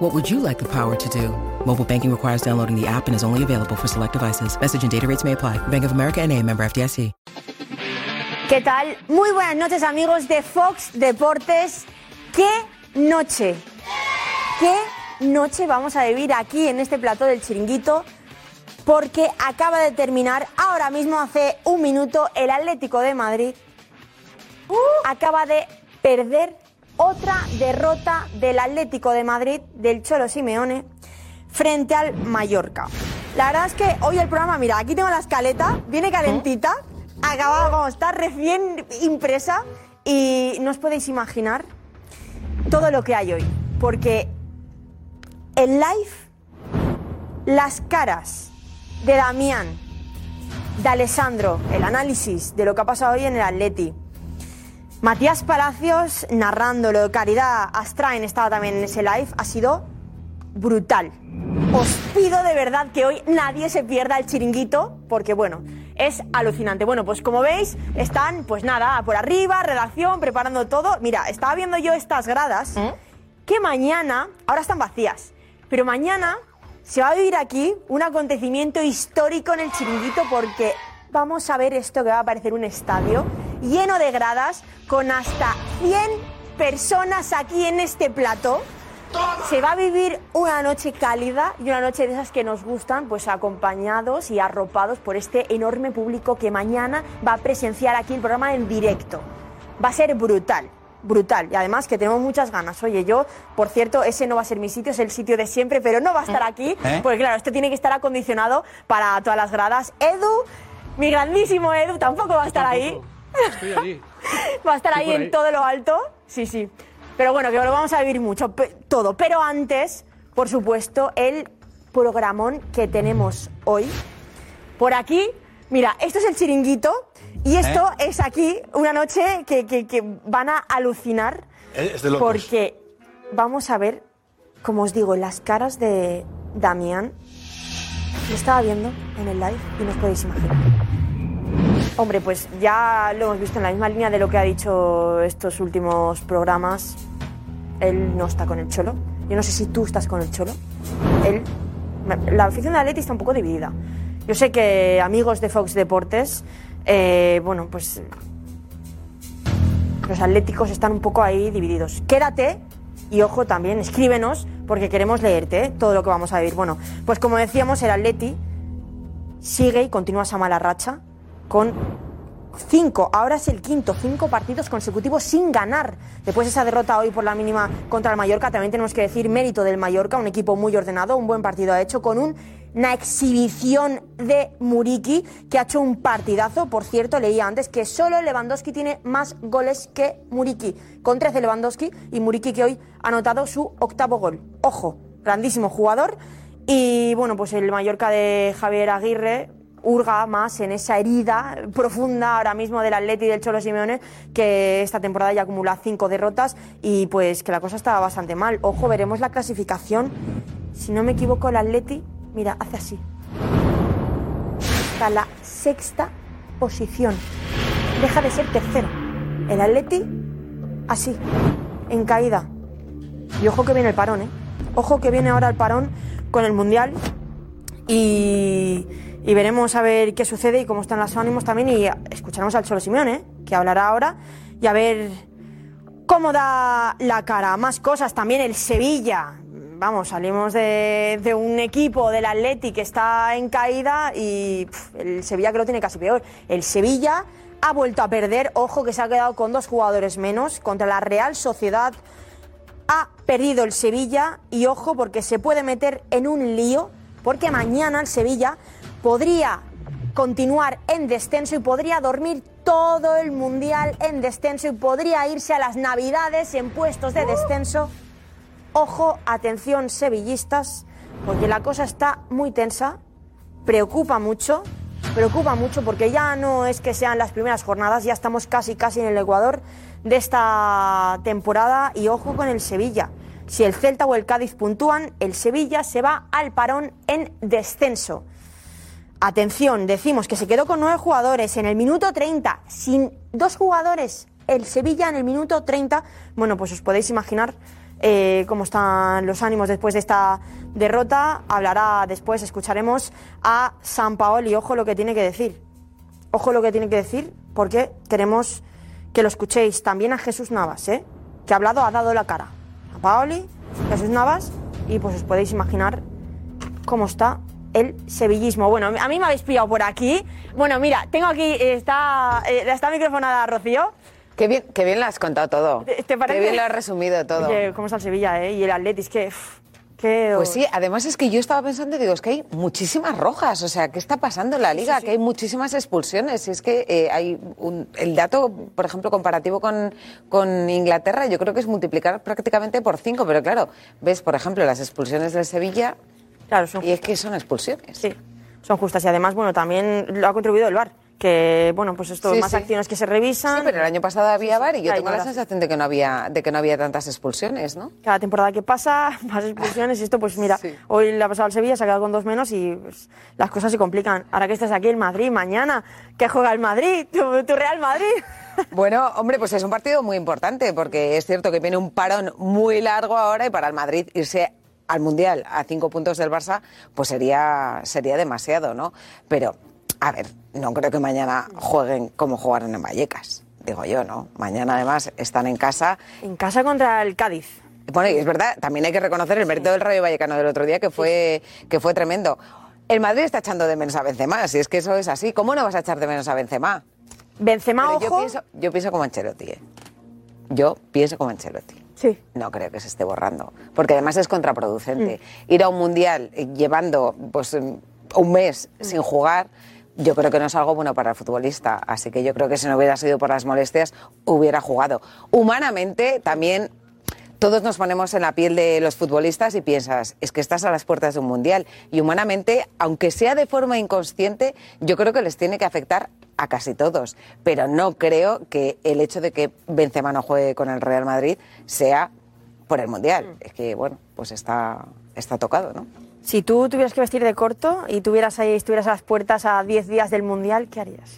What would you like the power to do? Mobile banking requires downloading the app and is only available for select devices. Message and data rates may apply. Bank of America and a member FDIC. ¿Qué tal? Muy buenas noches amigos de Fox Deportes. ¿Qué noche? ¿Qué noche vamos a vivir aquí en este plató del chiringuito? Porque acaba de terminar ahora mismo, hace un minuto, el Atlético de Madrid acaba de perder otra derrota del Atlético de Madrid, del Cholo Simeone, frente al Mallorca. La verdad es que hoy el programa, mira, aquí tengo la escaleta, viene calentita, acaba, vamos, está recién impresa y no os podéis imaginar todo lo que hay hoy. Porque en live, las caras de Damián, de Alessandro, el análisis de lo que ha pasado hoy en el Atleti. Matías Palacios narrándolo, Caridad Astrain estaba también en ese live, ha sido brutal. Os pido de verdad que hoy nadie se pierda el chiringuito, porque bueno, es alucinante. Bueno, pues como veis, están, pues nada, por arriba, redacción, preparando todo. Mira, estaba viendo yo estas gradas, que mañana, ahora están vacías, pero mañana se va a vivir aquí un acontecimiento histórico en el chiringuito, porque vamos a ver esto que va a parecer un estadio lleno de gradas, con hasta 100 personas aquí en este plató. Se va a vivir una noche cálida y una noche de esas que nos gustan, pues acompañados y arropados por este enorme público que mañana va a presenciar aquí el programa en directo. Va a ser brutal, brutal. Y además que tenemos muchas ganas. Oye, yo, por cierto, ese no va a ser mi sitio, es el sitio de siempre, pero no va a estar aquí, ¿Eh? porque claro, esto tiene que estar acondicionado para todas las gradas. Edu, mi grandísimo Edu, tampoco va a estar ahí. Estoy allí. Va a estar Estoy ahí, por en ahí. todo lo alto. Sí, sí. Pero bueno, que lo vamos a vivir mucho, pe- todo. Pero antes, por supuesto, el programón que tenemos hoy. Por aquí, mira, esto es el chiringuito y esto ¿Eh? es aquí una noche que, que- que van a alucinar. Eh, es de locos. Porque vamos a ver, como os digo, las caras de Damián. Lo estaba viendo en el live y no os podéis imaginar. Hombre, pues ya lo hemos visto en la misma línea de lo que ha dicho estos últimos programas. Él no está con el Cholo. Yo no sé si tú estás con el Cholo. Él, la afición de Atleti está un poco dividida. Yo sé que amigos de Fox Deportes, eh, bueno, pues los atléticos están un poco ahí divididos. Quédate y ojo también, escríbenos porque queremos leerte ¿eh? todo lo que vamos a vivir. Bueno, pues como decíamos, el Atleti sigue y continúa esa mala racha con cinco, ahora es el quinto, cinco partidos consecutivos sin ganar. Después de esa derrota hoy por la mínima contra el Mallorca, también tenemos que decir mérito del Mallorca, un equipo muy ordenado, un buen partido ha hecho con un- una exhibición de Muriki que ha hecho un partidazo. Por cierto, leía antes que solo Lewandowski tiene más goles que Muriki, con 13 Lewandowski y Muriki que hoy ha anotado su octavo gol. Ojo, grandísimo jugador. Y bueno, pues el Mallorca de Javier Aguirre hurga más en esa herida profunda ahora mismo del Atleti y del Cholo Simeone, que esta temporada ya acumula cinco derrotas y pues que la cosa estaba bastante mal. Ojo, veremos la clasificación. Si no me equivoco, el Atleti, mira, hace así. Hasta la sexta posición. Deja de ser tercero. El Atleti, así, en caída. Y ojo que viene el parón, ¿eh? Ojo que viene ahora el parón con el Mundial y, y veremos a ver qué sucede y cómo están los ánimos también y escucharemos al Cholo Simeone, ¿eh? que hablará ahora, y a ver cómo da la cara. Más cosas también el Sevilla. Vamos, salimos de, de un equipo del Atleti que está en caída y pf, el Sevilla que lo tiene casi peor. El Sevilla ha vuelto a perder, ojo que se ha quedado con dos jugadores menos contra la Real Sociedad ha perdido el Sevilla y ojo porque se puede meter en un lío porque mañana el Sevilla podría continuar en descenso y podría dormir todo el mundial en descenso y podría irse a las navidades en puestos de descenso. Ojo, atención sevillistas, porque la cosa está muy tensa, preocupa mucho preocupa mucho porque ya no es que sean las primeras jornadas, ya estamos casi casi en el Ecuador de esta temporada y ojo con el Sevilla. Si el Celta o el Cádiz puntúan, el Sevilla se va al parón en descenso. Atención, decimos que se quedó con nueve jugadores en el minuto 30, sin dos jugadores, el Sevilla en el minuto 30. Bueno, pues os podéis imaginar eh, cómo están los ánimos después de esta derrota. Hablará después, escucharemos a San Paoli. Ojo lo que tiene que decir. Ojo lo que tiene que decir, porque queremos que lo escuchéis también a Jesús Navas, ¿eh? que ha hablado, ha dado la cara. A Paoli, Jesús Navas, y pues os podéis imaginar cómo está el sevillismo. Bueno, a mí me habéis pillado por aquí. Bueno, mira, tengo aquí, eh, está, eh, está microfonada Rocío. Qué bien, qué bien lo has contado todo. ¿Te- te parece? Qué bien lo has resumido todo. Oye, ¿Cómo está el Sevilla eh? y el Atletis? Que, uf, que- Pues sí, además es que yo estaba pensando, digo, es que hay muchísimas rojas, o sea, ¿qué está pasando en la liga? Que hay muchísimas expulsiones. Y es que eh, hay un- el dato, por ejemplo, comparativo con, con Inglaterra, yo creo que es multiplicar prácticamente por cinco, pero claro, ves, por ejemplo, las expulsiones del Sevilla, claro, son, y es que son expulsiones. sí, son justas. Y además, bueno, también lo ha contribuido el VAR. Que, bueno, pues esto, Sí, más sí. acciones que se revisan. Sí, pero el año pasado había VAR y yo Hay tengo la varas. sensación de que no había, de que no había tantas expulsiones, ¿no? Cada temporada que pasa, más expulsiones y esto, pues mira, Sí. hoy la ha pasado al Sevilla, se ha quedado con dos menos y pues, las cosas se complican. Ahora que estás aquí en Madrid, mañana, que juega el Madrid? ¿Tu, tu Real Madrid? Bueno, hombre, pues es un partido muy importante porque es cierto que viene un parón muy largo ahora y para el Madrid irse al Mundial a cinco puntos del Barça, pues sería, sería demasiado, ¿no? Pero, a ver, no creo que mañana jueguen como jugaron en Vallecas, digo yo, ¿no? Mañana además están en casa. En casa contra el Cádiz. Bueno, y es verdad, también hay que reconocer el mérito del Rayo Vallecano del otro día que fue, que fue tremendo. El Madrid está echando de menos a Benzema, si es que eso es así. ¿Cómo no vas a echar de menos a Benzema? Benzema, Pero ojo. yo pienso, yo pienso como Ancelotti, ¿eh? Yo pienso como Ancelotti. Sí. No creo que se esté borrando, porque además es contraproducente. Mm. Ir a un mundial eh, llevando pues un un mes Mm. sin jugar, yo creo que no es algo bueno para el futbolista. Así que yo creo que si no hubiera sido por las molestias, hubiera jugado. Humanamente también todos nos ponemos en la piel de los futbolistas y piensas, es que estás a las puertas de un mundial. Y humanamente, aunque sea de forma inconsciente, yo creo que les tiene que afectar a casi todos. Pero no creo que el hecho de que Benzema no juegue con el Real Madrid sea por el mundial. Es que, bueno, pues está, está tocado, ¿no? Si tú tuvieras que vestir de corto y tuvieras ahí, estuvieras a las puertas a 10 días del Mundial, ¿qué harías?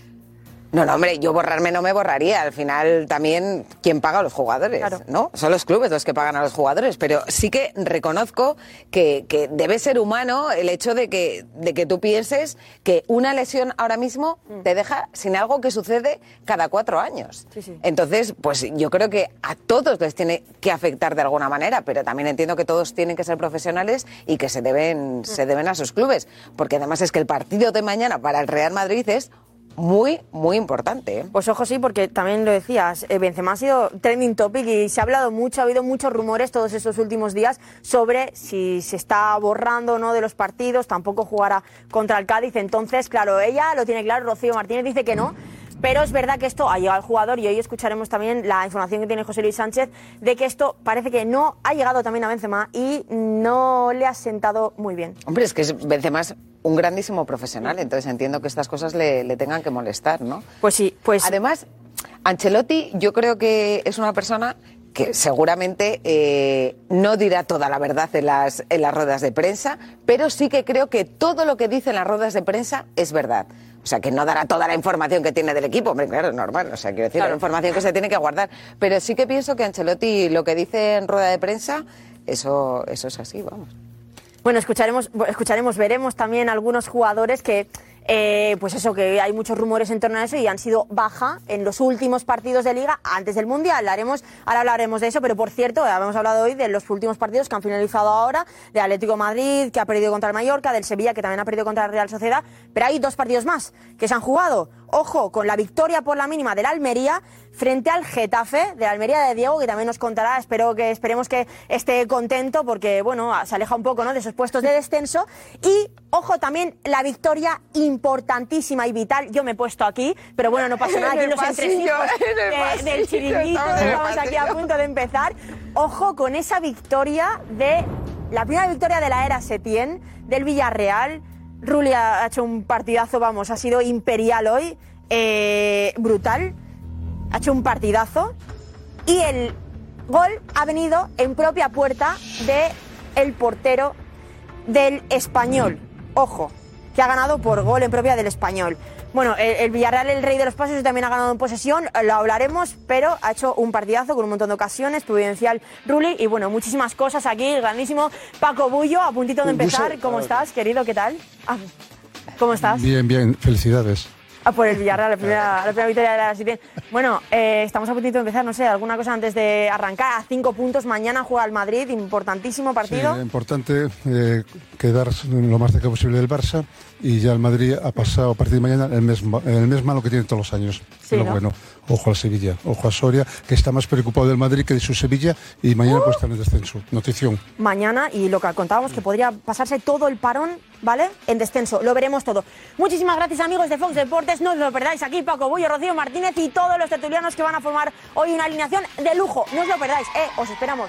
No, no, hombre, yo borrarme no me borraría. Al final también quien paga a los jugadores, Claro. ¿no? Son los clubes los que pagan a los jugadores, pero sí que reconozco que, que debe ser humano el hecho de que, de que tú pienses que una lesión ahora mismo te deja sin algo que sucede cada cuatro años. Mm. Sí, sí. Entonces, pues yo creo que a todos les tiene que afectar de alguna manera, pero también entiendo que todos tienen que ser profesionales y que se Mm. deben, se deben a sus clubes, porque además es que el partido de mañana para el Real Madrid es muy, muy importante. ¿eh? Pues ojo sí, porque también lo decías, eh, Benzema ha sido trending topic y se ha hablado mucho, ha habido muchos rumores todos estos últimos días sobre si se está borrando o no de los partidos, tampoco jugará contra el Cádiz, entonces claro, ella lo tiene claro, Rocío Martínez dice que no. Pero es verdad que esto ha llegado al jugador y hoy escucharemos también la información que tiene José Luis Sánchez de que esto parece que no ha llegado también a Benzema y no le ha sentado muy bien. Hombre, es que es- Benzema es un grandísimo profesional, entonces entiendo que estas cosas le, le tengan que molestar, ¿no? Pues sí, pues Además, Ancelotti yo creo que es una persona que seguramente eh, no dirá toda la verdad en las, en las ruedas de prensa, pero sí que creo que todo lo que dice en las ruedas de prensa es verdad. O sea, que no dará toda la información que tiene del equipo, hombre, claro, es normal, o sea, quiero decir, la información que se tiene que guardar. Pero sí que pienso que Ancelotti lo que dice en rueda de prensa, eso, eso es así, vamos. Bueno, escucharemos, escucharemos, veremos también algunos jugadores que, eh, pues eso, que hay muchos rumores en torno a eso y han sido baja en los últimos partidos de liga antes del mundial. Haremos, ahora hablaremos de eso, pero por cierto, habíamos hablado hoy de los últimos partidos que han finalizado ahora, de Atlético de Madrid que ha perdido contra el Mallorca, del Sevilla que también ha perdido contra la Real Sociedad, pero hay dos partidos más que se han jugado. Ojo con la victoria por la mínima del Almería frente al Getafe de la Almería de Diego, que también nos contará. Espero que esperemos que esté contento porque bueno, se aleja un poco, ¿no? De esos puestos de descenso y ojo también la victoria importantísima y vital. Yo me he puesto aquí, pero bueno, no pasa nada. Aquí En el los entresijos pasillo, en el de- del pasillo, chiringuito, estamos en el estamos aquí a pasillo. punto de empezar. Ojo con esa victoria de la primera victoria de la era Setién del Villarreal. Ruli ha hecho un partidazo, vamos, ha sido imperial hoy, eh, brutal. Ha hecho un partidazo. Y el gol ha venido en propia puerta de el portero del español. Ojo, que ha ganado por gol en propia del español. Bueno, el, el Villarreal, el rey de los pasos, también ha ganado en posesión, lo hablaremos, pero ha hecho un partidazo con un montón de ocasiones, providencial Ruli y bueno, muchísimas cosas aquí, el grandísimo Paco Bullo, a puntito de empezar. ¿Cómo estás, querido? ¿Qué tal? Ah, ¿Cómo estás? Bien, bien, felicidades. Ah, por el Villarreal, la primera, la primera victoria de la City. Bueno, eh, estamos a puntito de empezar, no sé, alguna cosa antes de arrancar. A cinco puntos, mañana juega el Madrid, importantísimo partido. Eh, importante eh, quedar lo más cerca posible del Barça y ya el Madrid ha pasado a partir de mañana el mes, ma- el mes malo que tiene todos los años. Sí, Pero ¿no? bueno, ojo al Sevilla, ojo a Soria, que está más preocupado del Madrid que de su Sevilla y mañana puede estar en el descenso. Notición. mañana y lo que contábamos que podría pasarse todo el parón, ¿vale? En descenso, lo veremos todo. Muchísimas gracias amigos de Fox Deportes, no os lo perdáis aquí Paco Bullo, Rocío Martínez y todos los tertulianos que van a formar hoy una alineación de lujo, no os lo perdáis, eh, os esperamos.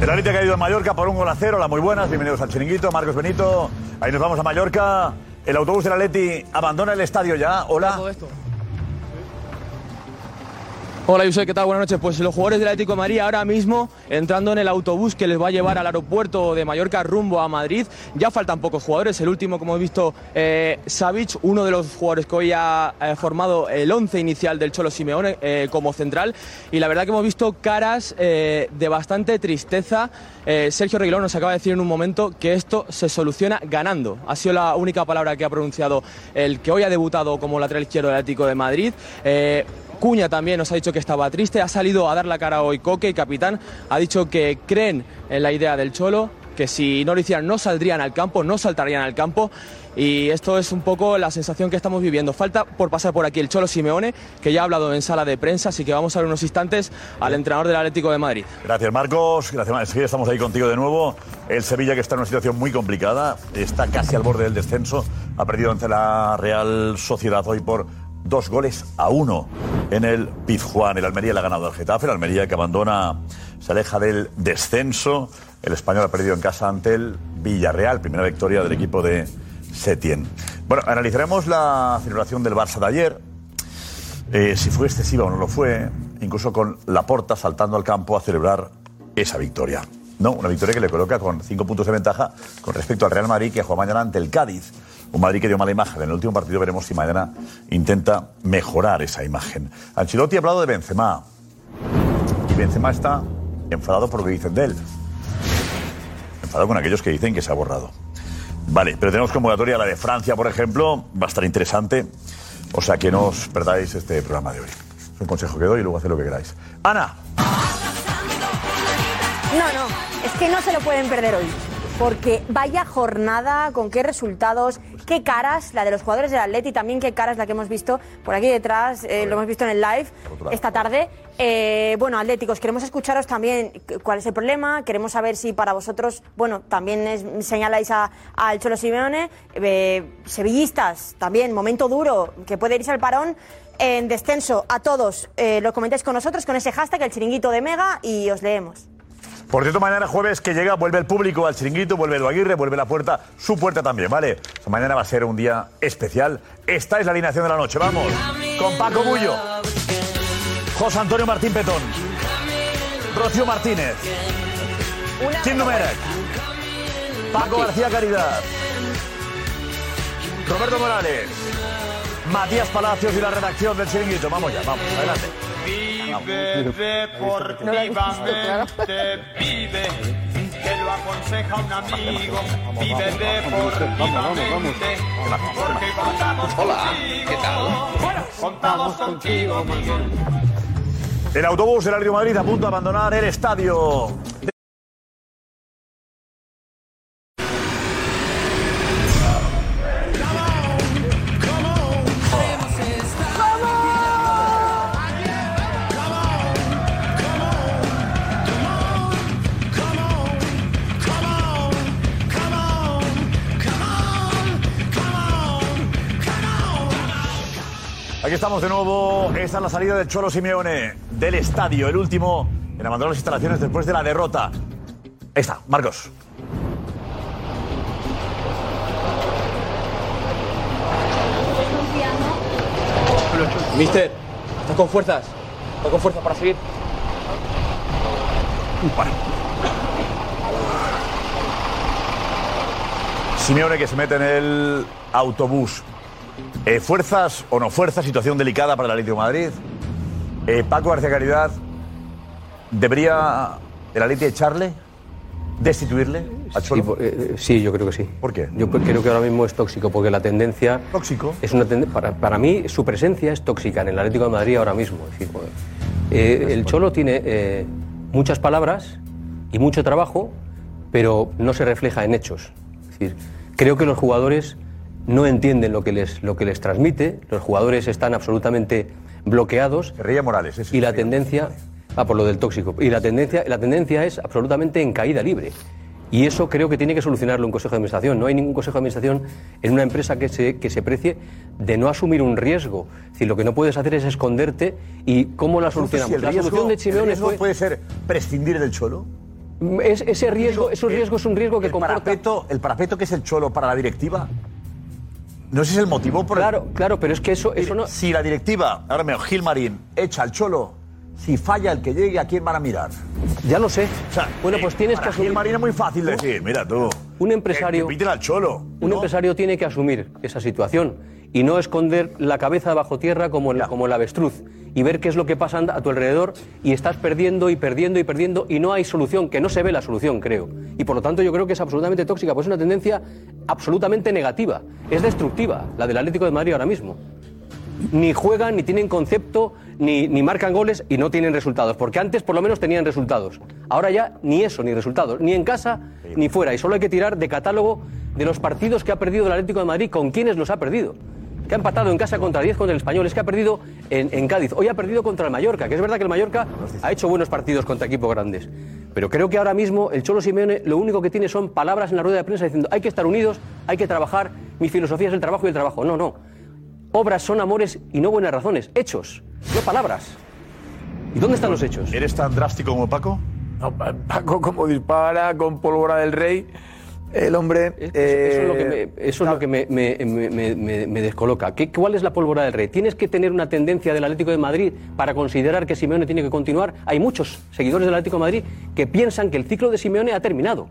El Atleti ha caído en Mallorca por un gol a cero, la muy buenas, bienvenidos al Chiringuito, Marcos Benito, ahí nos vamos a Mallorca, el autobús del Atleti abandona el estadio ya, hola. Hola José, ¿qué tal? Buenas noches. Pues los jugadores del Atlético de Madrid ahora mismo entrando en el autobús que les va a llevar al aeropuerto de Mallorca rumbo a Madrid. Ya faltan pocos jugadores. El último, como he visto, eh, Savic, uno de los jugadores que hoy ha eh, formado el once inicial del Cholo Simeone eh, como central. Y la verdad que hemos visto caras eh, de bastante tristeza. Eh, Sergio Reguilón nos acaba de decir en un momento que esto se soluciona ganando. Ha sido la única palabra que ha pronunciado el que hoy ha debutado como lateral izquierdo del Atlético de Madrid. Eh, Cuña también nos ha dicho que estaba triste, ha salido a dar la cara hoy Coque, capitán, ha dicho que creen en la idea del Cholo, que si no lo hicieran no saldrían al campo, no saltarían al campo y esto es un poco la sensación que estamos viviendo. Falta por pasar por aquí el Cholo Simeone, que ya ha hablado en sala de prensa, así que vamos a ver unos instantes al entrenador del Atlético de Madrid. Gracias Marcos, gracias Mar- sí, estamos ahí contigo de nuevo. El Sevilla que está en una situación muy complicada, está casi al borde del descenso, ha perdido ante la Real Sociedad hoy por dos goles a uno en el Pizjuán. El Almería le ha ganado al Getafe, el Almería que abandona, se aleja del descenso. El español ha perdido en casa ante el Villarreal, primera victoria del equipo de Setien. Bueno, analizaremos la celebración del Barça de ayer, eh, si fue excesiva o no lo fue, incluso con Laporta saltando al campo a celebrar esa victoria. No, una victoria que le coloca con cinco puntos de ventaja con respecto al Real Madrid que juega mañana ante el Cádiz. Un Madrid que dio mala imagen en el último partido. Veremos si mañana intenta mejorar esa imagen. Ancelotti ha hablado de Benzema. Y Benzema está enfadado por lo que dicen de él. Enfadado con aquellos que dicen que se ha borrado. Vale, pero tenemos convocatoria la de Francia, por ejemplo. Va a estar interesante. O sea que no os perdáis este programa de hoy. Es un consejo que doy y luego haced lo que queráis. Ana, No, no, es que no se lo pueden perder hoy. Porque vaya jornada, con qué resultados, qué caras, la de los jugadores del Atleti, también qué caras la que hemos visto por aquí detrás, eh, lo hemos visto en el live esta tarde. Eh, bueno, Atléticos, queremos escucharos también cu- cuál es el problema, queremos saber si para vosotros, bueno, también es- señaláis a- al Cholo Simeone, eh, sevillistas, también, momento duro, que puede irse al parón en descenso. A todos, eh, lo comentáis con nosotros, con ese hashtag, el chiringuito de Mega, y os leemos. por cierto, mañana jueves que llega, vuelve el público al chiringuito, vuelve Edu Aguirre, vuelve la puerta, su puerta también, ¿vale? O sea, mañana va a ser un día especial. Esta es la alineación de la noche, vamos. Con Paco Bullo, José Antonio Martín Petón, Rocío Martínez, Kim Numerek, Paco García Caridad, Roberto Morales, Matías Palacios y la redacción del chiringuito. Vamos ya, vamos, adelante. Vive deportivamente, vive. Te lo aconseja un amigo. Vive deportivamente. porque contamos Hola, ¿qué tal? contamos contigo, Miguel. El autobús del Atlético de Madrid a punto de abandonar el estadio. Aquí estamos de nuevo. Esta es la salida del Cholo Simeone del estadio, el último en abandonar las instalaciones después de la derrota. Ahí está, Marcos. Mister, ¿estás con fuerzas? ¿Estás con fuerzas para seguir? Simeone que se mete en el autobús. Eh, fuerzas o no fuerzas, situación delicada para el Atlético de Madrid. Eh, Paco García Caridad, ¿debería el Atlético echarle? ¿Destituirle? a Sí, Cholo? por- eh, eh, sí, yo creo que sí. ¿Por qué? Yo pe- creo que ahora mismo es tóxico, porque la tendencia. ¿Tóxico? Es una tende- para, para mí, su presencia es tóxica en el Atlético de Madrid ahora mismo. Es decir, bueno, eh, el Cholo tiene eh, muchas palabras y mucho trabajo, pero no se refleja en hechos. Es decir, creo que los jugadores no entienden lo que les, lo que les transmite, los jugadores están absolutamente bloqueados. Morales, Y la tendencia. Ah, por lo del tóxico. Y la tendencia, la tendencia es absolutamente en caída libre. Y eso creo que tiene que solucionarlo un consejo de administración. No hay ningún consejo de administración en una empresa que se, que se precie de no asumir un riesgo. Es decir, lo que no puedes hacer es esconderte y cómo la Entonces, solucionamos. si el la riesgo- solución de el Simeone riesgo fue- puede ser prescindir del Cholo? Es, ese riesgo, es un riesgo, es un riesgo que el parapeto, el parapeto que es el Cholo para la directiva. No sé si es el motivo por Claro, claro, pero es que eso, eso no. Si la directiva, ahora mejor, Gil Marín, echa al Cholo, si falla el que llegue, ¿a quién van a mirar? Ya lo sé. bueno, pues tienes que Gil asumir- Marín es muy fácil decir, mira tú. Un empresario. que piten al Cholo. Un empresario tiene que asumir esa situación y no esconder la cabeza bajo tierra como el, como el avestruz y ver qué es lo que pasa a tu alrededor y estás perdiendo y perdiendo y perdiendo y no hay solución, que no se ve la solución, creo. Y por lo tanto yo creo que es absolutamente tóxica, pues es una tendencia absolutamente negativa, es destructiva, la del Atlético de Madrid ahora mismo. Ni juegan, ni tienen concepto, ni, ni marcan goles y no tienen resultados. Porque antes por lo menos tenían resultados. Ahora ya ni eso, ni resultados. Ni en casa, ni fuera. Y solo hay que tirar de catálogo de los partidos que ha perdido el Atlético de Madrid, con quienes los ha perdido. Que ha empatado en casa contra 10 contra el español, es que ha perdido en, en Cádiz. Hoy ha perdido contra el Mallorca, que es verdad que el Mallorca ha hecho buenos partidos contra equipos grandes. Pero creo que ahora mismo el Cholo Simeone lo único que tiene son palabras en la rueda de prensa diciendo hay que estar unidos, hay que trabajar, mi filosofía es el trabajo y el trabajo. No, no. Obras son amores y no buenas razones, hechos, no palabras. ¿Y dónde están los hechos? ¿Eres tan drástico como Paco? No, Pa- Paco como dispara con pólvora del rey, el hombre... Eso es lo eh, que me, eso es lo que me- me- me- me- me- me descoloca. ¿Qué, ¿Cuál es la pólvora del rey? ¿Tienes que tener una tendencia del Atlético de Madrid para considerar que Simeone tiene que continuar? Hay muchos seguidores del Atlético de Madrid que piensan que el ciclo de Simeone ha terminado.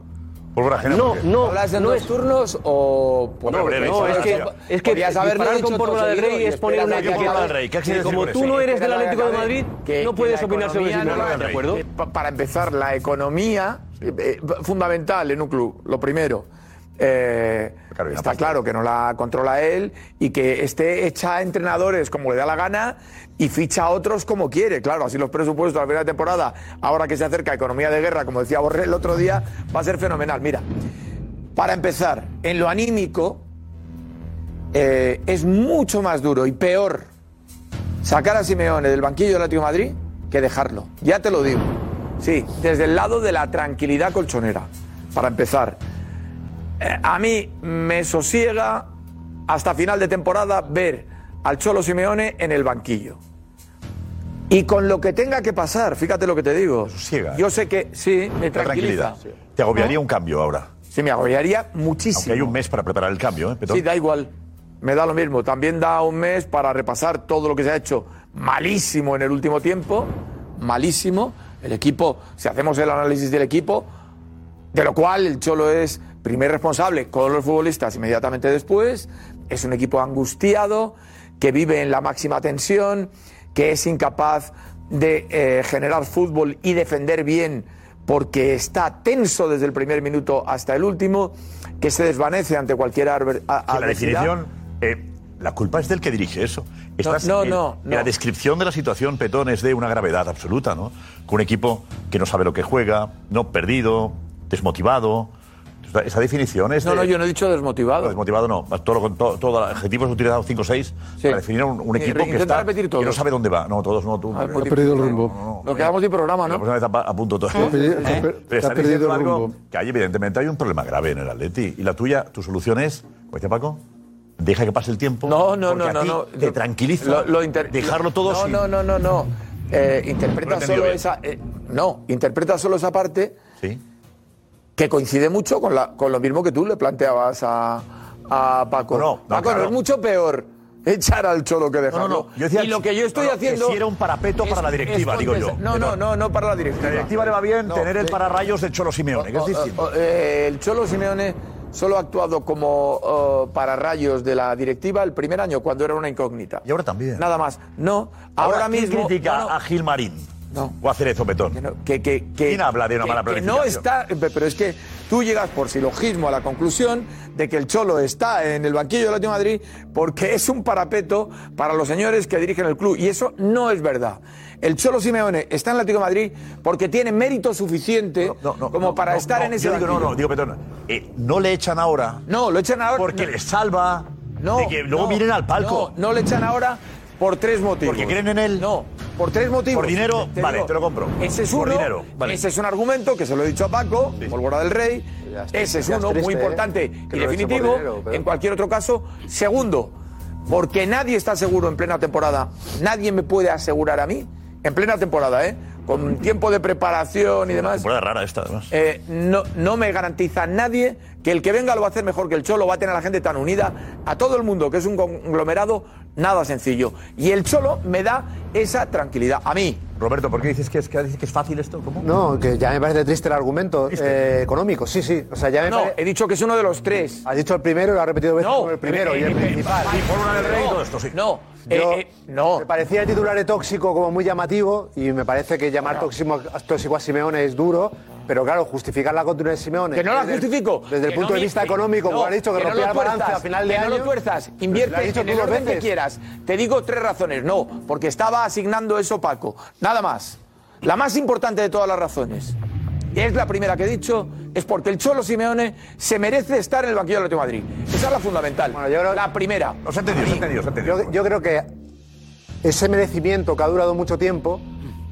Pólvora ajena, ¿por qué? no, ¿Hablas de no dos es- turnos o.? No, no, es que, es que disparar con pólvora del rey es poner una etiqueta. Y como tú no eres del Atlético de Madrid, no puedes opinar sobre si Simeone, ¿de acuerdo? Para empezar, la economía, eh, eh, fundamental en un club, lo primero. Eh, está claro que no la controla él y que este echa a entrenadores como le da la gana y ficha a otros como quiere. Claro, así los presupuestos al final de temporada, ahora que se acerca a economía de guerra, como decía Borrell el otro día, va a ser fenomenal. Mira, para empezar, en lo anímico, eh, es mucho más duro y peor sacar a Simeone del banquillo del Atlético de Madrid que dejarlo. Ya te lo digo. Sí, desde el lado de la tranquilidad colchonera, para empezar. Eh, a mí me sosiega hasta final de temporada ver al Cholo Simeone en el banquillo. Y con lo que tenga que pasar, fíjate lo que te digo. Yo sé que sí, me La tranquiliza. ¿Te agobiaría ¿No? un cambio ahora? Sí, me agobiaría muchísimo. Aunque hay un mes para preparar el cambio, ¿eh? Petón? Sí, da igual. Me da lo mismo. También da un mes para repasar todo lo que se ha hecho malísimo en el último tiempo. Malísimo. El equipo, si hacemos el análisis del equipo, de lo cual el Cholo es primer responsable con los futbolistas inmediatamente después. Es un equipo angustiado, que vive en la máxima tensión, que es incapaz de eh, generar fútbol y defender bien porque está tenso desde el primer minuto hasta el último, que se desvanece ante cualquier arber- a- Que la adversidad. definición eh, la culpa es del que dirige eso. Estás no, en- no, en no. La descripción de la situación, Petón, es de una gravedad absoluta, ¿no? Con un equipo que no sabe lo que juega, no perdido, desmotivado. Esa- Esa definición es. No, de- no, yo no he dicho desmotivado. Desmotivado no. Todo lo, con- todo, todo el adjetivo has utilizado 5 o 6 para definir un, un Eh, equipo que, intenta está, repetir que no todos. Ah, sabe dónde va. No, todos no. Tú, Ha perdido el rumbo. Nos quedamos sin programa, La ¿no? próxima vez apa- apunto todo. Te ha perdido- te ha per- Pero ¿Eh? te ha está perdido diciendo el algo rumbo. Que hay, evidentemente, hay un problema grave en el Atleti. Y la tuya, tu solución es, como decía Paco, deja que pase el tiempo. No, no, porque no, a no, ti no. Te tranquiliza. Lo- lo inter- dejarlo todo no, sin- No, no, no, no. Eh, interpreta Lo he entendido solo bien. esa. eh, no, interpreta solo esa parte Sí. que coincide mucho con, la, con lo mismo que tú le planteabas a, a Paco. No, no, Paco, claro. no es mucho peor echar al cholo que dejarlo. no, yo decía y lo que yo estoy no, no, que haciendo. si era un parapeto para la directiva, digo yo. contestar- No, no, no, no para la directiva. La directiva le va bien No, tener el de- pararrayos de Cholo Simeone, que es O- o- distinto. o- eh, el Cholo Simeone solo ha actuado como oh, pararrayos de la directiva el primer año, cuando era una incógnita. Y ahora también. Nada más. No, ahora, ¿quién mismo. critica no, no, a Gilmarín? No. ¿O a Cerezo Petón? que, que- que- ¿Quién habla de una que- mala que no planificación? está. Pero es que tú llegas por silogismo a la conclusión de que el Cholo está en el banquillo del Atlético de Madrid porque es un parapeto para los señores que dirigen el club. Y eso no es verdad. El Cholo Simeone está en el Atlético de Madrid porque tiene mérito suficiente como para No, estar no, en ese yo digo, no, banquillo. no, digo, Petón, eh, no le echan ahora No, lo echan ahora. porque le salva No. de que luego no, miren al palco. No, no le echan ahora por tres motivos. Porque creen en él. No, por tres motivos. Por dinero, vale, digo, te lo compro. Ese es uno. Por dinero, vale. Ese es un argumento que se lo he dicho a Paco, Pólvora del Rey. Ya es Ese es triste, ya es uno muy triste, importante ¿eh? y Que lo eche por definitivo. dinero, pero- En cualquier otro caso, segundo, porque nadie está seguro en plena temporada. Nadie me puede asegurar a mí, en plena temporada, ¿eh? Con tiempo de preparación y demás. Temporada rara esta, además. Eh, no, no me garantiza nadie que el que venga lo va a hacer mejor que el Cholo, va a tener a la gente tan unida, a todo el mundo, que es un conglomerado nada sencillo. Y el Cholo me da esa tranquilidad, a mí. Roberto, ¿por qué dices que es, que dices que es fácil esto? ¿Cómo? No, que ya me parece triste el argumento eh, económico, sí, sí. O sea, ya me No, pare- he dicho que es uno de los tres. Ah, Has dicho el primero y lo has repetido veces No, como el primero eh, y el eh, principal. eh, Fórmula del Rey y no, todo esto, sí. No, Yo- eh, eh, no. Me parecía el titular de tóxico como muy llamativo y me parece que llamar tóxico, tóxico a Simeone es duro, pero claro, justificar la continuidad de Simeone. Que no la desde el- justifico. Desde el Que punto no de mi- vista que- económico, no, como ha dicho, que no rompía lo la balanza tuerzas, a final de que año. No lo tuerzas, Lo has invierte dicho en tú el dos orden que veces. quieras. Te digo tres razones. No, porque estaba asignando eso Paco. Nada más. La más importante de todas las razones. y Es la primera que he dicho, es porque el Cholo Simeone se merece estar en el banquillo del Atlético de Madrid. Esa es la fundamental. Bueno, yo creo- La primera. Os he entendido, os he entendido, os he entendido. Yo, yo creo que ese merecimiento que ha durado mucho tiempo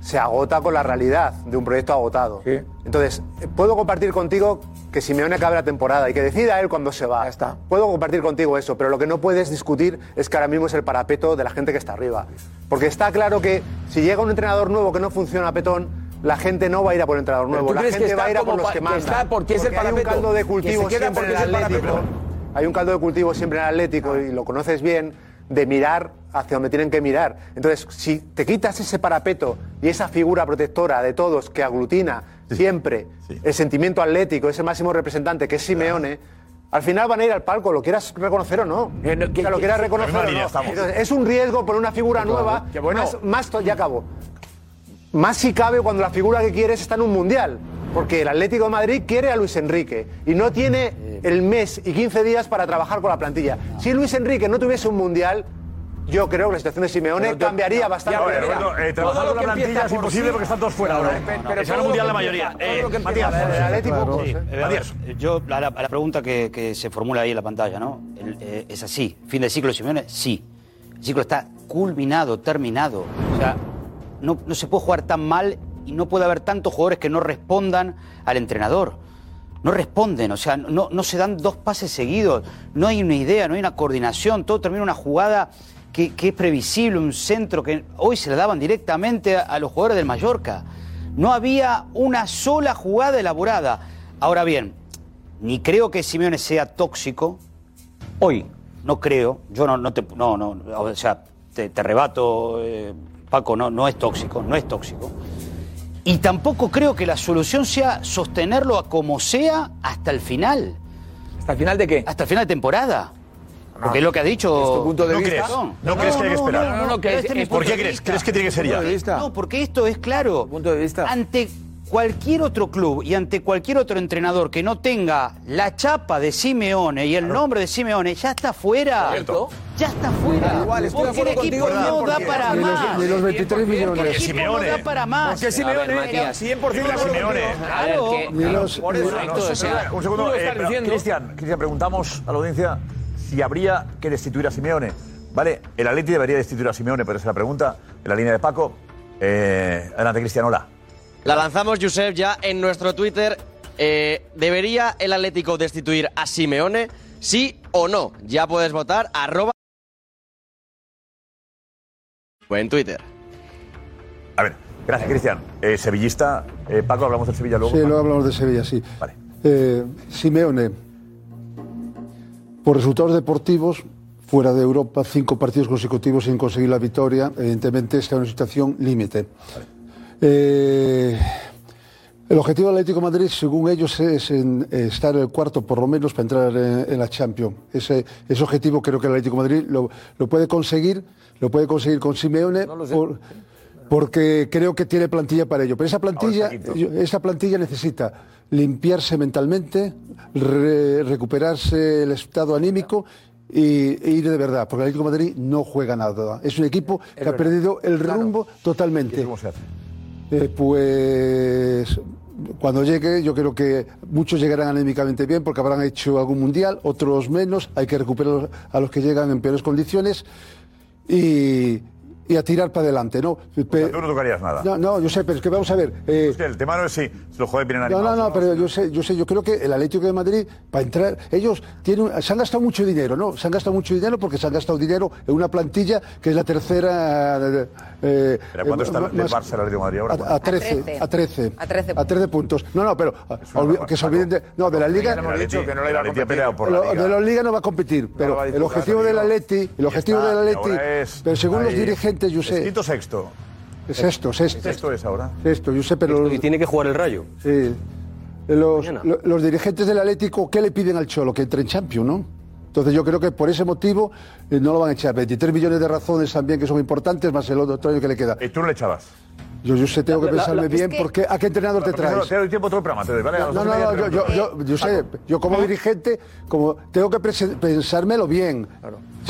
se agota con la realidad de un proyecto agotado. Sí. Entonces, eh, puedo compartir contigo que Simeone acabe la temporada y que decida él cuándo se va. está. Puedo compartir contigo eso, pero lo que no puedes discutir es que ahora mismo es el parapeto de la gente que está arriba. Porque está claro que si llega un entrenador nuevo que no funciona a petón, la gente no va a ir a por el entrenador Pero nuevo. tú la crees que gente va está a ir a por como los pa- que que mandan. está porque es el hay un parapeto, caldo de que se cultivo queda siempre en porque es el Atlético. parapeto. Hay un caldo de cultivo siempre en el Atlético y lo conoces bien de mirar hacia donde tienen que mirar. Entonces, si te quitas ese parapeto y esa figura protectora de todos que aglutina siempre sí. el sentimiento atlético, ese máximo representante que es Simeone, al final van a ir al palco, lo quieras reconocer o no. Que Eh, no- O sea, que- lo que- quieras la reconocer misma o no. línea estamos. Entonces, es un riesgo por una figura nueva. que bueno. Más, más to- ya acabo. Más si cabe cuando la figura que quieres está en un mundial. Porque el Atlético de Madrid quiere a Luis Enrique y no tiene el mes y 15 días para trabajar con la plantilla. Si Luis Enrique no tuviese un mundial, yo creo que la situación de Simeone Pero yo- cambiaría no, bastante. ya, A ver, Mira, Roberto, eh, todo trabajar lo con la que plantilla empieza es por imposible sí- porque están todos fuera ahora. No, no, ¿eh? pero Que se han todo lo mundial que la mayoría. empieza- todo Eh, lo que empieza- Matías. El Atlético, pocos, ¿eh? Eh, Matías. eh, Yo, a la, a la pregunta que, que se formula ahí en la pantalla, ¿no? El, eh, ¿Es así? ¿Fin del ciclo de Simeone? Sí. El ciclo está culminado, terminado. O sea, no, no se puede jugar tan mal y no puede haber tantos jugadores que no respondan al entrenador. No responden, o sea, no, no se dan dos pases seguidos, no hay una idea, no hay una coordinación, todo termina en una jugada que, que es previsible, un centro que hoy se le daban directamente a- a los jugadores del Mallorca. No había una sola jugada elaborada. Ahora bien, ni creo que Simeone sea tóxico. Hoy, no creo. Yo no, no te. No, no. O sea, te, te rebato, eh, Paco, no, no es tóxico, no es tóxico. Y tampoco creo que la solución sea sostenerlo a como sea hasta el final, ¿Hasta el final de qué? Ah. hasta el final de temporada. Porque es lo que ha dicho. Es tu punto de ¿No vista. crees? Perdón. ¿No crees que hay que esperar? no, no, que pero este es- es mi es- punto ¿Por qué de crees? vista. ¿Crees que tiene que ser Punto ya? de vista. No, porque esto es claro. Punto de vista. Ante cualquier otro club y ante cualquier otro entrenador que no tenga la chapa de Simeone y el nombre de Simeone, ya está fuera. Cierto. Ya está fuera. Igual, estoy de Porque el acuerdo equipo contigo, no da 100%. para Ni los- más. ni los 23 millones. El equipo Simeone. no da para más. Porque Simeone, A ver, Matías. 100% de acuerdo Simeone. contigo. Claro. A ver, que- Ni los- Por eso, ni los- no, o sea, un segundo, tú lo eh, estás pero, diciendo. Cristian, Cristian, preguntamos a la audiencia si habría que destituir a Simeone. Vale, el Atleti debería destituir a Simeone, pero esa es la pregunta. En la línea de Paco, eh, adelante Cristian, hola. La lanzamos, Josep, ya en nuestro Twitter. Eh, ¿Debería el Atlético destituir a Simeone? ¿Sí o no? Ya puedes votar. Arroba. En Twitter. A ver, gracias Cristian. Eh, sevillista, eh, Paco, hablamos del Sevilla luego. Sí, luego hablamos de Sevilla, sí. Eh, Simeone, por resultados deportivos, fuera de Europa, cinco partidos consecutivos sin conseguir la victoria, evidentemente está en una situación límite. Eh, el objetivo del Atlético de Madrid, según ellos, es en- eh, estar en el cuarto, por lo menos, para entrar en, en la Champions. Ese, ese objetivo creo que el Atlético de Madrid lo, lo puede conseguir, lo puede conseguir con Simeone. por- porque creo que tiene plantilla para ello. Pero esa plantilla, yo- esa plantilla necesita limpiarse mentalmente, re- recuperarse el estado anímico y, e ir de verdad. Porque el Atlético de Madrid no juega nada. Es un equipo que ha perdido el rumbo totalmente. Eh, pues cuando llegue, yo creo que muchos llegarán anímicamente bien porque habrán hecho algún mundial, otros menos. Hay que recuperar a los que llegan en peores condiciones y, y a tirar para adelante, ¿no? Pe- Tú no tocarías nada. no, no, yo sé, pero es que vamos a ver. eh, Es que el tema no es si si los jugadores vienen no, animados. no, no, pero yo sé, yo sé, yo creo que el Atlético de Madrid, para entrar, ellos tienen, se han gastado mucho dinero, ¿no? Se han gastado mucho dinero porque se han gastado dinero en una plantilla que es la tercera. eh, eh, Pero ¿cuánto está eh, el del más- Barça el Atlético de Madrid ahora? a, a 13, a 13. A 13 a 13 puntos. No, no, pero ah, olvi- que se olviden de, no, de la Liga. El Atleti- el Atleti ha peleado por Lo- la Liga. Ah, De la Liga no va a competir, pero va a el disputar, objetivo del Atleti, el objetivo está, del y Atleti, ahora es- pero según los ahí. dirigentes, yo Es sé, quinto o sexto. es esto, es esto. Sexto es ahora. Esto, yo sé, pero. Y tiene que jugar el rayo. Sí. Los, lo- los dirigentes del Atlético, ¿qué le piden al Cholo? Que entre en Champions, ¿no? Entonces yo creo que por ese motivo eh, no lo van a echar. 23 millones de razones también que son importantes, más el otro año que le queda. ¿Y tú no le echabas? Yo, yo sé, tengo que Eh, La- la- pensarme la- es bien, que- porque ¿a qué entrenador te Porque traes? Te doy tiempo a otro programa, te doy, ¿vale? No, A las no, dos y media no, te yo, doy yo, otro yo, programa. yo sé, yo como dirigente, como tengo que presen- pensármelo bien.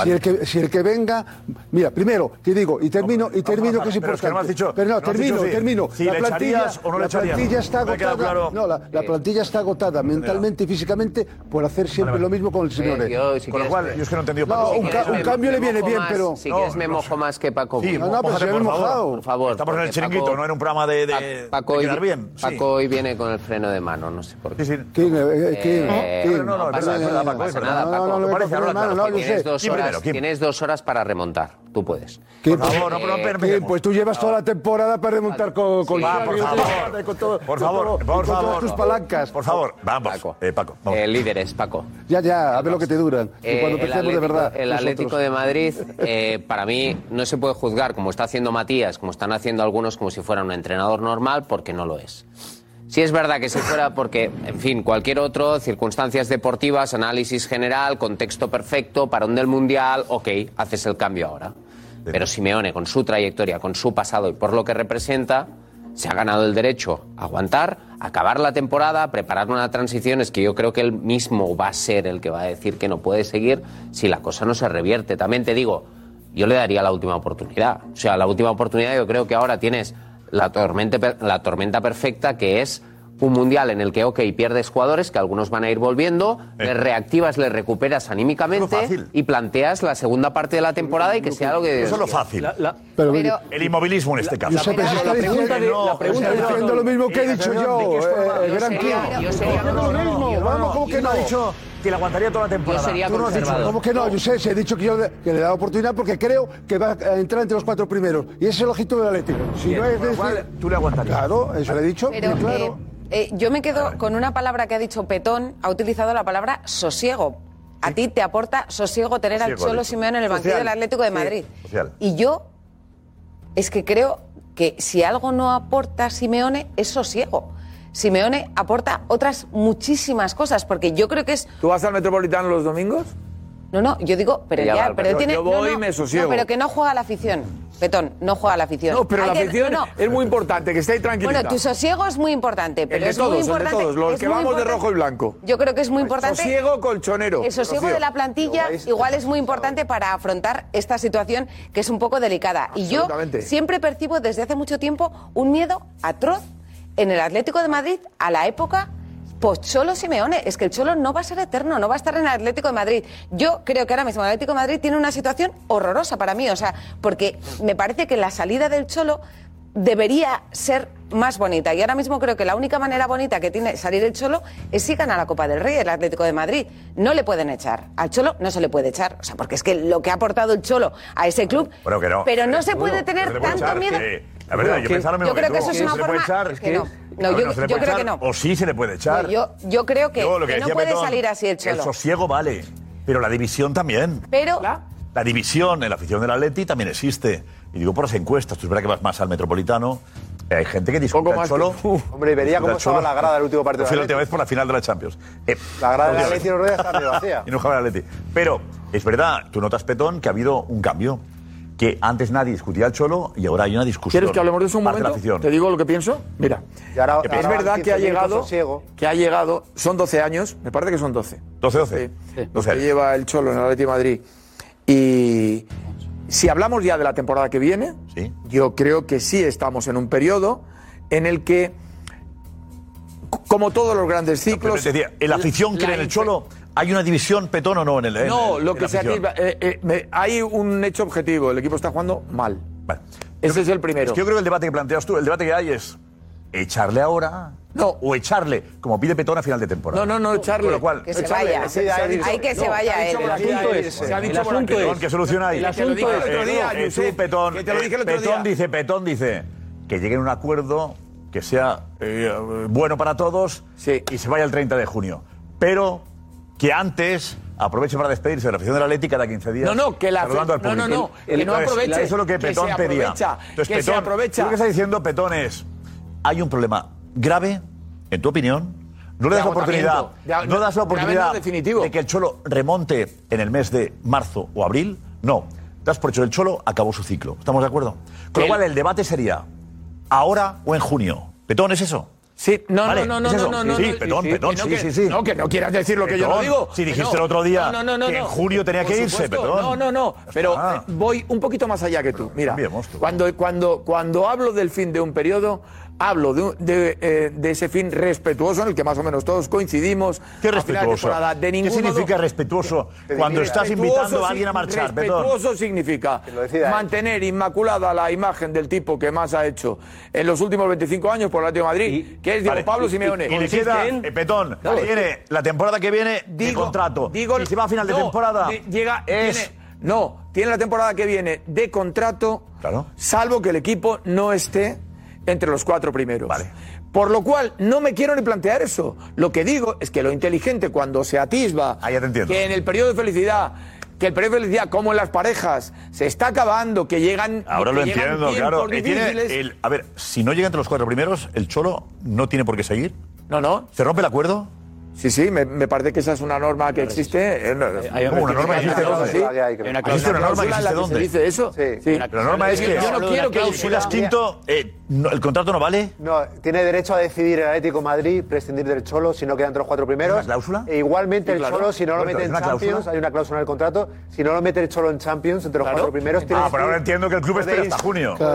Si, el que, si el que venga, mira, primero te digo y termino y termino que es pero es que importante. no has dicho- Pero no, no has termino, dicho si- termino. si le echarías o no le la echarías. plantilla está Me ha quedado agotada. claro. No, la, la Sí. plantilla está agotada mentalmente y físicamente por hacer siempre lo mismo con el Simeone. Con lo pues, cual, yo es que no he entendido. No, Paco. un, ca- un cambio le viene bien, pero Si quieres, me mojo más que Paco. Sí, Bueno. mo- mójate, por favor. Por favor. Estamos en el porque chiringuito, Paco- Ah, no en un programa de, de, Paco, de hoy, quedar bien. Sí. Paco hoy viene con el freno de mano, no sé por qué. ¿Quién? eh, quién? Eh, ¿Quién? no, no, Pasa pasa nada, nada, Paco, pasa es verdad. nada, No, Paco. no, no, Porque no, no, tienes no, dos no, yo horas- Tienes dos sé. ¿Quién primero? horas, ¿Quién? tienes dos horas para remontar. Tú puedes. ¿Quién? ¿Quién? Pues tú llevas toda la temporada para remontar con, con Va, por favor. Con todo, Por con favor, todo- por con favor. todas tus palancas. Por favor, vamos. Eh, Paco, vamos. Eh, líderes, Paco. Ya, ya, a ver lo que te duran. y Eh, cuando el empecemos de Atlético- verdad. El nosotros. Atlético de Madrid, eh, para mí, no se puede juzgar como está haciendo Matías, como están haciendo algunos, como si fuera un entrenador normal, porque no lo es. Sí es verdad que si fuera porque, en fin, cualquier otro, circunstancias deportivas, análisis general, contexto perfecto, parón del Mundial, ok, haces el cambio ahora. Pero Simeone, con su trayectoria, con su pasado y por lo que representa, se ha ganado el derecho a aguantar, acabar la temporada, preparar una transición. Es que yo creo que él mismo va a ser el que va a decir que no puede seguir si la cosa no se revierte. También te digo, yo le daría la última oportunidad. O sea, la última oportunidad yo creo que ahora tienes la tormenta, per- la tormenta perfecta que es un mundial en el que, ok, pierdes jugadores, que algunos van a ir volviendo, les reactivas, les recuperas anímicamente y planteas la segunda parte de la temporada y que sea lo que... Eso es lo fácil. Pero, el inmovilismo en este caso. Josep, Pero está diciendo- la pregunta está de- diciendo lo mismo que he dicho yo, ¿de qué es por eh, la- el gran tío. No, no, no, no, vamos, ¿cómo que Yo no? he dicho que le aguantaría toda la temporada. Tú Tú no has dicho nada. ¿Cómo que no? Yo sé, se he dicho que yo le- que le he dado oportunidad porque creo que va a entrar entre los cuatro primeros. Y ese es el ojito del Atlético. Si Bien, no es con lo decir- cual, tú le aguantarías. Claro, eso le he dicho. Pero y claro. eh, eh, yo me quedo con una palabra que ha dicho Petón, ha utilizado la palabra sosiego. A ti te aporta sosiego tener Sosiego, al Cholo dice. Simeone en el banquillo Social. del Atlético de Sí, Madrid. social. Y yo es que creo que si algo no aporta Simeone es sosiego. Simeone aporta otras muchísimas cosas, porque yo creo que es ¿Tú vas al Metropolitano los domingos? No, no, yo digo, pero Ya ya, va, pero yo- tiene. yo no, voy y no, me sosiego. no, pero que no juega a la afición. Petón, no juega la afición. No, pero Hay la que- afición no, no. es muy importante, que estéis tranquilos. Bueno, tu sosiego es muy importante, pero el de es todos, muy el de importante. todos, los es que muy vamos de importante- rojo y blanco. Yo creo que es muy importante. Sosiego colchonero. El sosiego Rocío. de la plantilla igual es muy importante para afrontar esta situación que es un poco delicada. Y yo Absolutamente. siempre percibo desde hace mucho tiempo un miedo atroz en el Atlético de Madrid a la época post-Cholo Simeone. Es que el Cholo no va a ser eterno, no va a estar en el Atlético de Madrid. Yo creo que ahora mismo el Atlético de Madrid tiene una situación horrorosa para mí, o sea, porque me parece que la salida del Cholo debería ser más bonita. Y ahora mismo creo que la única manera bonita que tiene salir el Cholo es si gana la Copa del Rey el Atlético de Madrid. No le pueden echar. Al Cholo no se le puede echar. O sea, porque es que lo que ha aportado el Cholo a ese club... Bueno, que no. Pero no se puede Bueno, tener no se puede tanto echar, miedo... que- la verdad, yo pensaba lo mismo Yo creo tú. que eso es una ¿Se le puede forma... echar? que no. No, A ver, yo, no se le puede yo creo que echar, no. O sí se le puede echar. Yo, yo creo que, Yo, lo que no decía puede Petón, salir así el Cholo. sosiego vale, pero la división también. Pero... La división en la afición del Atleti también existe. Y digo por las encuestas, tú es verdad que vas más al Metropolitano. eh, Hay gente que discute al más Cholo. que- Uf. Hombre, y vería discute cómo al estaba Cholo. la grada del último partido Yo Fui del la última vez por la final de la Champions. Eh, La grada del última Atleti vez. en Rodríguez está medio vacía. Y no jugaba el Atleti. Pero es verdad, tú notas, Petón, que ha habido un cambio. Que antes nadie discutía al Cholo y ahora hay una discusión. ¿Quieres que hablemos de eso un parte la momento? afición. Te digo lo que pienso. Mira, Y ahora- es ahora verdad van que 15.000 ha con llegado, sosiego. que ha llegado, son 12 años, me parece que son 12. 12, 12. Los que lleva el Cholo en el Atlético de Madrid. Y si hablamos ya de la temporada que viene, yo creo que sí estamos en un periodo en el que, c- como todos los grandes Pero ciclos... te decía, ¿el afición cree en el Cholo? ¿Hay una división, Petón, o no en el en- No, en lo la que se afición? activa- eh, eh, me- hay un hecho objetivo, el equipo está jugando mal. Ese es el primero. Es que yo creo que el debate que planteas tú, el debate que hay es echarle ahora o echarle, como pide Petón a final de temporada. No, no, no, echarle. Con lo cual, Que se vaya. Hay que se vaya él. El asunto es, El asunto es- Petón, que soluciona ahí. El Que asunto te lo dije es- el otro día, eh, no, Josep, eh, Petón, que te lo dije el eh, otro día. Petón dice, Petón dice que lleguen a un acuerdo que sea eh, bueno para todos y se vaya el 30 de junio. Pero que antes aproveche para despedirse de la afición de la Atlética cada 15 días. No, no, que la saludando al no, público. no, no, que no Entonces, aproveche, Eso es lo que que se Petón pedía. aprovecha, Entonces, que se Petón, aprovecha. Lo que está diciendo Petón es, hay un problema grave, en tu opinión, no le De das la oportunidad, agotamiento. De ag- no das la grave no oportunidad definitivo. de que el Cholo remonte en el mes de marzo o abril, no. Das por hecho el Cholo, acabó su ciclo. ¿Estamos de acuerdo? Con lo cual, el debate sería, ¿ahora o en junio? Petón, ¿es eso? Sí, no, Vale, no, no, ¿es no, eso? no, no, Sí, no, Petón, sí, Petón, que no, sí, que- sí, sí. no, que no quieras decir lo que yo no Petón, digo, Si que dijiste no. el otro día No, no, no, que en no. junio tenía Por que irse, supuesto. Petón. No, no, no, pero Ah. eh, voy un poquito más allá que tú. Mira, cuando, cuando, cuando hablo del fin de un periodo, hablo de, un- de, eh, de ese fin respetuoso en el que más o menos todos coincidimos. ¿Qué a final de respetuoso? temporada, de ¿Qué ningún significa modo- respetuoso? Te Cuando diría, estás respetuoso invitando a alguien a sig- marchar, Petón. Respetuoso significa él. mantener inmaculada la imagen del tipo que más ha hecho en los últimos 25 años por el Atlético de Madrid, que es Diego Vale. Pablo Simeone. Y le queda, eh, Petón, Dale. tiene la temporada que viene de Digo- contrato. digo- y si va a final de no, temporada, de- llega, es- tiene- no, tiene la temporada que viene de contrato, salvo que el equipo no esté entre los cuatro primeros. Por lo cual, no me quiero ni plantear eso. Lo que digo es que lo inteligente cuando se atisba que en el periodo de felicidad, que el periodo de felicidad, como en las parejas, se está acabando, que llegan. Ahora que lo llegan entiendo, claro. tiempos Y tiene difíciles. el- a ver, si no llega entre los cuatro primeros, el Cholo no tiene por qué seguir. No, no. ¿Se rompe el acuerdo? Sí, sí, me, me parece que esa es una norma que existe. eh, no, hay una norma que existe dónde? sí. Hay una cláusula. ¿Existe una norma que en la existe dónde? se dice eso? Sí. La norma es que Yo no quiero que si las quinto, eh, no- el contrato no vale. No, tiene derecho a decidir el Atlético de Madrid prescindir del Cholo si no quedan entre los cuatro primeros. ¿Es una cláusula? E igualmente Sí, el claro. Cholo si no lo Bueno, mete ¿es en una Champions, cláusula? hay una cláusula en el contrato, si no lo mete el Cholo en Champions entre los cuatro primeros Ah, tienes pero tú- ahora entiendo que el club espera podéis- hasta junio. Claro,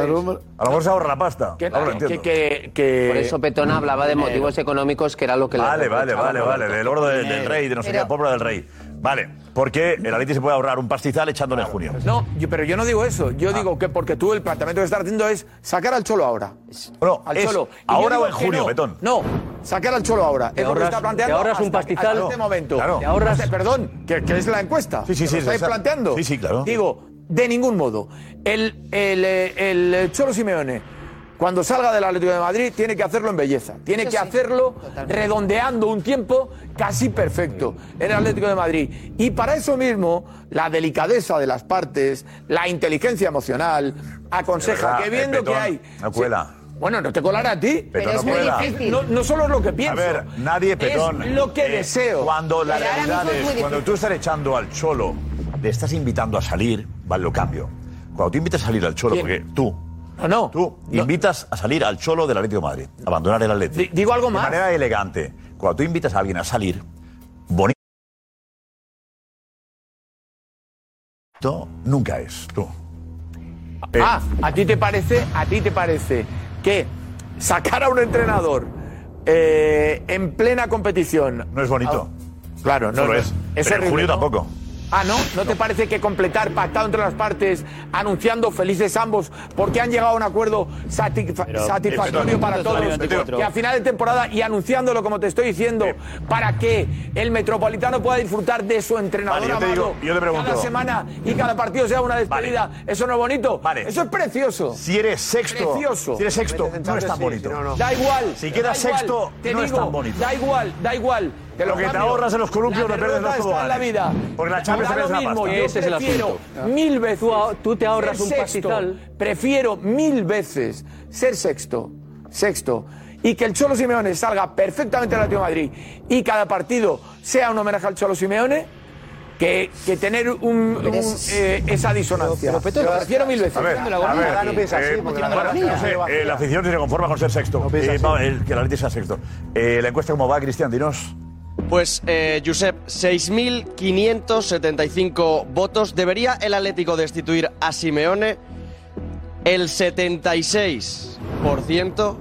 A lo mejor se ahorra la pasta. Ahora lo entiendo. Por eso Petón hablaba de motivos económicos que era lo que le Vale, vale, reprochaba vale, vale. Roberto. Del oro del, del rey, de no sé qué, Pero- la pólvora del rey. Vale, porque el Atleti se puede ahorrar un pastizal echándole en junio. No, yo- pero yo no digo eso. Ah. Yo digo que porque tú el planteamiento que estás haciendo es sacar al Cholo ahora. No, al es Y ahora yo digo o en que junio, no. Betón. No, sacar al Cholo ahora. Te es lo que ahorras- está planteando. te ahorras hasta- un pastizal. hasta este momento. Claro. Te ahorras. Hasta- perdón, que, que es la encuesta. Sí, sí, que sí, lo estáis esa- planteando. sí, sí, claro. Digo, de ningún modo. El, el, eh, el, eh, Cholo Simeone, cuando salga del Atlético de Madrid, tiene que hacerlo en belleza. Tiene Eso que sí, hacerlo totalmente. redondeando un tiempo casi perfecto en el Atlético de Madrid. Y para eso mismo, la delicadeza de las partes, la inteligencia emocional, aconseja De verdad, que viendo eh, Petón, que hay. No cuela. Bueno, no te colará a ti. Pero Pero no es muy cuela. difícil. No, no solo es lo que pienso. A ver, nadie, perdón. Es lo que eh, deseo. Cuando la Pero ahora realidad mismo es es, muy difícil. cuando tú estás echando al cholo, le estás invitando a salir, vale, lo cambio. Con Cuando tú invitas a salir al Cholo, porque tú. No, no. Tú invitas a salir al Cholo del Atlético de Madrid, abandonar el Atlético. Digo algo más. De manera elegante. Cuando tú invitas a alguien a salir, bonito nunca es. Tú. Ah, a ti te parece, a ti te parece que sacar a un entrenador eh, en plena competición no es bonito. claro, no, Solo no. es. Es Pero en horrible, junio ¿no? tampoco. Ah, ¿no? ¿No te parece que completar pactado entre las partes, anunciando felices ambos, porque han llegado a un acuerdo satisfa- Pero- eh, satisfactorio Pero- para todos, Pero- Pero- que a final de temporada y anunciándolo, como te estoy diciendo, para que el Metropolitano pueda disfrutar de su entrenador Vale, yo te amado digo- yo te pregunto. cada semana y cada partido sea una despedida? ¿Eso no es bonito? Eso es precioso. Si eres sexto, Precioso. si eres sexto, no es tan Sí, bonito. sí, no, no. Da igual. Si quedas da igual, sexto, te no es digo, tan bonito. Da igual, da igual. Lo que te cambio. ahorras en los columpios lo La pierdes en los derrota está en la toboganes. vida. Porque la Champions te Da lo pierdes la mismo, pasta. yo Ese es el prefiero asunto. Mil veces. tú te ahorras ser un sexto. pastizal. Prefiero mil veces ser sexto, sexto, y que el Cholo Simeone salga perfectamente del Atlético de Madrid y cada partido sea un homenaje al Cholo Simeone. Que, que tener un, un, eh, esa disonancia. Pero, pero, Petón, Lo prefiero mil veces. A ver, a ver, eh, bueno, no sé, eh, la afición se conforma con ser sexto. Eh, va, el, que la Leti sea sexto. Eh, la encuesta, ¿cómo va, Cristian? Dinos. Pues, eh, Josep, 6.575 votos. ¿Debería el Atlético destituir a Simeone? El 76%,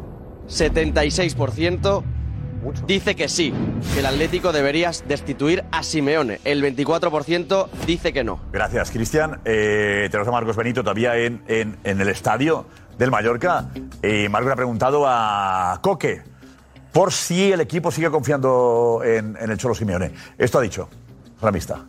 76% dice que sí, que el Atlético debería destituir a Simeone. El 24% dice que no. Gracias, Cristian. Eh, tenemos a Marcos Benito todavía en, en- en el estadio del Mallorca. Y Marcos ha preguntado a Coque por si el equipo sigue confiando en, en el Cholo Simeone. Esto ha dicho Ramista.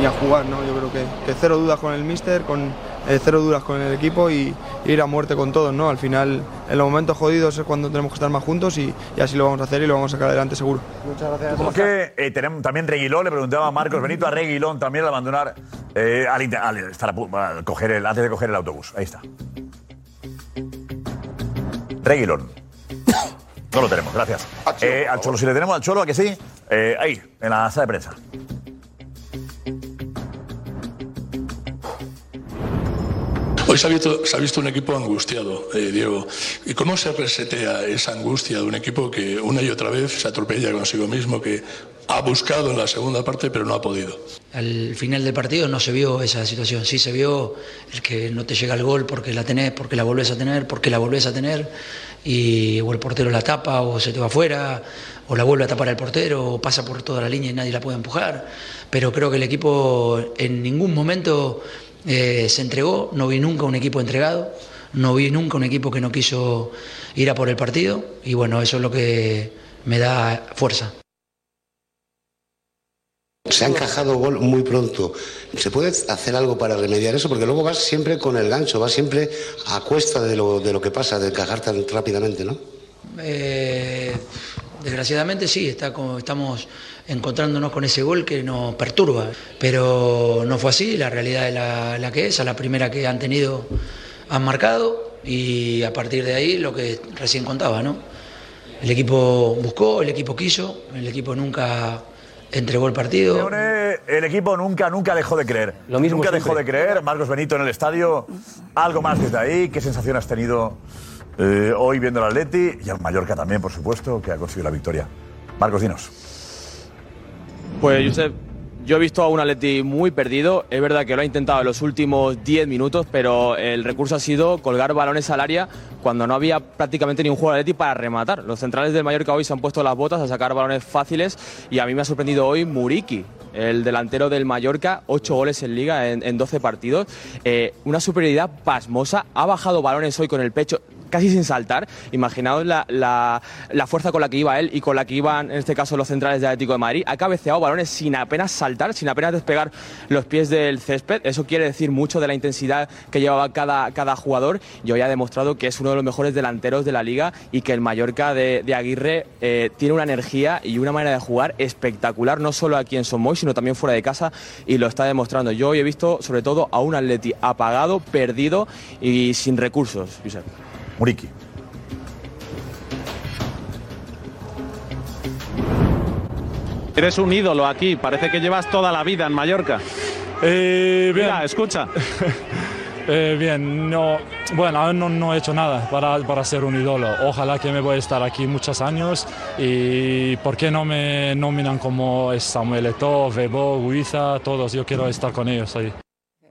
y a jugar, ¿no? Yo creo que, que cero dudas con el míster, con eh, cero dudas con el equipo y, y ir a muerte con todos, ¿no? Al final, en los momentos jodidos es cuando tenemos que estar más juntos y, y así lo vamos a hacer y lo vamos a sacar adelante seguro. Muchas gracias. Porque eh, tenemos también Reguilón, le preguntaba a Marcos Benito a Reguilón también al abandonar, eh, al, inter- al estar a pu- al coger el, antes de coger el autobús. Ahí está. Reguilón. No lo tenemos, gracias. Eh, al Cholo, si le tenemos al Cholo, ¿a que sí? Eh, ahí, en la sala de prensa. Hoy se ha visto, se ha visto un equipo angustiado, eh, Diego. ¿Y cómo se resetea esa angustia de un equipo que una y otra vez se atropella consigo mismo, que ha buscado en la segunda parte pero no ha podido? Al final del partido no se vio esa situación, sí se vio el que no te llega el gol porque la tenés, porque la volvés a tener, porque la volvés a tener, y o el portero la tapa, o se te va afuera, o la vuelve a tapar el portero, o pasa por toda la línea y nadie la puede empujar. Pero creo que el equipo en ningún momento eh, se entregó, no vi nunca un equipo entregado, no vi nunca un equipo que no quiso ir a por el partido, y bueno, eso es lo que me da fuerza. Se ha encajado gol muy pronto. ¿Se puede hacer algo para remediar eso? Porque luego vas siempre con el gancho, vas siempre a cuesta de lo, de lo que pasa, de encajar tan rápidamente, ¿no? Eh, desgraciadamente sí, está como- estamos encontrándonos con ese gol que nos perturba, pero no fue así, la realidad es la, la que es, a la primera que han tenido han marcado y a partir de ahí lo que recién contaba, ¿no? El equipo buscó, el equipo quiso, el equipo nunca entregó el partido. Simeone, el equipo nunca, nunca dejó de creer. nunca dejó de creer. Marcos Benito en el estadio. Algo más desde ahí. ¿Qué sensación has tenido eh, hoy viendo al Atleti? Y al Mallorca también, por supuesto, que ha conseguido la victoria. Marcos, dinos. Pues Josep, yo he visto a un Atleti muy perdido. Es verdad que lo ha intentado en los últimos 10 minutos, pero el recurso ha sido colgar balones al área cuando no había prácticamente ni un juego de Atleti para rematar. Los centrales del Mallorca hoy se han puesto las botas a sacar balones fáciles y a mí me ha sorprendido hoy Muriki. El delantero del Mallorca, 8 goles en liga en, en 12 partidos. Eh, una superioridad pasmosa. Ha bajado balones hoy con el pecho casi sin saltar. Imaginaos la, la- la fuerza con la que iba él y con la que iban, en este caso, los centrales de Atlético de Madrid. Ha cabeceado balones sin apenas saltar, sin apenas despegar los pies del césped. Eso quiere decir mucho de la intensidad que llevaba cada, cada jugador. Y hoy ha demostrado que es uno de los mejores delanteros de la liga y que el Mallorca de, de Aguirre eh, tiene una energía y una manera de jugar espectacular, no solo aquí en Somoy, sino también fuera de casa y lo está demostrando. Yo hoy he visto, sobre todo, a un Atleti apagado, perdido y sin recursos, Josep. Muriki. Eres un ídolo aquí, parece que llevas toda la vida en Mallorca. Eh, Mira, escucha. Eh, bien, no, bueno, aún no, no he hecho nada para, para ser un ídolo. Ojalá que me voy a estar aquí muchos años y ¿por qué no me nominan como es Samuel Eto'o, Bebo, Guiza, todos? Yo quiero estar con ellos ahí.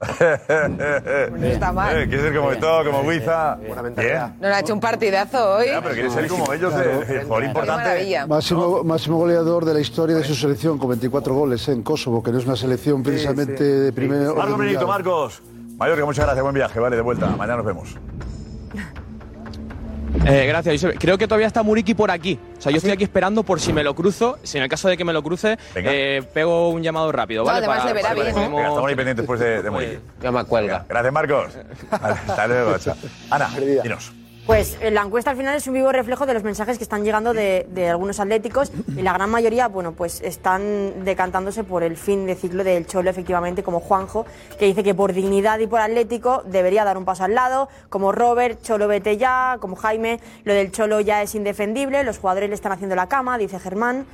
está mal. Eh, ¿Quieres ser como todo, como Guiza? Bien. Nos ha hecho un partidazo hoy. Pero quieres ser como ellos, el el jugador Qué importante. maravilla. Máximo, máximo goleador de la historia de su selección, con 24 goles eh, en Kosovo, que no es una selección precisamente de primer orden Marcos Benito, mundial. Marcos. Mallorca, muchas gracias, buen viaje, vale, de vuelta. Mañana nos vemos. Eh, gracias, Josep. Creo que todavía está Muriki por aquí. O ¿Ah, sea, yo estoy aquí esperando por si me lo cruzo. Si en el caso de que me lo cruce, eh, pego un llamado rápido, ¿vale? Para- para que Venga, estemos- Estamos ahí pendientes pues. después de, de morir. Llama cuelga. Gracias, Marcos. Vale, Hasta luego. chao. Ana, dinos. Pues eh, la encuesta al final es un vivo reflejo de los mensajes que están llegando de, de algunos atléticos y la gran mayoría, bueno, pues están decantándose por el fin de ciclo del Cholo, efectivamente, como Juanjo, que dice que por dignidad y por Atlético debería dar un paso al lado, como Robert, Cholo vete ya, como Jaime, lo del Cholo ya es indefendible, los jugadores le están haciendo la cama, dice Germán.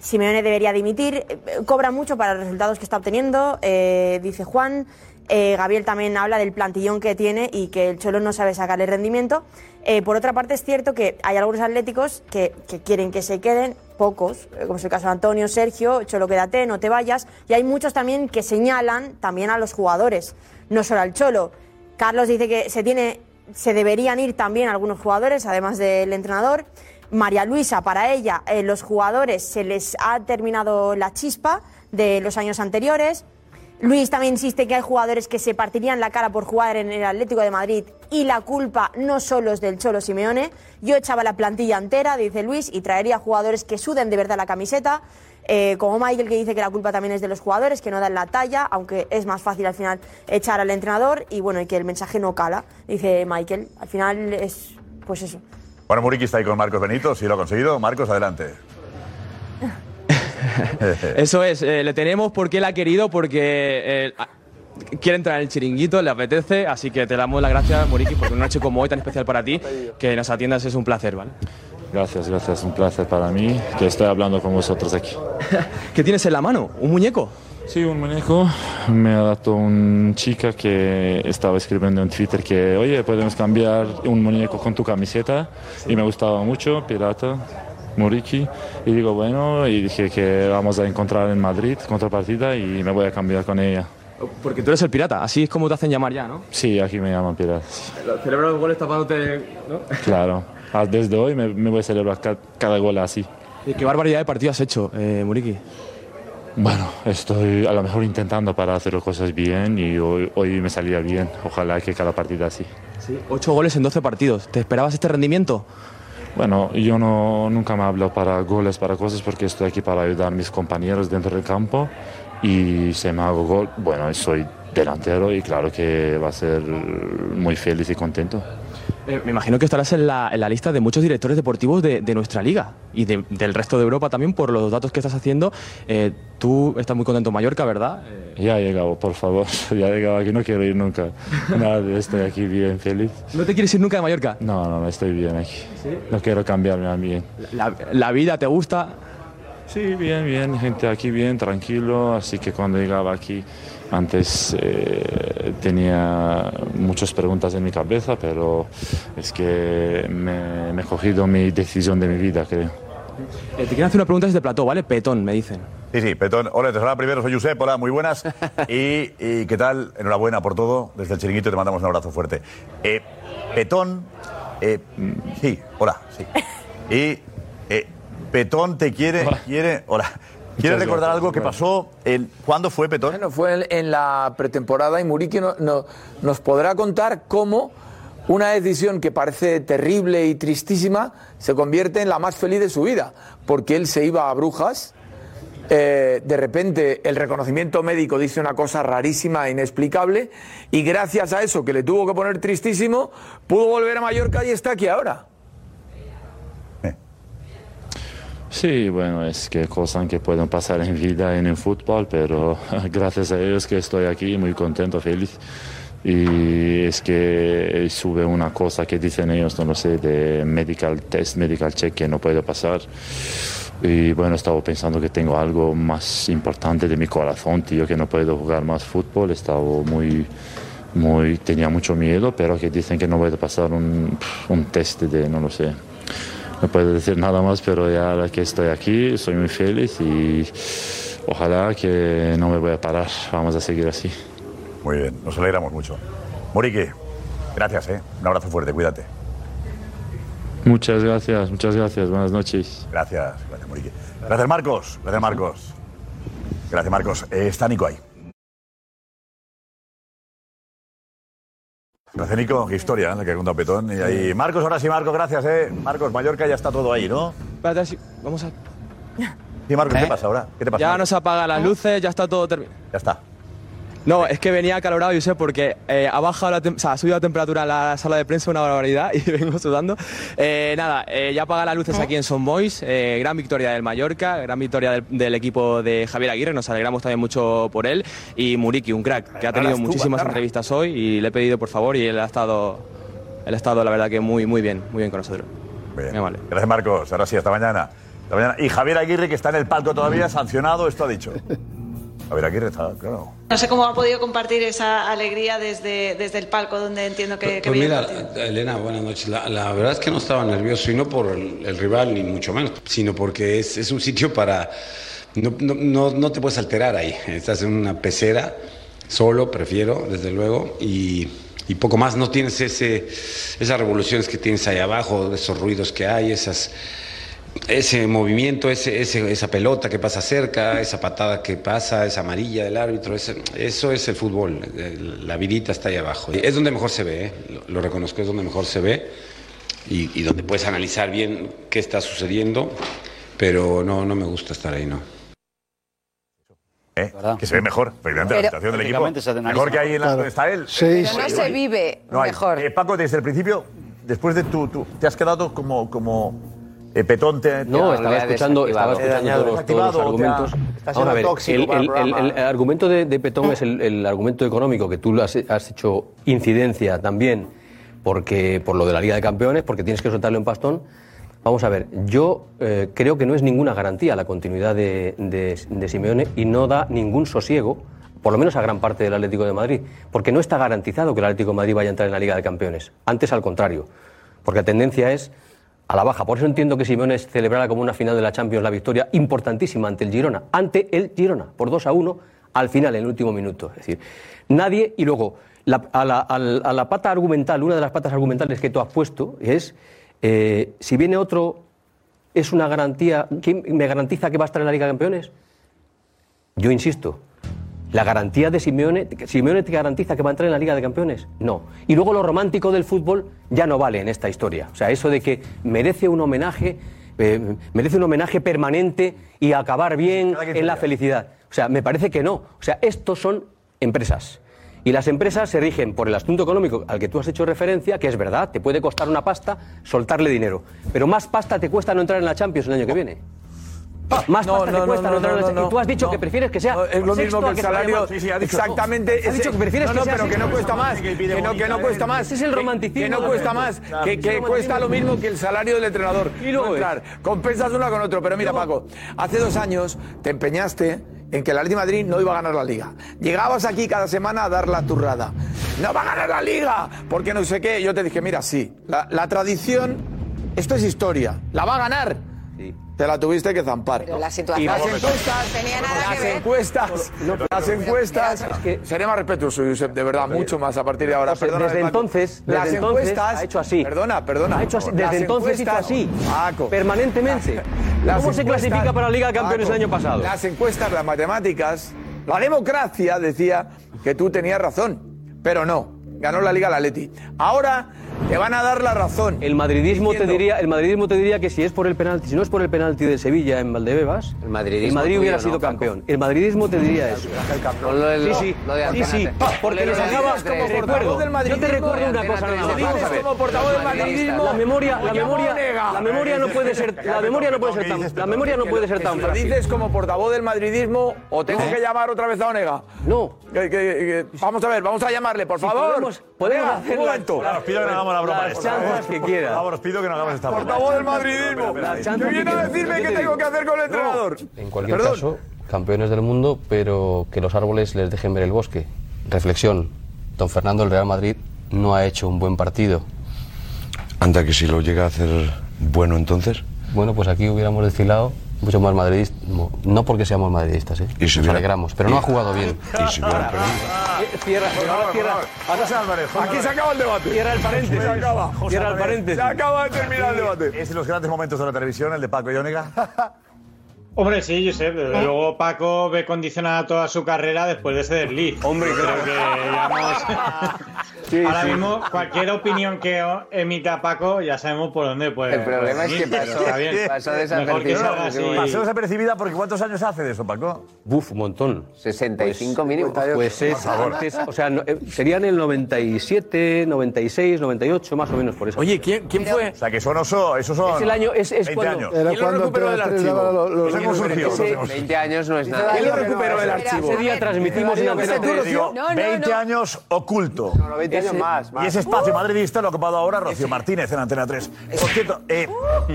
Simeone debería dimitir, eh, eh, cobra mucho para los resultados que está obteniendo, eh, dice Juan. Eh, Gabriel también habla del plantillón que tiene y que el Cholo no sabe sacarle rendimiento. Eh, por otra parte, es cierto que hay algunos atléticos que, que quieren que se queden, pocos, eh, como es el caso de Antonio, Sergio, Cholo, quédate, no te vayas. Y hay muchos también que señalan también a los jugadores, no solo al Cholo. Carlos dice que se tiene, se deberían ir también algunos jugadores, además del entrenador. María Luisa, para ella, eh, los jugadores se les ha terminado la chispa de los años anteriores. Luis también insiste que hay jugadores que se partirían la cara por jugar en el Atlético de Madrid y la culpa no solo es del Cholo Simeone. Yo echaba la plantilla entera, dice Luis, y traería jugadores que suden de verdad la camiseta. Eh, como Michael que dice que la culpa también es de los jugadores, que no dan la talla, aunque es más fácil al final echar al entrenador y bueno, y que el mensaje no cala, dice Michael. Al final es pues eso. Bueno, Muriqui está ahí con Marcos Benito, si lo ha conseguido. Marcos, adelante. Eso es, eh, le tenemos porque él ha querido, porque eh, a- quiere entrar en el chiringuito, le apetece, así que te damos las gracias, Muriki, por una noche como hoy tan especial para ti, que nos atiendas es un placer, ¿vale? Gracias, gracias. Un placer para mí que estoy hablando con vosotros aquí. ¿Qué tienes en la mano? ¿Un muñeco? Sí, un muñeco. Me ha dado una chica que estaba escribiendo en Twitter que, oye, podemos cambiar un muñeco con tu camiseta. Y me gustaba mucho, Pirata, Muriki. Y digo, bueno, y dije que vamos a encontrar en Madrid contrapartida y me voy a cambiar con ella. Porque tú eres el pirata, así es como te hacen llamar ya, ¿no? Sí, aquí me llaman Pirata. Celebra los goles tapándote, ¿no? Claro. Ah, Desde hoy me, me voy a celebrar ca- cada gol así. Y ¿Qué barbaridad de partido has hecho, eh, Muriki? Bueno, estoy a lo mejor intentando para hacer las cosas bien y hoy, hoy me salía bien. Ojalá que cada partida así. Sí, ocho goles en 12 partidos. ¿Te esperabas este rendimiento? Bueno, yo no, nunca me hablo para goles, para cosas, porque estoy aquí para ayudar a mis compañeros dentro del campo y se me hago gol. Bueno, soy delantero y claro que va a ser muy feliz y contento. Eh, me imagino que estarás en la, en la lista de muchos directores deportivos de, de nuestra liga y de- del resto de Europa también por los datos que estás haciendo. Eh, tú estás muy contento en Mallorca, ¿verdad? Eh, Ya he llegado, por favor, ya he llegado aquí, no quiero ir nunca. Nada, de- estoy aquí bien feliz. ¿No te quieres ir nunca de Mallorca? No, no, no, estoy bien aquí. No quiero cambiarme a mí. La, la vida te gusta? Sí, bien, bien, gente aquí bien, tranquilo, así que cuando llegaba aquí antes eh, tenía muchas preguntas en mi cabeza, pero es que me, me he cogido mi decisión de mi vida, creo. Eh, te quieren hacer una pregunta desde plató, ¿vale? Petón, me dicen. Sí, sí, Petón. Hola, te hola primero, soy Josep, hola, muy buenas. Y, y ¿qué tal? Enhorabuena por todo. Desde el chiringuito te mandamos un abrazo fuerte. Eh, Petón, eh, sí, hola, sí. Y eh, Petón te quiere, quiere, hola. ¿Quieres Muchas recordar gracias, algo que bueno. pasó? El, ¿Cuándo fue Petón? Bueno, fue en, en la pretemporada y Muriqui no- no- nos podrá contar cómo una decisión que parece terrible y tristísima se convierte en la más feliz de su vida, porque él se iba a Brujas. eh, de repente el reconocimiento médico dice una cosa rarísima e inexplicable y gracias a eso que le tuvo que poner tristísimo pudo volver a Mallorca y está aquí ahora. Sí, bueno, es que cosas que pueden pasar en vida en el fútbol, pero gracias a ellos que estoy aquí, muy contento, feliz. y es que sube una cosa que dicen ellos, no lo sé, de medical test, medical check que no puedo pasar. Y bueno, estaba pensando que tengo algo más importante de mi corazón, tío, que no puedo jugar más fútbol. Estaba muy, muy, tenía mucho miedo, pero que dicen que no puedo pasar un, un test de, no lo sé. No puedo decir nada más, pero ya ahora que estoy aquí, soy muy feliz y ojalá que no me voy a parar. Vamos a seguir así. Muy bien, nos alegramos mucho. Morique, gracias, ¿eh? Un abrazo fuerte, cuídate. Muchas gracias, muchas gracias. Buenas noches. Gracias, gracias, Morique. Gracias, Marcos. Gracias, Marcos. Gracias, Marcos. Eh, está Nico ahí. Gracias, Nico. Qué historia, ¿eh? la que ha contado Petón. Y ahí, Marcos, ahora sí, Marcos, gracias, ¿eh? Marcos, Mallorca ya está todo ahí, ¿no? Espérate, sí, vamos a. Sí, Marcos, ¿Eh? ¿qué pasa ahora? ¿Qué te pasa? Ya no se apagan las luces, ya está todo terminado. Ya está. No, es que venía acalorado, yo sé, porque eh, ha bajado la tem- o sea, ha subido la temperatura en la sala de prensa una barbaridad y vengo sudando. Eh, nada, eh, ya apagan las luces aquí en Son Boys. eh, gran victoria del Mallorca, gran victoria del, del equipo de Javier Aguirre. Nos alegramos también mucho por él. Y Muriki, un crack, que ha tenido Hablas tú, muchísimas Batarra. entrevistas hoy y le he pedido por favor y él ha estado, él ha estado la verdad que muy, muy bien, muy bien con nosotros. Bien. Gracias, Marcos. Ahora sí, hasta mañana. Hasta mañana. Y Javier Aguirre, que está en el palco Mm. todavía, sancionado, esto ha dicho. Javier Aguirre está, claro. No sé cómo ha podido compartir esa alegría desde, desde el palco donde entiendo que, que Pues veía el mira, partido. Elena, buenas noches. La, la verdad es que no estaba nervioso y no por el, el rival ni mucho menos, sino porque es, es un sitio para... No, no, no, no te puedes alterar ahí. Estás en una pecera, solo, prefiero, desde luego, y, y poco más. No tienes ese, esas revoluciones que tienes ahí abajo, esos ruidos que hay, esas... Ese movimiento, ese, ese- esa pelota que pasa cerca, esa patada que pasa, esa amarilla del árbitro, ese- eso es el fútbol. eh, La vidita está ahí abajo. Es donde mejor se ve, eh, lo, lo reconozco, es donde mejor se ve y, y donde puedes analizar bien qué está sucediendo, pero no, no me gusta estar ahí, no. ¿Eh? Que se ve mejor, efectivamente, Pero- la situación del equipo. Prácticamente se analiza Mejor que ahí en la, mejor. donde está él. Sí, Pero no sí. se vive hay. mejor. Eh, Paco, desde el principio, después de tu, tu- te has quedado como, como eh, petón. Te, No, te- estaba escuchando, estaba Te ha escuchando dañado, todos, te ha todos los activado, te ha- argumentos. Está Vamos a siendo ver, tóxico el, para el el- el- programa. el argumento de, de Petón es el, el argumento económico, que tú lo has, has hecho incidencia también porque por lo de la Liga de Campeones, porque tienes que soltarlo en pastón. Vamos a ver, yo eh, creo que no es ninguna garantía la continuidad de, de- de Simeone y no da ningún sosiego, por lo menos a gran parte del Atlético de Madrid, porque no está garantizado que el Atlético de Madrid vaya a entrar en la Liga de Campeones. Antes al contrario, porque la tendencia es a la baja. Por eso entiendo que Simeone celebrara como una final de la Champions la victoria importantísima ante el Girona, ante el Girona, por 2 a 1 al final, en el último minuto. Es decir, nadie. Y luego, la- a, la, al- a la pata argumental, una de las patas argumentales que tú has puesto es: eh, si viene otro, ¿es una garantía? ¿Quién me garantiza que va a estar en la Liga de Campeones? Yo insisto, la garantía de Simeone, que Simeone te garantiza que va a entrar en la Liga de Campeones. No. Y luego lo romántico del fútbol ya no vale en esta historia. O sea, eso de que merece un homenaje, eh, merece un homenaje permanente y acabar bien en la felicidad. O sea, me parece que no. O sea, estos son empresas. Y las empresas se rigen por el asunto económico al que tú has hecho referencia, que es verdad, te puede costar una pasta soltarle dinero. Pero más pasta te cuesta no entrar en la Champions el año que viene. Más No, pasta no, te cuesta no, no, entrar no, en la no, Champions. no, Y tú has dicho no. que prefieres que sea. No, es lo sexto mismo a que el se vaya salario. mal. Exactamente. Has ese- dicho que prefieres no, que no, sea pero que no sexto. cuesta más. Que, no, que no cuesta más. Ese es el que- romanticismo. Que no cuesta más. Que, que cuesta lo mismo que el salario del entrenador. Y luego No es. entrar. Compensas una con otro. Pero mira, Paco, hace dos años te empeñaste en que el Atlético de Madrid no iba a ganar la liga. Llegabas aquí cada semana a dar la turrada. No va a ganar la liga, porque no sé qué. Yo te dije, mira, sí, la, la tradición, esto es historia, la va a ganar. Te la tuviste que zampar. Pero la situación Y las encuestas, no tenía nada que las ver. encuestas, las encuestas. Seré más respetuoso, Josep, de verdad, mucho más a partir de ahora. Desde Perdona, Paco. entonces- desde las entonces encuestas ha hecho así. Perdona, perdona. Ha hecho así- desde Las entonces hizo encuestas- así. Paco. Permanentemente. Las ¿Cómo se encuestas- clasifica para la Liga de Campeones Paco, el año pasado? Las encuestas, las matemáticas, la democracia decía que tú tenías razón, pero no. Ganó la Liga la Leti. Ahora Te van a dar la razón. El madridismo, te diría, el madridismo te diría que si es por el penalti, si no es por el penalti del Sevilla en Valdebebas, el, madridismo Madrid tuyo, hubiera ¿no, sido Paco? campeón. El madridismo te diría eso. lo del- sí, sí, lo de sí, Antena sí, tres. pa, porque Lo nos de acabas Antena como tres. portavoz del Yo te madridismo recuerdo de una Antena cosa tres. nada más. Dices Vamos a ver. como portavoz del madridismo. La memoria- la memoria- la memoria no puede ser- la memoria no puede ser tan- la memoria no puede ser Que tan si lo frágil. dices como portavoz del madridismo o tengo No. que llamar otra vez a Onega. No. vamos a ver, vamos a llamarle, por Si favor. podemos- podemos Onega, hacer un la- momento. la- Os pido que no hagamos la broma. Las esta, ¿eh? chanzas que quieras. Por favor, os pido que no hagamos esta broma. Portavoz del madridismo. Que viene a decirme qué tengo que hacer con el entrenador. En cualquier Perdón. caso, campeones del mundo, pero que los árboles les dejen ver el bosque. Reflexión. Don Fernando, el Real Madrid no ha hecho un buen partido. Anda, que si lo llega a hacer bueno entonces. Bueno, pues aquí hubiéramos desfilado mucho más madridismo. No porque seamos madridistas, ¿eh? Y si Nos hubiera- alegramos, pero no ha jugado bien. Cierra, Pues ahora cierra. José Álvarez, José Aquí se Álvarez. acaba el debate. Cierra el paréntesis. Se acaba. José Cierra el Álvarez. paréntesis. Se acaba de terminar el debate. Es de los grandes momentos de la televisión, el de Paco y Onega. Hombre, sí, Josep. ¿Eh? Desde luego Paco ve condicionada toda su carrera después de ese desliz. Hombre, creo que digamos, Ahora sí. mismo, cualquier opinión que o- emita Paco, ya sabemos por dónde puede. El problema puede es que venir, pues pero pasó- está bien. pasó Mejor que salga así. Pasó desapercibida porque ¿cuántos años hace de eso, Paco? Buf, un montón. 65 mínimo. Pues es por favor. antes, o sea, no, eh, serían el 97, 96, 98, más o menos por eso. Oye, ¿quién, quién fue? O sea, que eso no son, eso son. Es el año, es, es 20 cuando. años. Era ¿Quién lo cuando recuperó del entre las tres archivo? daba lo- lo- Ese- los consumidos, ese- los 20 años no es Dice nada. Dani que no, no, no, Ese día transmitimos en Antena tres. Digo, 20 años oculto. 20 años más, más. Y ese espacio madridista lo ha ocupado ahora Rocío Martínez en Antena 3. Por cierto, eh,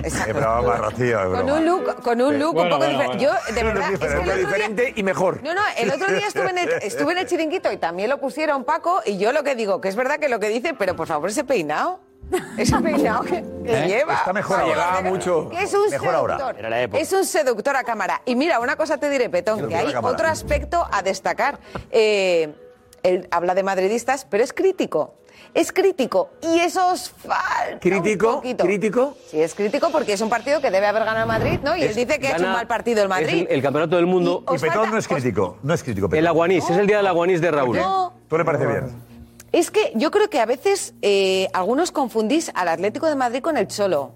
es broma, Rocío, es Con broma. un look, con un look un Bueno, poco bueno, diferente. bueno. Yo, de verdad, es que el otro día- Diferente y mejor. No, no, el otro día estuve en el, estuve en el chiringuito y también lo pusieron Paco y yo lo que digo, que es verdad que lo que dice, pero por favor, ese peinado. Ese peinado que, que ¿Eh? lleva. Está mejor ahora. ah, Lleva mucho. Que es un Mejor ahora. seductor. Era la época. Es un seductor a cámara. Y mira, una cosa te diré, Petón, que Seductor a hay cámara. otro aspecto a destacar. Eh, él habla de madridistas, pero es crítico. Es crítico y eso os falta. Crítico, un poquito. crítico. Sí, es crítico porque es un partido que debe haber ganado el Madrid, ¿no? Y él dice que ha hecho un gana- mal partido el Madrid. Es el, el campeonato del mundo. Y- os Y Petón falta- no es crítico, no es crítico. El aguanís, es el día del aguanís de Raúl. No. ¿Tú le parece bien? Es que yo creo que a veces eh, algunos confundís al Atlético de Madrid con el Cholo.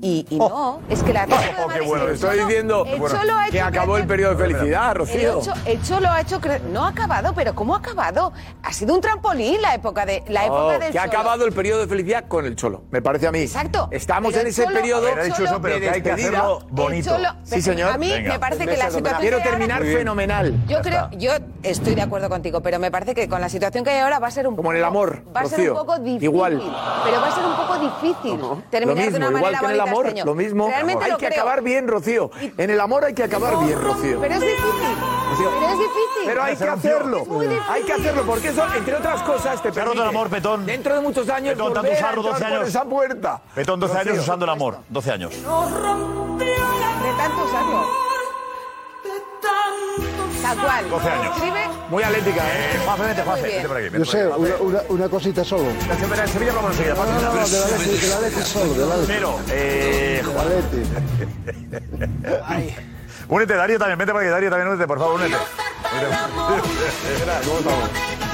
Y, y no, es que el Atlético de Madrid. bueno, el estoy Cholo- diciendo el bueno, Cholo ha que hecho acabó el periodo de felicidad, El, Rocío. ocho- el Cholo ha hecho. cre- No ha acabado, pero ¿cómo ha acabado? Ha sido un trampolín la época, de, la época No, del Oh, que ha Cholo. acabado el periodo de felicidad con el Cholo, me parece a mí. Exacto. Estamos Pero en el ese Cholo- periodo Era dicho eso, pero de que hay que despedida. hacerlo El bonito. Cholo- sí, señor. a mí me parece que la Fenomenal. situación Quiero que hay ahora- terminar Muy bien. fenomenal. Yo Ya creo, está. yo estoy de acuerdo contigo, pero me parece que con la situación que hay ahora va a ser un Como en el amor, va a ser Rocío. un poco difícil. Igual. Pero va a ser un poco difícil terminar lo mismo, igual que de una manera en el bonita amor, este año. lo mismo. Realmente hay lo que creo. acabar bien, Rocío. En el amor hay que acabar bien, Rocío. Pero es difícil. Rocío. Pero es difícil. Pero hay que hacerlo. Hay que hacerlo porque eso, entre otras cosas, te permite. el amor, Petón. Dentro de muchos años Petón, tanto volver a usarlo, 12 entrar por años. esa puerta. Petón, 12 años Rocío. usando el amor, 12 años. De tanto usarlo. Tal cual. 12 años. Escribe Muy atlética, ¿eh? Juanfe, vente, Juanfe, Muy bien. vente por aquí. vente Yo por sé, aquí, Juanfe. una, una- una cosita solo. Espera, en Sevilla vamos enseguida. No, no, no, del Atleti, del Atleti solo, del Atleti. Pero, eh, Del Juan- Atleti. Únete, Darío, también. Vente por aquí, Darío, también únete, por favor, únete.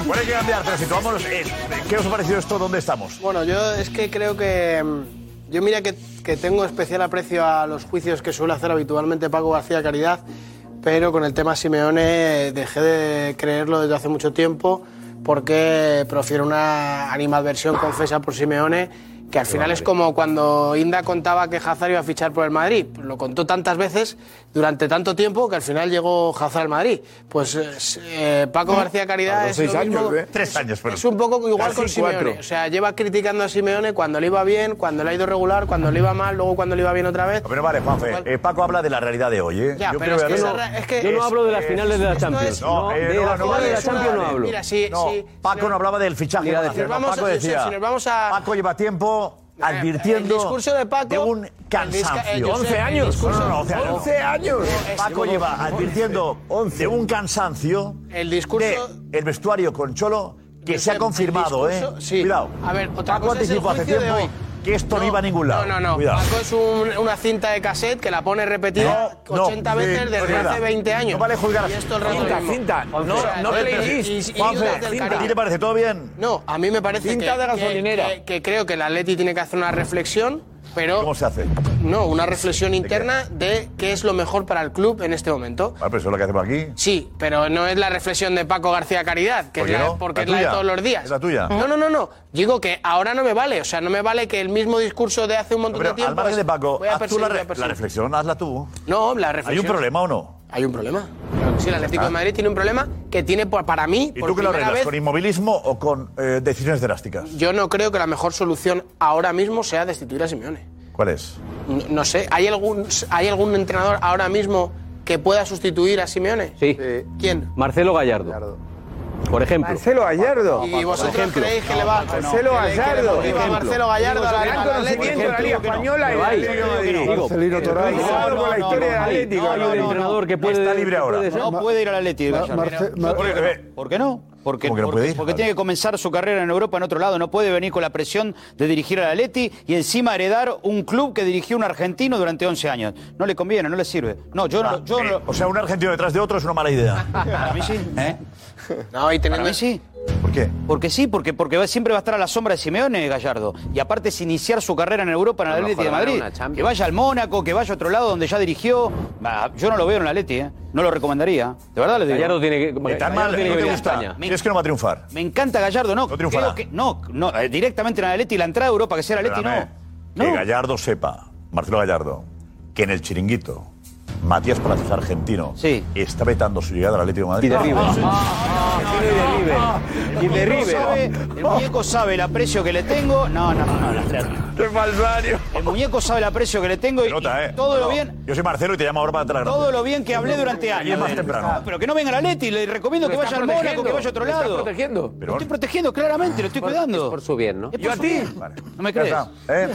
Bueno, hay que cambiar, pero situámonos. en- Eh, ¿Qué os ha parecido esto? ¿Dónde estamos? Bueno, yo es que creo que. mm, Yo mira que, que tengo especial aprecio a los juicios que suele hacer habitualmente Paco García Caridad, pero con el tema Simeone eh, dejé de creerlo desde hace mucho tiempo porque prefiero una animadversión confesa por Simeone, que al final es como cuando Inda contaba que Hazard iba a fichar por el Madrid. Pues Lo contó tantas veces durante tanto tiempo que al final llegó Hazard al Madrid. Pues eh, s- eh, Mm. Paco García Caridad es lo mismo- Tres años, pero. es un poco igual Casi con Simeone. cuatro. O sea, lleva criticando a Simeone cuando le iba bien, cuando le ha ido regular, cuando le iba mal, luego cuando le iba bien otra vez. Pero vale, Juanfe, eh, Paco habla de la realidad de hoy, ¿eh? Ya, pero creo es que Darío- esa ra- es que- Yo no hablo de las finales de la esto Champions. es- No, eh, de no, la no, final de vale, la es una- Champions no hablo. Mira, sí, No, sí. Paco no hablaba del fichaje. Ni la de- que iba a hacer, Nos vamos Paco a- decía, si nos vamos a- Eh, Paco lleva tiempo advirtiendo El discurso de Paco. de un el cansancio. disca- eh, Josep, el discurso- No, no, no, 11 años. no. 11 años. Paco Once. lleva advirtiendo de un cansancio El discurso- de el vestuario con Cholo que se ha El confirmado, discurso- ¿eh? sí. Cuidado. A ver, otra Paco cosa es el anticipó hace juicio de tiempo hoy. que esto no, iba a ningún lado. No, no, no. Cuidado. Paco es un- una cinta de cassette que la pone repetida No, no, 80 veces sí, desde es verdad. hace 20 años. No vale juzgar. Y esto el rato Cinta, lo mismo. cinta. No, O sea, no es- playlist. y- y- y Juanfe, Islas del cinta. Caribe. ¿A ti te parece? ¿Todo bien? No, a mí me parece Cinta que, de que- gasolinera. que- que creo que el Atleti tiene que hacer una reflexión, pero... ¿Cómo se hace? No, una reflexión interna de qué es lo mejor para el club en este momento. Ah, pero eso es lo que hacemos aquí. Sí, pero no es la reflexión de Paco García Caridad, que ¿Por es qué la, no? porque ¿La es la de tuya? todos los días. ¿Es la tuya? No, no, no, no. Digo que ahora no me vale. O sea, no me vale que el mismo discurso de hace un montón Pero de tiempo. al margen es, de Paco, voy a haz tú perseguir, voy a la, re- la perseguir. reflexión, hazla tú. No, la ¿Hay reflexión. un problema o no? Ah. Hay un problema. Claro que sí, el Atlético de Madrid tiene un problema que tiene por- para mí. ¿Y por tú qué lo primera arreglas? vez, ¿Con inmovilismo o con eh, decisiones drásticas? Yo no creo que la mejor solución ahora mismo sea destituir a Simeone. ¿Cuál es? No, no sé, ¿hay algún, ¿hay algún entrenador ahora mismo que pueda sustituir a Simeone? Sí. ¿Quién? Marcelo Gallardo. Por ejemplo. Marcelo Gallardo. ¿Y vosotros creéis que le va a Marcelo Gallardo. Marcelo Gallardo a la- Gran al Atlético? conocimiento de la Liga Pero Española y del hay, Atlético de Madrid. digo, Marcelino Toral. Cuidado con la historia del hay, Atlético. no hay No, un no, no. entrenador que puede. Está libre que ahora. puede ser- No puede ir al Atleti. Ma- Gallardo. Marce- Mar- ¿Por qué no? ¿Por qué no? Porque, ¿Cómo que no porque- puede ir? porque tiene que comenzar su carrera en Europa, en otro lado. No puede venir con la presión de dirigir al Atleti y encima heredar un club que dirigió un argentino durante 11 años. No le conviene, no le sirve. No, yo no. Yo no- O sea, un argentino detrás de otro es una mala idea. Para mí sí. ¿eh? No, y Para mí sí. ¿Por qué? Porque sí, porque, porque va- siempre va a estar a la sombra de Simeone Gallardo. Y aparte es iniciar su carrera en Europa en el Pero Atleti de mejor ganar Madrid. una Champions. Que vaya al Mónaco, que vaya a otro lado donde ya dirigió. Bah, yo no lo veo en el Atleti, ¿eh? No lo recomendaría. De verdad le digo. Gallardo tiene que. Está Gallardo tiene mal, no que te venir a gusta. España. Me- Es que no va a triunfar. Me encanta Gallardo, no. creo triunfará. que- no, no, eh, directamente en el Atleti, la entrada a Europa, que sea el Atleti, Espérame, no. Que Gallardo sepa, Marcelo Gallardo, que en el chiringuito Matías Palacios, argentino, está vetando su llegada al Atlético de Madrid. Ah, Y de River. Y El viejo sabe- el muñeco sabe el aprecio que le tengo. No, no, no. ¡Qué falsario! El muñeco sabe el aprecio que le tengo y, y todo lo bien. eh. Yo soy Marcelo y te llamo ahora para atrás. Todo lo bien que hablé durante años. Y es más de él. temprano. Pero que no venga la Leti, le recomiendo Lo que está vaya al Mónaco, protegiendo, que vaya a otro lo está lado. protegiendo. Lo estoy protegiendo, claramente, lo estoy cuidando. Por su bien, ¿no? Es por su bien. ¿No me crees? Ya está, ¿eh?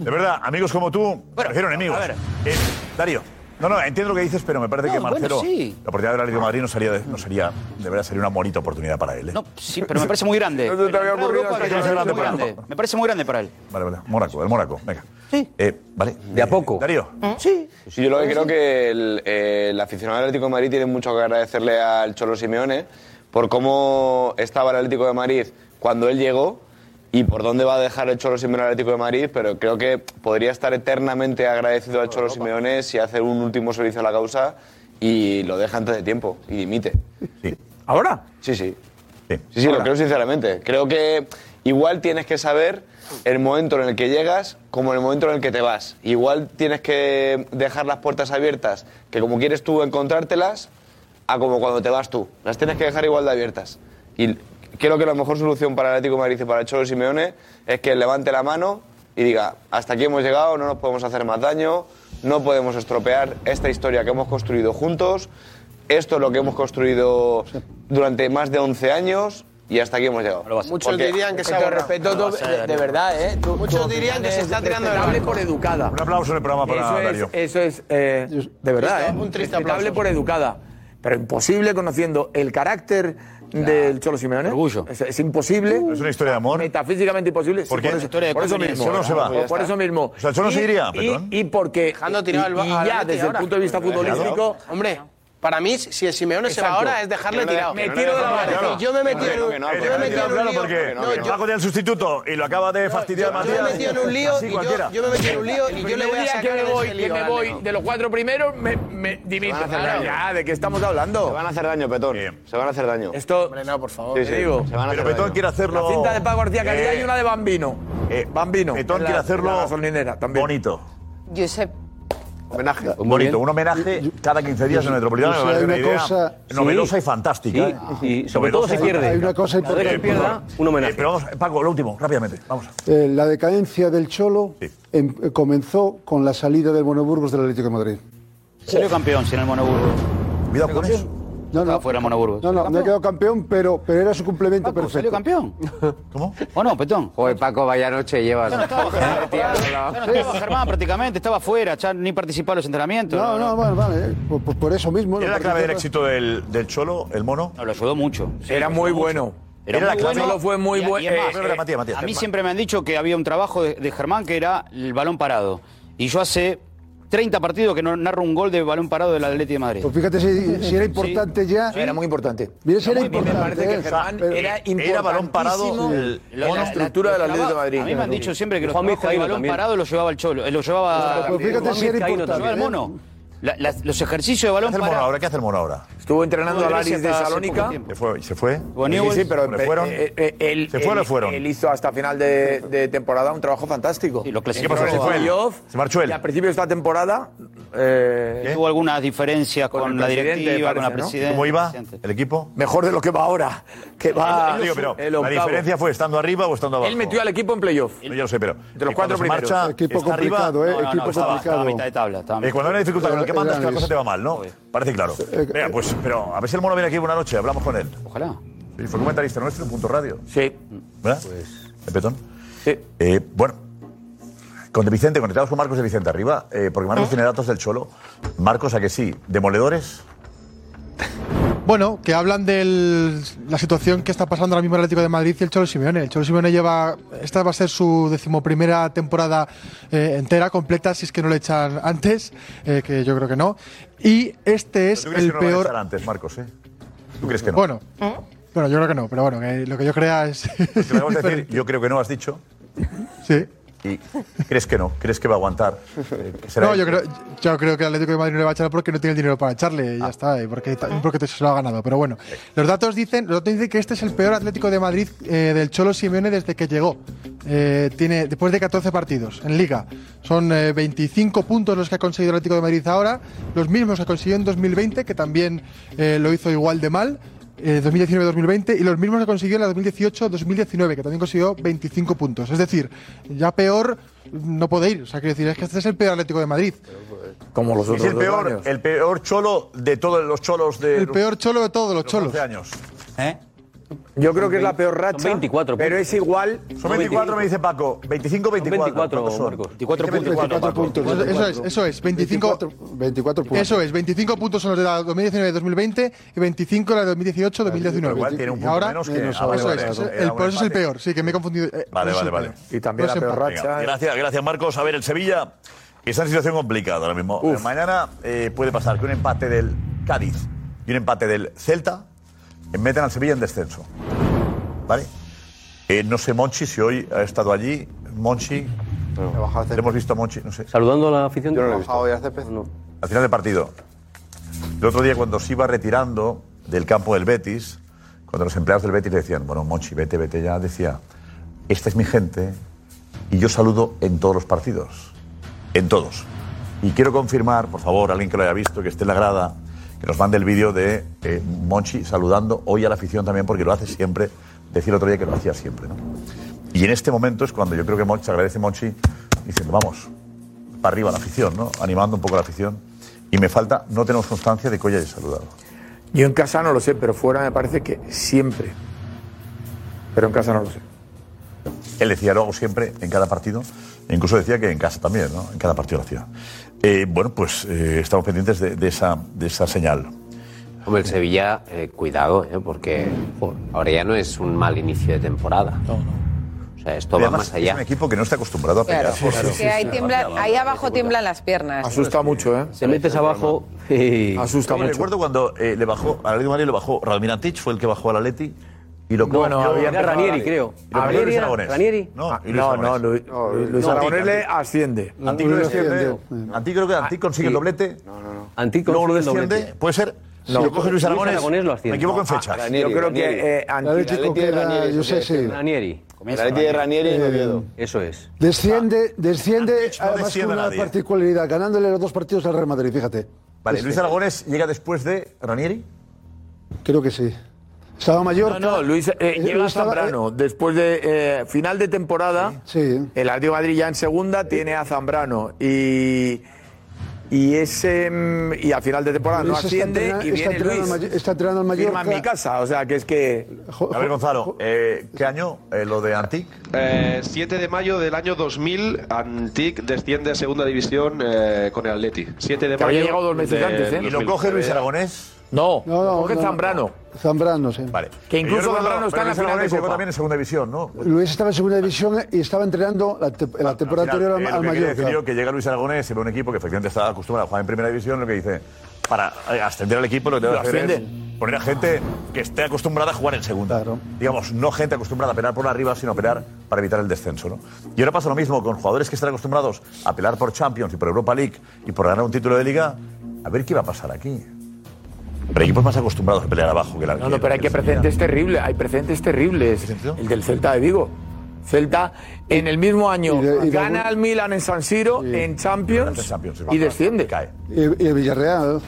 De verdad, amigos como tú, prefiero enemigos. Eh, Darío. No, no, entiendo lo que dices, pero me parece No, que bueno, Marcelo, sí. la oportunidad del Atlético de Madrid no sería, de- no sería, de verdad sería una bonita oportunidad para él. ¿eh? No, sí, pero me parece muy grande. No te había ocurrido Europa, hasta que me no parece se muy grande para- grande. Me parece muy grande para él. Vale, vale, Mónaco, el Mónaco, venga. Sí. vale. ¿De a poco? Darío. Sí. Sí, yo lo que creo que el, eh, el aficionado del Atlético de Madrid tiene mucho que agradecerle al Cholo Simeone por cómo estaba el Atlético de Madrid cuando él llegó y por dónde va a dejar el Cholo Simeone al Atlético de Madrid, pero creo que podría estar eternamente agradecido al Cholo Simeone si hace un último servicio a la causa y lo deja antes de tiempo y dimite. ¿Ahora? Sí, sí. Sí, sí, lo creo sinceramente. Creo que igual tienes que saber el momento en el que llegas como el momento en el que te vas. Igual tienes que dejar las puertas abiertas, que como quieres tú encontrártelas, a como cuando te vas tú. Las tienes que dejar igual de abiertas. Y creo que la mejor solución para el Atlético de Madrid y para el Cholo Simeone es que levante la mano y diga, hasta aquí hemos llegado, no nos podemos hacer más daño, no podemos estropear esta historia que hemos construido juntos, esto es lo que hemos construido durante más de 11 años y hasta aquí hemos llegado. Muchos Porque- dirían que se Porque ha te respeto respeto todo- de, de verdad, ¿eh? Tú- Muchos dirían que se está tirando de respetable por educada. Un aplauso en el programa para eso es- Darío. eso es, eh, de verdad, ¿eh? Un triste Respetable aplauso. por educada. Pero imposible conociendo el carácter del Cholo Simeone. Orgullo. Es, es imposible. Es una historia de amor. Metafísicamente imposible. Sí, ¿Por qué? Por eso, Historia de por eso comunión. mismo. ¿eh? Cholo se va. Por, por eso mismo. O sea, Cholo Y- se iría, y- Petón. Y, porque. Dejando tirado y- al- y al ya, Atleti desde el ahora. punto de vista Claro. futbolístico. Hombre, para mí, si el Simeone se va Exacto. ahora, es dejarle Que no le- tirado. me tiro de la Es decir, barra. Yo me he metido en un. Eh, Yo me he metido en un claro, lío. porque No, yo- Paco tiene el sustituto y lo acaba de Yo fastidiar me he Matías. metido en un lío Así y cualquiera. yo, yo me he metido en un lío El y yo le voy primer a día sacar que me de voy, ese que lío, me dale, voy no. de los cuatro primeros, me, me dimito. van a hacer Ahora daño. ya, ¿de qué estamos hablando? Se van a hacer daño, Petón. Se van a hacer daño. Esto, Hombre, no, por favor. Sí, sí. te digo. Se van a Pero hacer Petón daño. quiere hacerlo- La cinta de Paco García Calidad Eh, y una de Bambino. Bambino. Petón En la- quiere hacerlo en la gasolinera también. Bonito. Josep. Homenaje. Bonito, un homenaje cada 15 días en el Metropolitano. yo me parece sé, una hay idea una cosa- novedosa Sí. y fantástica. Sí, ¿eh? y sobre todo Novedosa se y pierde. Hay una cosa Cada vez que importante. pierda, un homenaje. pero vamos, Eh, Paco, lo último, rápidamente. Vamos. Eh, la decadencia del Cholo em- eh, comenzó con la salida del Monoburgos del Atlético de Madrid. Salió campeón sin el Monoburgo. Cuidado con eso. No, no. Fuera Monoburgo. No, no, no quedó campeón, pero, pero era su complemento perfecto. Ah, ¿Salió campeón? ¿Cómo? ¿O no, Petón? Joder, Paco, vaya noche llevas. Ya no estaba Germán prácticamente, estaba fuera, ya ni participaba en los entrenamientos. No, no, vale, vale. eh, Por, por- por eso mismo. ¿Era no la clave del participó. éxito del, del Cholo, el mono? lo ayudó mucho. Era muy bueno. Era, Era la muy clave. bueno. Solo fue muy Y- y buen- es más, eh, Pero, pero, Matías, Matías, a mí Germán. siempre me han dicho que había un trabajo de, de Germán que era el balón parado. Y yo hace 30 partidos que no narro un gol de balón parado del Atleti de Madrid. Pues fíjate si, si era importante ya. Era muy importante. Mira si era Era muy importante. importante. Me ¿eh? parece que Pero- Germán era balón parado Sí. el- La- la- la- la- la- los trabajos- A mí me han dicho siempre que los trabajos de balón parado los llevaba el Cholo, eh, los llevaba Pero fíjate Juan si era Vizcaíno también. importante, Llevaba el mono. La- las- los ejercicios de balón ¿Qué hace el mono parado. ahora? ¿Qué hace el mono ahora? Estuvo No, entrenando al Grecia Aris de está hace Salónica. poco tiempo. ¿Se fue? ¿Se fue? Sí, sí, pero ¿Le fueron? eh, eh, él- ¿Se fue o le él- fueron? Él hizo hasta final de, de temporada un trabajo fantástico. Y lo clasificó. ¿Qué pasó? ¿Se fue él? Se marchó él. Y al principio de esta temporada. Tuvo eh, algunas diferencias con, el la presidente, directiva, parece, con la ¿no? presidenta. ¿Cómo iba? presidente. ¿El equipo? Mejor de lo que va ahora. Que va. Digo, pero, el ¿La octavo. diferencia fue estando arriba o estando abajo? Él metió al equipo en playoff. No, yo lo sé, pero. De los cuando cuatro se primeros. marcha, Equipo está complicado, arriba, ¿eh? Equipo está abajo. complicado. Estaba a mitad de tabla, estaba a Eh, mitad cuando hay una dificultad con el que Era- mandas, era que la cosa eso. te va mal, ¿no? Parece claro. Eh, Venga, pues, pero a ver si el mono viene aquí una noche, hablamos con él. Ojalá. Sí, fue comentarista nuestro en Punto Radio. Sí. ¿Verdad? Pues, ¿El petón? Sí. Eh, bueno, con de Vicente, conectados con Marcos de Vicente arriba, eh, porque Marcos tiene datos del Cholo. Marcos, ¿a que sí? ¿Demoledores? Bueno, que hablan de la situación que está pasando ahora mismo el Atlético de Madrid y el Cholo Simeone. El Cholo Simeone lleva, esta va a ser su decimoprimera temporada eh, entera, completa, si es que no le echan antes, eh, que yo creo que no. Y este es ¿Tú crees el que no lo van a peor... echar antes, Marcos, eh? ¿Tú crees que no? Bueno, bueno, yo creo que no, pero bueno, que lo que yo crea es... Te lo acabas de decir, yo creo que no, has dicho. Sí. ¿Y crees que no? ¿Crees que va a aguantar? Eh, que será no, él. yo creo, yo creo que el Atlético de Madrid no le va a echar porque no tiene el dinero para echarle, y ya está, y porque, ta- porque te- se lo ha ganado. Pero bueno, los datos dicen, los datos dicen que este es el peor Atlético de Madrid eh, del Cholo Simeone desde que llegó. Eh, tiene después de 14 partidos en Liga. Son eh, 25 puntos los que ha conseguido el Atlético de Madrid ahora, los mismos que consiguió en 2020, que también eh, lo hizo igual de mal. eh, 2019-2020 y los mismos que consiguió en la 2018-2019, que también consiguió 25 puntos. Es decir, ya peor no puede ir. O sea, quiero decir, es que este es el peor Atlético de Madrid. Como los Es otros el dos peor, años. el peor cholo de todos los cholos de. El peor cholo de todos los los cholos. 11 años. Yo creo que es la peor racha. ¿Eh? son 24 Pero puntos. es igual. Son 24, me dice Paco. 25, 24. 24, Marcos. 24 puntos. Eso, eso es, eso es. 25, 24, 24 puntos. eso es, 25 puntos son los de la 2019-2020 y 25 la de 2018-2019. Pero igual tiene un punto y ahora, menos que- eso ah, vale, es, vale, eso es, era el, un por eso es el empate. peor. Sí, que me he confundido. eh, por Vale, vale, eso es el vale. peor. Por eso empate. Venga, Gracias, gracias, Marcos. A ver, el Sevilla está en situación complicada ahora mismo. Eh, Mañana eh, puede pasar que un empate del Cádiz y un empate del Celta metan al Sevilla en descenso. ¿Vale? Eh, no sé, Monchi, si hoy ha estado allí. Monchi. ¿Le hemos visto a Monchi, no sé. Saludando a la afición. Yo no lo he visto. Al final del partido. El otro día, cuando se iba retirando del campo del Betis, cuando los empleados del Betis le decían, bueno, Monchi, vete, vete ya, decía, esta es mi gente y yo saludo en todos los partidos. En todos. Y quiero confirmar, por favor, alguien que lo haya visto, que esté en la grada, que nos mande el vídeo de eh, Monchi saludando hoy a la afición también, porque lo hace siempre. Decía el otro día que lo hacía siempre. ¿no? Y en este momento es cuando yo creo que Monchi, se agradece Monchi diciendo, vamos, para arriba la afición, ¿no? Animando un poco a la afición. Y me falta, no tenemos constancia de que hoy haya saludado. Yo en casa no lo sé, pero fuera me parece que siempre. Pero en casa no lo sé. Él decía, lo hago siempre, en cada partido. E incluso decía que en casa también, ¿no? En cada partido lo hacía. Eh, bueno, pues eh, estamos pendientes de, de esa, de esa señal. Hombre, el Sevilla, eh, cuidado, eh, porque jo, ahora ya no es un mal inicio de temporada. No, no. O sea, esto Y va además, más allá. Es un equipo que no está acostumbrado a pelear. Claro, por- que ahí, tiemblan- ahí abajo tiemblan las piernas. Asusta mucho, ¿eh? Te metes abajo y... Asusta mucho. Recuerdo cuando eh, le bajó, al Atlético de Madrid le bajó, Radmirantich fue el que bajó al Atleti y lo Bueno, cogió- había Era empezado Ranieri, Ranieri. creo. Y lo Ah, cogió Ranieri Luis era- Aragonés. Ranieri. No, Ah, y Luis no, Aragonés. no, Luis- no, Luis Luis Aragonés ah, le asciende. Antí Luis lo desciende. asciende. Antí creo que Antí consigue el Sí. doblete. No, no, no. Antí Luego lo consigue el desciende. doblete. Puede ser. Si No. lo coge Luis Luis Aragonés. Aragonés lo Me asciende. equivoco en Ah, fechas. Ranieri, Yo creo Ranieri. que, eh, Antí- Atlético Atleti de queda, Ranieri, yo sí, sé, sí. sí. Ranieri. Comienza Atleti de Ranieri. Ranieri y Eh, Oviedo. Eso es. Ah. Desciende, desciende además desciende con una nadie. ¿eh? particularidad, ganándole los dos partidos al Real Madrid, fíjate. Vale, Este. Luis Aragonés llega después de Ranieri. Creo que sí. Estaba mayor. No, no, Luis eh, Eh, llega Luis Zara- Zambrano. Después de eh, final de temporada, el Atlético de Madrid ya en segunda tiene a Zambrano. Y, y ese mm, y al final de temporada no Luis está asciende entrenando- y está viene entrenando al Luis. Mayo- está entrenando al Mallorca. Firma en mi casa, o sea que es que. A ver, Gonzalo, eh, ¿qué año eh, lo de Antic? Eh, 7 de mayo del año 2000, Antic desciende a segunda división eh, con el Atleti. 7 de Que mayo. había llegado dos meses del antes, ¿eh? Y lo 2000. coge Luis Aragonés. No, No, no, Jorge no, no. Zambrano. Zambrano, sí. Vale. Que incluso Yo recuerdo- Zambrano está en la pero final de Luis llegó Copa. también en segunda división, ¿no? Luis estaba en segunda división y estaba entrenando la, te- la temporada Al anterior final, eh, al, lo al que quiere decir Mallorca. yo que llega Luis Aragonés y ve un equipo que efectivamente está acostumbrado a jugar en primera división, lo que dice, para eh, ascender al equipo lo que debe Lo hacer ascienden. es poner a gente que esté acostumbrada a jugar en segunda. Digamos, no gente acostumbrada a pelear por arriba, sino a pelear para evitar el descenso. ¿no? Y ahora pasa lo mismo con jugadores que están acostumbrados a pelear por Champions y por Europa League y por ganar un título de liga. A ver qué va a pasar aquí. Pero equipos más acostumbrados a pelear abajo que el No, no, pero hay que precedentes terribles, hay precedentes terribles. El del Celta de Vigo. Celta en el mismo año gana al Milan en San Siro, en Champions, y desciende. Y, y el Villarreal.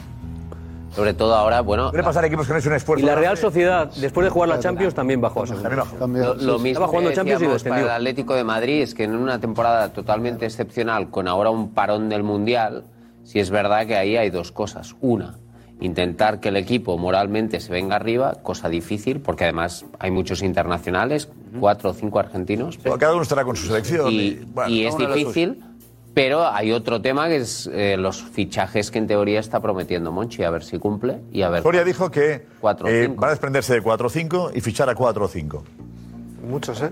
Sobre todo ahora, bueno. Puede pasar a equipos que no es un esfuerzo. eh. Y la Real Sociedad, después de jugar la Champions, también bajó a segunda. Lo, lo mismo Estaba jugando que Champions y decíamos para descendió. el Atlético de Madrid es que en una temporada totalmente excepcional, con ahora un parón del Mundial, sí es verdad que ahí hay dos cosas. Una, intentar que el equipo moralmente se venga arriba, cosa difícil, porque además hay muchos internacionales, cuatro o cinco argentinos. Cada uno estará con su selección. Y, y, bueno, y cada es uno lo difícil, pero hay otro tema que es eh, los fichajes que en teoría está prometiendo Monchi, a ver si cumple y a ver... Soria dijo que Cuatro, eh, cinco. va a desprenderse de 4 o 5 y fichar a 4 o 5. Muchos, ¿eh?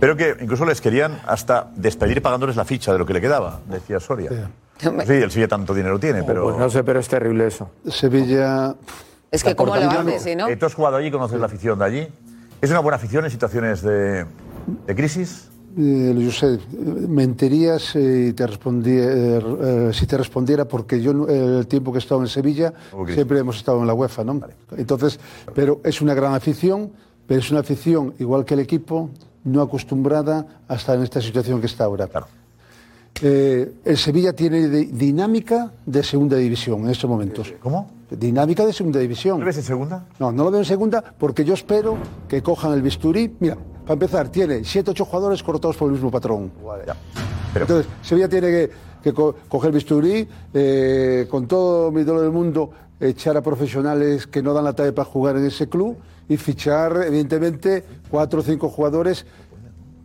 Pero que incluso les querían hasta despedir pagándoles la ficha de lo que le quedaba, decía Soria. Sí, el Sevilla tanto dinero tiene, pero... Pues no sé, pero es terrible eso. Sevilla... Es que cómo lo haces, si no. Eh, ¿Tú has jugado allí, conoces la afición de allí? ¿Es una buena afición en situaciones de, de crisis? Eh, Josep, mentirías eh, y te respondí- eh, eh, si te respondiera porque yo no- el tiempo que he estado en Sevilla Cristo. siempre hemos estado en la UEFA, ¿no? Entonces, pero es una gran afición, pero es una afición igual que el equipo no acostumbrada a estar en esta situación que está ahora. Eh, el Sevilla tiene de- dinámica de segunda división en estos momentos. ¿Cómo? Dinámica de segunda división. ¿Lo ves en segunda? No, no lo veo en segunda porque yo espero que cojan el bisturí. Mira, para empezar, tiene 7 8 jugadores cortados por el mismo patrón. Entonces, Sevilla tiene que, que co- coger bisturí, eh, con todo mi dolor del mundo, echar a profesionales que no dan la talla para jugar en ese club y fichar, evidentemente, cuatro o cinco jugadores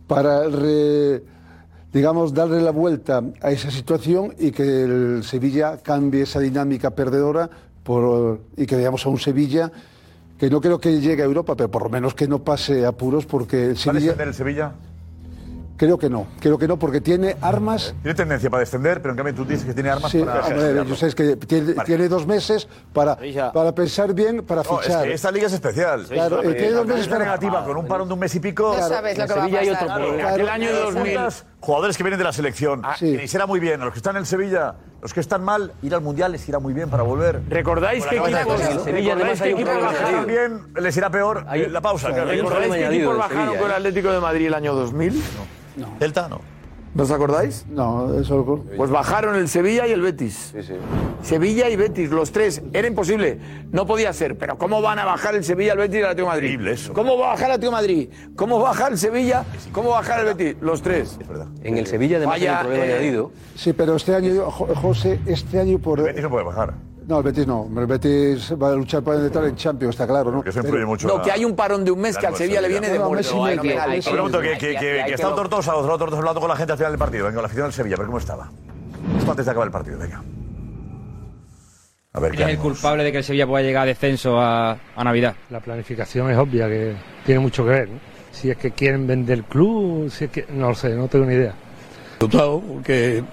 para, re- digamos, darle la vuelta a esa situación y que el Sevilla cambie esa dinámica perdedora por, y que veamos a un Sevilla que no creo que llegue a Europa, pero por lo menos que no pase apuros porque el ¿Va a Sevilla... descender el Sevilla? Creo que no, creo que no, porque tiene armas Tiene tendencia para descender, pero en cambio tú dices que tiene armas Sí, para... a ver, yo sé es que tiene, tiene dos meses para, para pensar bien, para No, es fichar. que esta liga es especial. Claro, eh, tiene dos La meses liga para- negativa con un parón de un mes y pico. No Claro, sabes lo en que va a Sevilla hay pasar. otro problema. Aquel Claro. año de 2000. Jugadores que vienen de la selección. Ah, Que les irá muy bien. A los que están en Sevilla, los que están mal, ir al Mundial les irá muy bien para volver. ¿Recordáis Por qué la cabeza equipos- de todos, ¿no? recordáis ¿Recordáis qué qué equipos equipos bajaron bajaron? bien? Les irá peor. Eh, la pausa. claro. ¿Recordáis qué equipos bajaron ¿eh? con el Atlético de Madrid el año 2000? No. Delta no. ¿No os acordáis? No, eso Pues bajaron el Sevilla y el Betis. Sevilla y Betis, los tres. Era imposible. No podía ser. Pero ¿cómo van a bajar el Sevilla, el Betis y el Atlético de Madrid? ¿Cómo va a bajar el Atlético de Madrid? ¿Cómo va a bajar el Sevilla? ¿Cómo va a bajar el Betis? Los tres. Es verdad. En el Sevilla, además, hay Vaya, un problema eh, añadido. Sí, pero este año, yo- Jo- José, este año por... El Betis no puede bajar. No, el Betis no. El Betis va a luchar para entrar en Champions, está claro, ¿no? Porque eso influye mucho No, que hay un parón de un mes que al Sevilla le viene de No, no, muerte. Messi no, no, Te Messi no. pregunto que, que, que, que están tortos, a los tortos hablando con la gente al final del partido. Venga, la afición del Sevilla, a ver cómo estaba. Esto antes de acabar el partido, venga. A ver, ¿Quién es el culpable de que el Sevilla pueda llegar a descenso a, a Navidad? La planificación es obvia, que tiene mucho que ver. ¿no? Si es que quieren vender el club, si es que... No lo sé, no tengo ni idea. Resultado, porque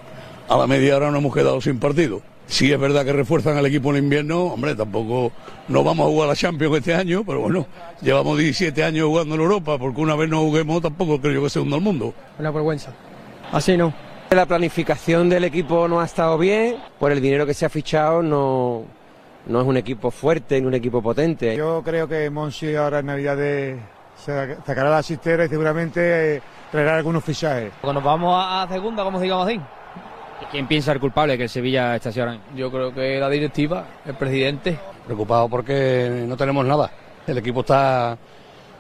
a la media hora nos hemos quedado sin partido. Si es verdad que refuerzan al equipo en invierno, hombre, tampoco no vamos a jugar a Champions este año, pero bueno, llevamos 17 años jugando en Europa, porque una vez no juguemos tampoco creo yo que se hunda el mundo. Una vergüenza. Así no. La planificación del equipo no ha estado bien. Por el dinero que se ha fichado no, no es un equipo fuerte ni un equipo potente. Yo creo que Monsi ahora en Navidad se sacará la cistera y seguramente eh, traerá algunos fichajes. Cuando Pues nos vamos a, a segunda, como digamos así. ¿Quién piensa el culpable de que el Sevilla está así ahora mismo? Yo creo que la directiva, el presidente. Preocupado porque no tenemos nada. El equipo está,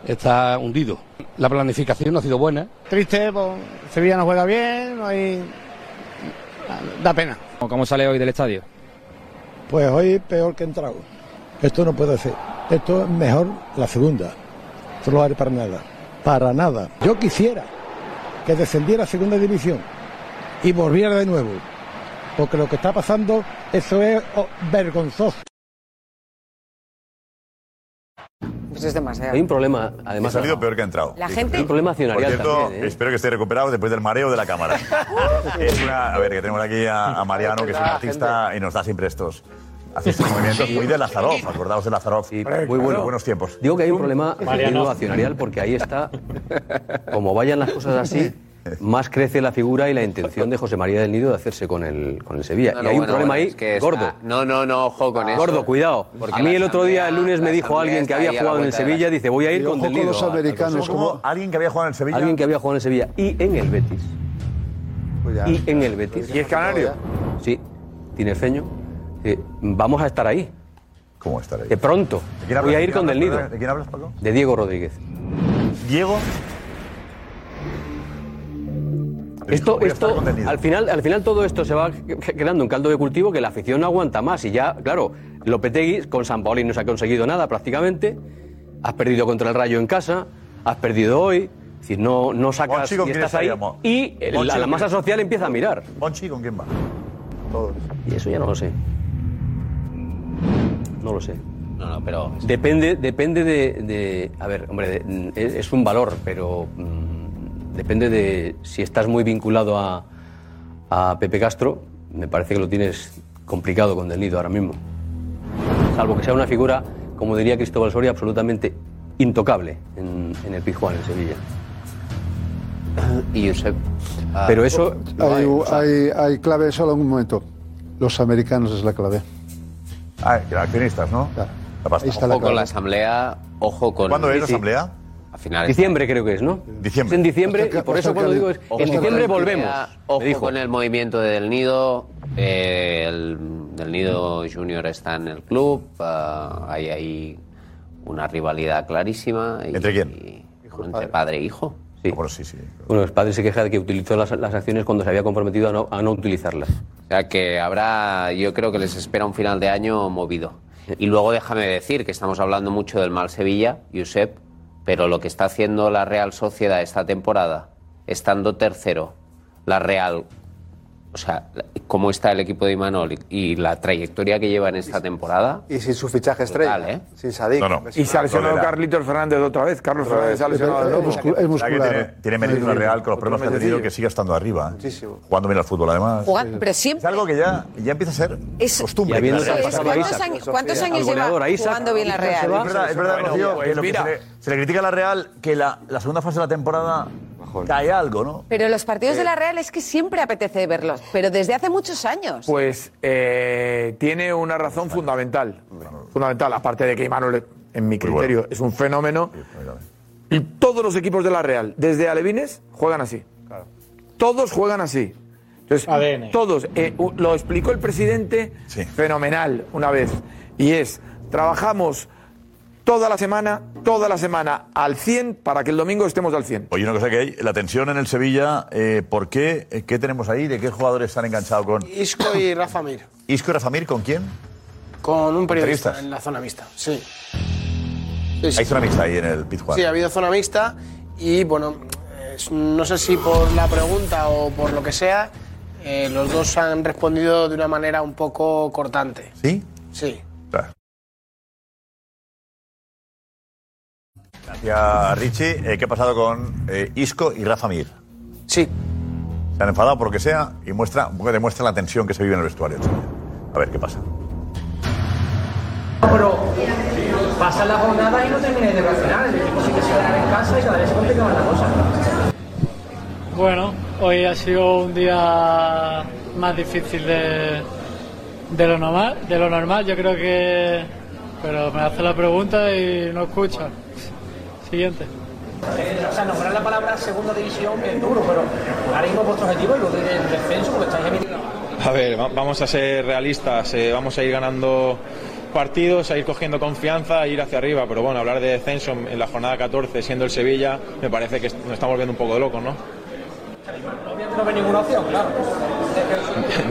está hundido. La planificación no ha sido buena. Triste, pues, Sevilla no juega bien, no hay... da pena. ¿Cómo- ¿Cómo sale hoy del estadio? Pues hoy peor que entrado. Esto no puede ser. Esto es mejor la segunda. Esto no vale para nada. Para nada. Yo quisiera que descendiera a segunda división y volviera de nuevo. Porque lo que está pasando, eso es oh, vergonzoso. Eso Pues es demasiado. Hay un problema, además. He salido peor que he entrado. La gente- Hay un problema Por accionarial cierto, también, ¿eh? espero que esté recuperado después del mareo de la cámara. Es una- a ver, que tenemos aquí a, a Mariano, que es un Ah, artista y nos da siempre estos, hace estos movimientos muy de Lazarov, acordaos de Lazarov. muy bueno. buenos tiempos. Digo que hay un problema Mariano. efectivo accionarial porque ahí está, como vayan las cosas así, más crece la figura y la intención de José María del Nido de hacerse con el, con el Sevilla. No, y no, hay un bueno, problema bueno, ahí es que está- gordo. No, no, no, ojo con eso. Gordo, cuidado. Porque a mí la el otro día, el asamblea- lunes, me la dijo asamblea alguien que está ahí había a la jugado en el vuelta de la Sevilla, dice, voy a Y ir ojo con con Del Nido. los a- al americanos, Consejo. como Pues, alguien que había jugado en el Sevilla. Alguien que había jugado en el Sevilla y en el Betis. Pues y en el Betis. ¿Y es canario? Sí, tinerfeño. Eh, vamos a estar ahí. ¿Cómo estar ahí? De pronto. Voy a ir con Del Nido. ¿De quién hablas, Paco? De Diego Rodríguez. ¿Diego? Esto, esto, al final, al final todo esto se va c- c- creando un caldo de cultivo que la afición no aguanta más. Y ya, claro, Lopetegui con San Paoli no se ha conseguido nada prácticamente. Has perdido contra el Rayo en casa, has perdido hoy. Es decir, no, no sacas Monchi, ¿con y quién estás ahí. estaríamos? Y el- Monchi, la, la ¿con masa quién? social empieza a mirar. Monchi, ¿con quién va? Todos. Y eso ya no lo sé. No lo sé. No, no, pero Depende, depende de, de- A ver, hombre, de- es, es un valor, pero mm, depende de si estás muy vinculado a, a Pepe Castro, me parece que lo tienes complicado con Del Nido ahora mismo. Salvo que sea una figura, como diría Cristóbal Soria, absolutamente intocable en, en el Pijuán, en Sevilla. Y ah, Josep. Ah, Pero eso. lo Hay, hay, o sea, hay- hay clave solo en un momento. Los americanos es la clave. Ah, que los accionistas, ¿no? Ahí está la ojo con clave. la asamblea, ojo con. ¿Cuándo es Sí, la sí. asamblea? A finales. Diciembre creo que es, ¿no? Diciembre. Es en diciembre, Acerca- Este, y por eso acerca cuando de- digo es. ojo En con diciembre el- volvemos. Ojo con el movimiento de Del Nido. eh, el Del Nido Junior está en el club. ah, hay ahí una rivalidad clarísima. ¿Entre quién? entre padre e hijo. Sí. Ah, Bueno, sí, sí. Bueno, el padre se queja de que utilizó las, las acciones cuando se había comprometido a no, a no utilizarlas. O sea que habrá, yo creo que les espera un final de año movido. Y luego déjame decir que estamos hablando mucho del mal Sevilla, Josep, pero lo que está haciendo la Real Sociedad esta temporada, estando tercero, la Real, o sea, la- cómo está el equipo de Imanol y la trayectoria que lleva en esta temporada. Y sin su fichaje estrella. ¿eh? Sin Sadik. Y se ha lesionado Carlitos Fernández Pues otra vez. Carlos Fernández se ha lesionado de nuevo. Tiene, tiene mérito la Real con los problemas que ha tenido, que sigue estando arriba. ¿eh? Jugando bien al fútbol, además. Jugan- pero siempre. Es algo que ya, ya empieza a ser Es- costumbre. Sí, que la Real es- pasa por ¿Cuántos, Isaac. años, cuántos años lleva jugando bien la Real? Es verdad, es verdad, Rocío, que lo que mira. se, le, se le critica a la Real que la, la segunda fase de la temporada cae algo, ¿no? Pero los partidos Sí. de la Real es que siempre apetece verlos, pero desde hace muchos años. Pues eh, tiene una razón fundamental. Fundamental, aparte de que Imanol, en mi criterio, es un fenómeno. Y todos los equipos de la Real, desde Alevines, juegan así. Todos juegan así. Entonces, todos. eh, u- lo explicó el presidente fenomenal una vez. Y es, trabajamos toda la semana, toda la semana al 100 para que el domingo estemos al 100. Oye, una cosa que hay, la tensión en el Sevilla, eh, ¿por qué? Eh, ¿Qué tenemos ahí? ¿De qué jugadores están enganchados con Isco y Rafa Mir. Isco y Rafamir? ¿Con quién? Con un periodista Periodistas. en la zona mixta. Sí. Hay zona mixta ahí en el Pizjuán. Sí, ha habido zona mixta y bueno, es- no sé si por la pregunta o por lo que sea, eh, los dos han respondido de una manera un poco cortante. ¿Sí? Sí. Gracias, Richie. Eh, ¿Qué ha pasado con eh, Isco y Rafa Mir? Sí. Se han enfadado por lo que sea y muestra, un poco demuestra la tensión que se vive en el vestuario. A ver qué pasa. Pero pasa la jornada y no termináis de reaccionar. El equipo sí que se va a ganar en casa y cada vez se complica más la cosa. Bueno, hoy ha sido un día más difícil de, de lo normal, de lo normal, yo creo que pero me hace la pregunta y no escucha. Siguiente. Eh, o sea, nombrar la palabra segunda división es duro, pero ahora mismo vuestro objetivo es lo del descenso porque estáis emitiendo. A ver, va- vamos a ser realistas, eh, vamos a ir ganando partidos, a ir cogiendo confianza, a ir hacia arriba, pero bueno, hablar de descenso en la jornada 14 siendo el Sevilla, me parece que est- nos estamos viendo un poco locos, ¿no? Obviamente no ve ninguna opción, claro.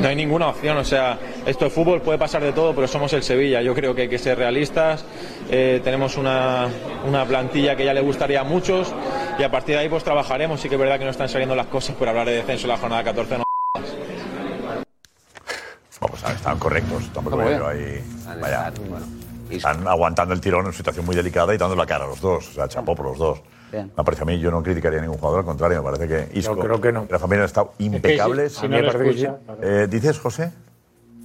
No hay ninguna opción, o sea, esto es fútbol, puede pasar de todo, pero somos el Sevilla. Yo creo que hay que ser realistas, eh, tenemos una, una plantilla que ya le gustaría a muchos y a partir de ahí pues trabajaremos. Sí que es verdad que no están saliendo las cosas, pero hablar de descenso en la jornada 14 no. Vamos a ver, están correctos. Tampoco Estamos veo ahí. Vaya. Están aguantando el tirón en una situación muy delicada y dando la cara a los dos. O sea, chapó por los dos. Bien. Me parece a mí, yo no criticaría a ningún jugador, al contrario, me parece que Isco creo que no. y la familia han estado impecables. si A mí no me lo parece que sí. escucha, Eh, ¿Dices, José?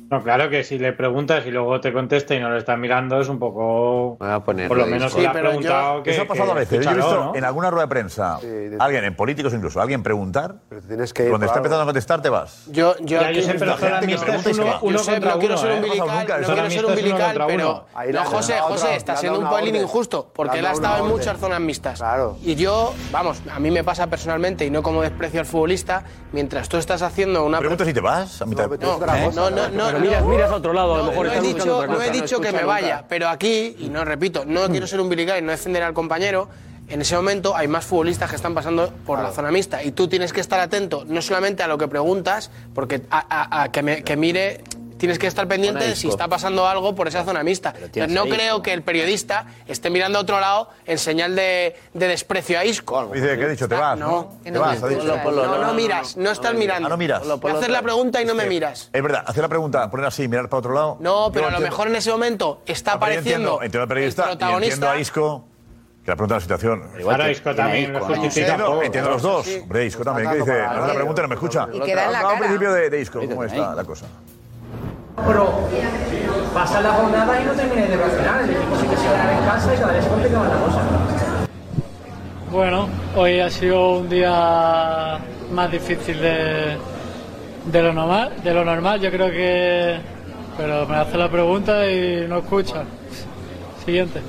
No, claro que si le preguntas y luego te contesta y no lo está mirando es un poco... por lo menos si le ha preguntado que... Eso ha pasado que a veces. Yo he escúchalo, visto ¿no? en alguna rueda de prensa, alguien, en políticos incluso, alguien preguntar, ir, cuando está claro. empezando a contestar te vas. Yo, yo, Ya, yo aquí- siempre, pero gente zona que mixta pregunta es y uno- se va. uno Yo sé, contra no quiero uno, ser ¿eh? No ha pasado umbilical, nunca, no zona quiero ser mixta es uno umbilical, contra pero uno. Ahí le no, han dado José, una José, orden, está le han siendo un dado una bailing orden. injusto, porque Le él ha han dado una estado en orden. muchas zonas mixtas. Y yo, vamos, a mí me pasa personalmente, y no como desprecio al futbolista, mientras tú estás haciendo una... Preguntas si te vas a mitad. ¿Eh? No, no, no, no, Pero miras, no. miras a otro lado, a lo No, mejor no he estás buscando dicho, otra no he cosa. dicho que me escucha vaya, nunca. pero aquí, y no repito, no quiero ser umbilical y no defender al compañero. En ese momento hay más futbolistas que están pasando por la zona mixta y tú tienes que estar atento no solamente a lo que preguntas, porque a, a- a que, me- que mire, tienes que estar pendiente Zona de si disco. está pasando algo por esa zona mixta. tienes no ahí. creo que el periodista esté mirando a otro lado en señal de, de desprecio a Isco. Dice, ¿qué he dicho? Te vas, ¿no? No, Te vas, ha dicho. no, no, no miras, no estás mirando. Ah, no miras. Me haces la pregunta y no me miras. Es verdad, hacer la pregunta, poner así, mirar para otro lado. No, pero Yo a lo entiendo. mejor en ese momento está Ah, pero yo apareciendo Entiendo, entiendo al periodista el y entiendo a protagonista. Isco, que le ha preguntado la situación. Igual Claro, que- Isco también, Isco, ¿no? justifica Entiendo- todo. Entiendo a los dos. Sí. Hombre, Isco Está también, que dando dice, para no la arriba. pregunta, no me escucha. Y queda en la Hablaba al cara. principio de, de Isco, ¿cómo está la cosa? Pero pasa la jornada y no termináis de reaccionar. El equipo sí que se gana en casa y cada vez se complica más la cosa. Bueno, hoy ha sido un día más difícil de, de lo normal, de lo normal, yo creo que pero me hace la pregunta y no escucha. Siguiente.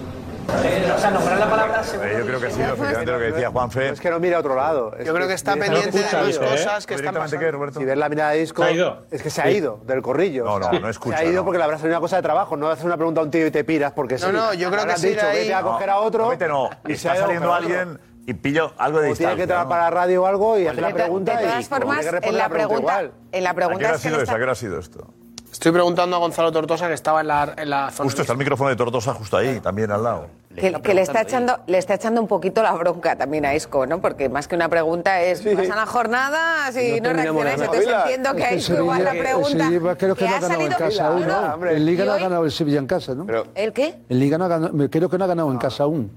O sea, nombrar la palabra Eh, yo creo que ha sido efectivamente lo que decía Juanfe. Es que no mira a otro lado. Yo creo que está pendiente de las cosas que están Directamente, ¿qué, pasando. Roberto? ¿eh? Si ves la mirada de disco, ¿Se ha ido? es que se ha Sí. ido del corrillo. No, o sea, no, no escucha, Se ha ido no. porque le habrá salido una cosa de trabajo. No haces una pregunta a un tío y te piras porque No, sí. no, yo creo Habrán que se dicho, irá ahí- vete a No, coger a otro. vete no, y se está ha ido a saliendo coger a otro. alguien y pillo algo de O tiene que distancia. entrar ¿no? para la radio o algo y hacer la De to- pregunta. de y- todas formas, tiene que en responder la pregunta, igual. en la ¿A qué pregunta hora ha es que sido no esa? ¿A está qué hora ha sido esto? Estoy preguntando a Gonzalo Tortosa que estaba en la, en la zona. Justo está el micrófono de Tortosa justo ahí, también al lado. Que, que le, está echando, le está echando un poquito la bronca también a Isco, ¿no? Porque más que una pregunta es, pasan las jornadas y no, terminamos reaccionáis, nada. entonces Ávila, entiendo que es a el Isco igual la Sevilla- pregunta... El Sevilla creo que, que no ha ha ganado en salido- casa aún, Claro, ¿no? hombre. El Liga ¿Y no ha hoy? ganado el Sevilla en casa, ¿no? ¿El qué? El Liga no ha ganado, me- creo que no ha ganado en casa aún. En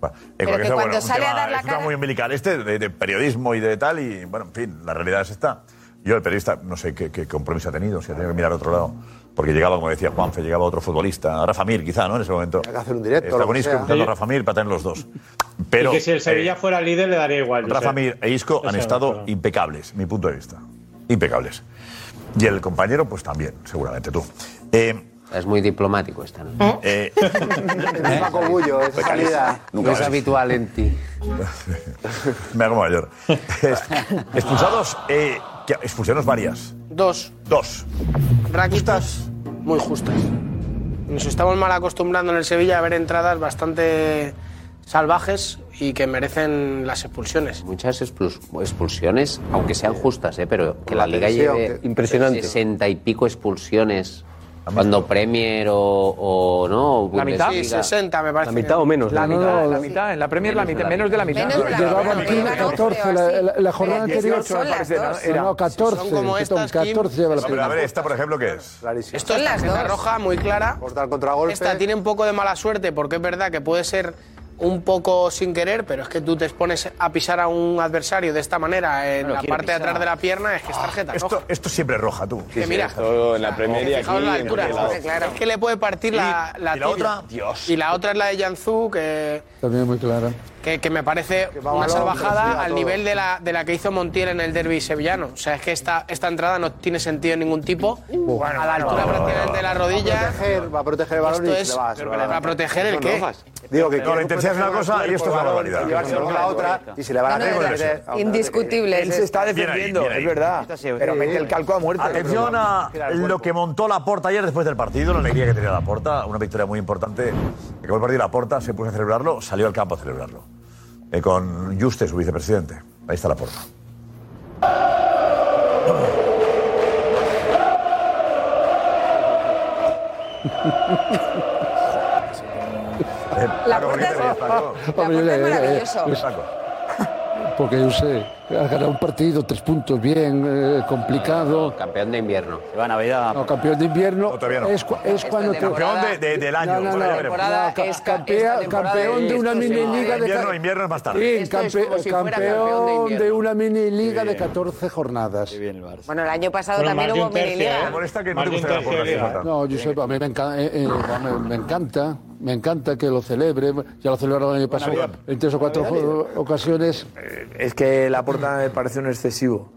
Pero cualquier que caso, cuando es un sale a tema- dar la es un tema cara- muy umbilical este, de, de periodismo y de tal, y bueno, en fin, la realidad es esta. Yo, el periodista, no sé qué, qué compromiso ha tenido, si ha tenido que mirar a otro lado. Porque llegaba, como decía Juanfe, llegaba otro futbolista, Rafa Mir, quizá, ¿no? En ese momento. Hay que hacer un directo, Está lo con que Isco sea. buscando a Sí. Rafa Mir para tener los dos. Pero eh, y que si el Sevilla fuera líder le daría igual. Rafa Josep. Mir e Isco han Josep, estado perdón. impecables, mi punto de vista. Impecables. Y el compañero, pues también, seguramente tú. Eh, es muy diplomático este, esta. Es Paco Bullo, esa Pues salida. Nunca es habitual en ti. Me hago mayor. Expulsados, eh, que- expulsiones varias. Dos. Dos. Raquitas muy justas. Nos estamos mal acostumbrando en el Sevilla a ver entradas bastante salvajes y que merecen las expulsiones. Muchas expuls- expulsiones, aunque sean justas, ¿eh? pero que la liga tensión, lleve que- Impresionante. 60 y pico expulsiones cuando Premier o, o no. o Sí, Bundesliga. 60 me parece. La mitad o menos, La ¿no? mitad, No, la mitad. En la Premier la mitad, menos de la mitad. Llevaban 15, 14 la, la- la jornada anterior. 18 me parece, ¿no? No, Era. no, 14. Si son como que estas, son 14 lleva la No, pero a primera. ver, esta, por ejemplo, ¿qué es? Esto es tarjeta roja muy clara. Esta tiene un poco de mala suerte porque es verdad que puede ser un poco sin querer, pero es que tú te expones a pisar a un adversario de esta manera en Bueno, Ah, la quiere parte de pisar. atrás de la pierna, es que es tarjeta roja. Esto, esto siempre es roja, tú. Que mira, en la Fijaos la altura, es que le puede partir la, la ¿Y la tibia. otra? Y la otra es la de Yanzú, que, También muy clara. que, que me parece una balón, que salvajada siga al todo. nivel de la, de la que hizo Montiel en el derby sevillano. O sea, es que esta, esta entrada no tiene sentido de ningún tipo. a la altura prácticamente de la rodilla. Va a proteger el balón Esto y es- se la va, se pero la ¿para va. proteger el Son qué? rojas. Digo que No, la intensidad es una cosa y esto es una barbaridad. Llevárselo la otra y se le va a ¿eh? No, no, la no, indiscutible Él es se está esta. defendiendo, Bien ahí, es bien verdad. ahí. Pero mete el calco a muerte. Atención a lo que montó la porta ayer después del partido, la alegría que tenía la porta, una victoria muy importante. Acabó el partido la porta, se puso a celebrarlo, salió al campo a celebrarlo. Eh, con Juste, su vicepresidente. Ahí está la porta. La puerta es- la puerta es maravilloso. Porque yo sé. Has ganado un partido, tres puntos, bien, eh, complicado. Campeón de invierno. Se va Navidad. No, campeón de invierno. todavía no. Es, cu- es Esta cuando te- temporada- Campeón de- de- del año, No, no, bueno, ya no. veremos. No, ca- campea- campeón de una mini liga de. Invierno, ca- invierno es más tarde. Sí, campe- campeón de, una mini liga de 14 jornadas. Bueno, el año pasado Bueno, también más de hubo un tercio, miniliga. ¿eh? Molesta que no te Más de guste un la tercio de liga. No, Josep, a mí me, enca- eh, eh, a mí me encanta, me encanta que lo celebre. Ya lo celebraron el año pasado Navidad. en tres o cuatro jo- ocasiones. Eh, Es que la porta me parece un excesivo.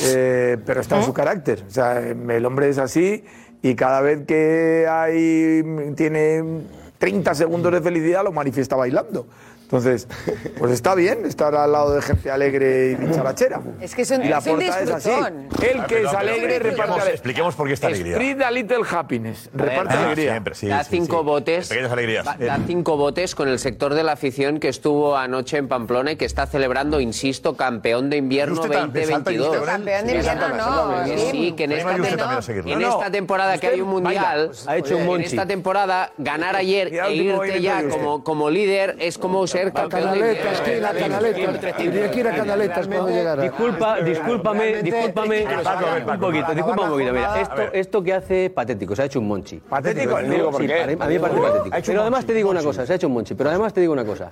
Eh, pero está en su carácter. O sea, el hombre es así y cada vez que hay, tiene 30 segundos de felicidad lo manifiesta bailando. Entonces, pues está bien estar al lado de gente alegre y dicharachera. Es que es un- y la es un Porta es así. disfrutón. El Ah, que perdón, es pero alegre reparte expliquemos- alegría. Expliquemos por qué esta alegría. Ah, Spread a little happiness. A ver, Reparte da- alegría. da cinco botes. Pequeñas alegrías. da- Da Eh. cinco botes con el sector de la afición que estuvo anoche en Pamplona y que está celebrando, insisto, campeón de invierno usted tan- se salta y 2022. usted con él? Campeón de Sí, invierno, sí, no, que sí. Sí, que en Anima esta, yo usted tem- también a seguirlo. en No, no, esta temporada que usted hay un baila, mundial, eh, pues, ha hecho un en monchi. esta temporada ganar ayer Mira el e último irte movimiento ya de usted. como, como líder es como ser campeón de invierno. Canaletas, que la canaletas. Tendría que ir a canaletas cuando llegara. Disculpa, discúlpame, discúlpame un poquito, disculpa un poquito. Mira, esto, esto que hace es patético, se ha hecho un monchi. Patético, Sí, digo, sí, ¿por qué? para- A mí me parece Uh, patético. ha hecho Pero un además te digo una cosa, se ha hecho un monchi, pero además te digo una cosa.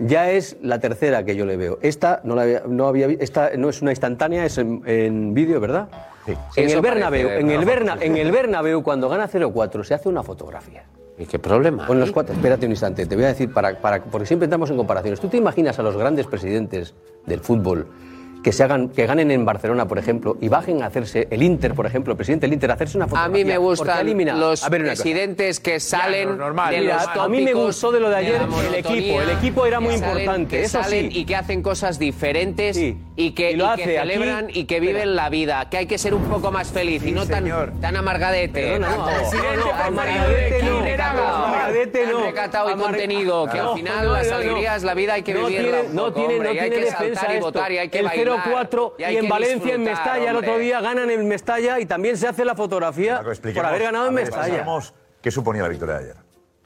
Ya es la tercera que yo le veo. Esta no, la había, no había vi- esta no es una instantánea, es en, en vídeo, ¿verdad? Sí. Sí, En eso el Bernabéu, parece, en una el, Berna, foto. en el Bernabéu cuando gana 0-4 se hace una fotografía. ¿Y qué problema? Con los cuatro, espérate un instante, te voy a decir, para, para, porque siempre entramos en comparaciones. ¿Tú te imaginas a los grandes presidentes del fútbol que, se hagan, que ganen en Barcelona, por ejemplo, y bajen a hacerse, el Inter, por ejemplo, el presidente del Inter, a hacerse una A fotografía? mí me porque ha gustan eliminado- los A ver, una cosa. presidentes que salen normal. de Mira, los a mí me tópicos, gustó de lo de ayer la el monotonía, equipo. El equipo era muy que salen- importante, que eso sí. salen y que hacen cosas diferentes y que, Y lo y que hace aquí. celebran y que viven Espera. la vida, que hay que ser un poco más feliz y no tan, tan amargadete. Perdona, no. Presidente No, no, preferido amargadete de no. Kim Recatao. Amargadete no. Tan recatado y Amarga- contenido, que No, al final no, las no, no. alegrías, la vida hay que No vivirla tiene- un no poco, tiene- no hombre, y hay tiene que defensa saltar y esto. votar y hay que el bailar, 0-4 y, hay en que Valencia en disfrutar, Mestalla el otro hombre. día ganan en Mestalla y también se hace la fotografía por haber ganado en A ver, Mestalla. expliquemos ¿Qué suponía la victoria de ayer?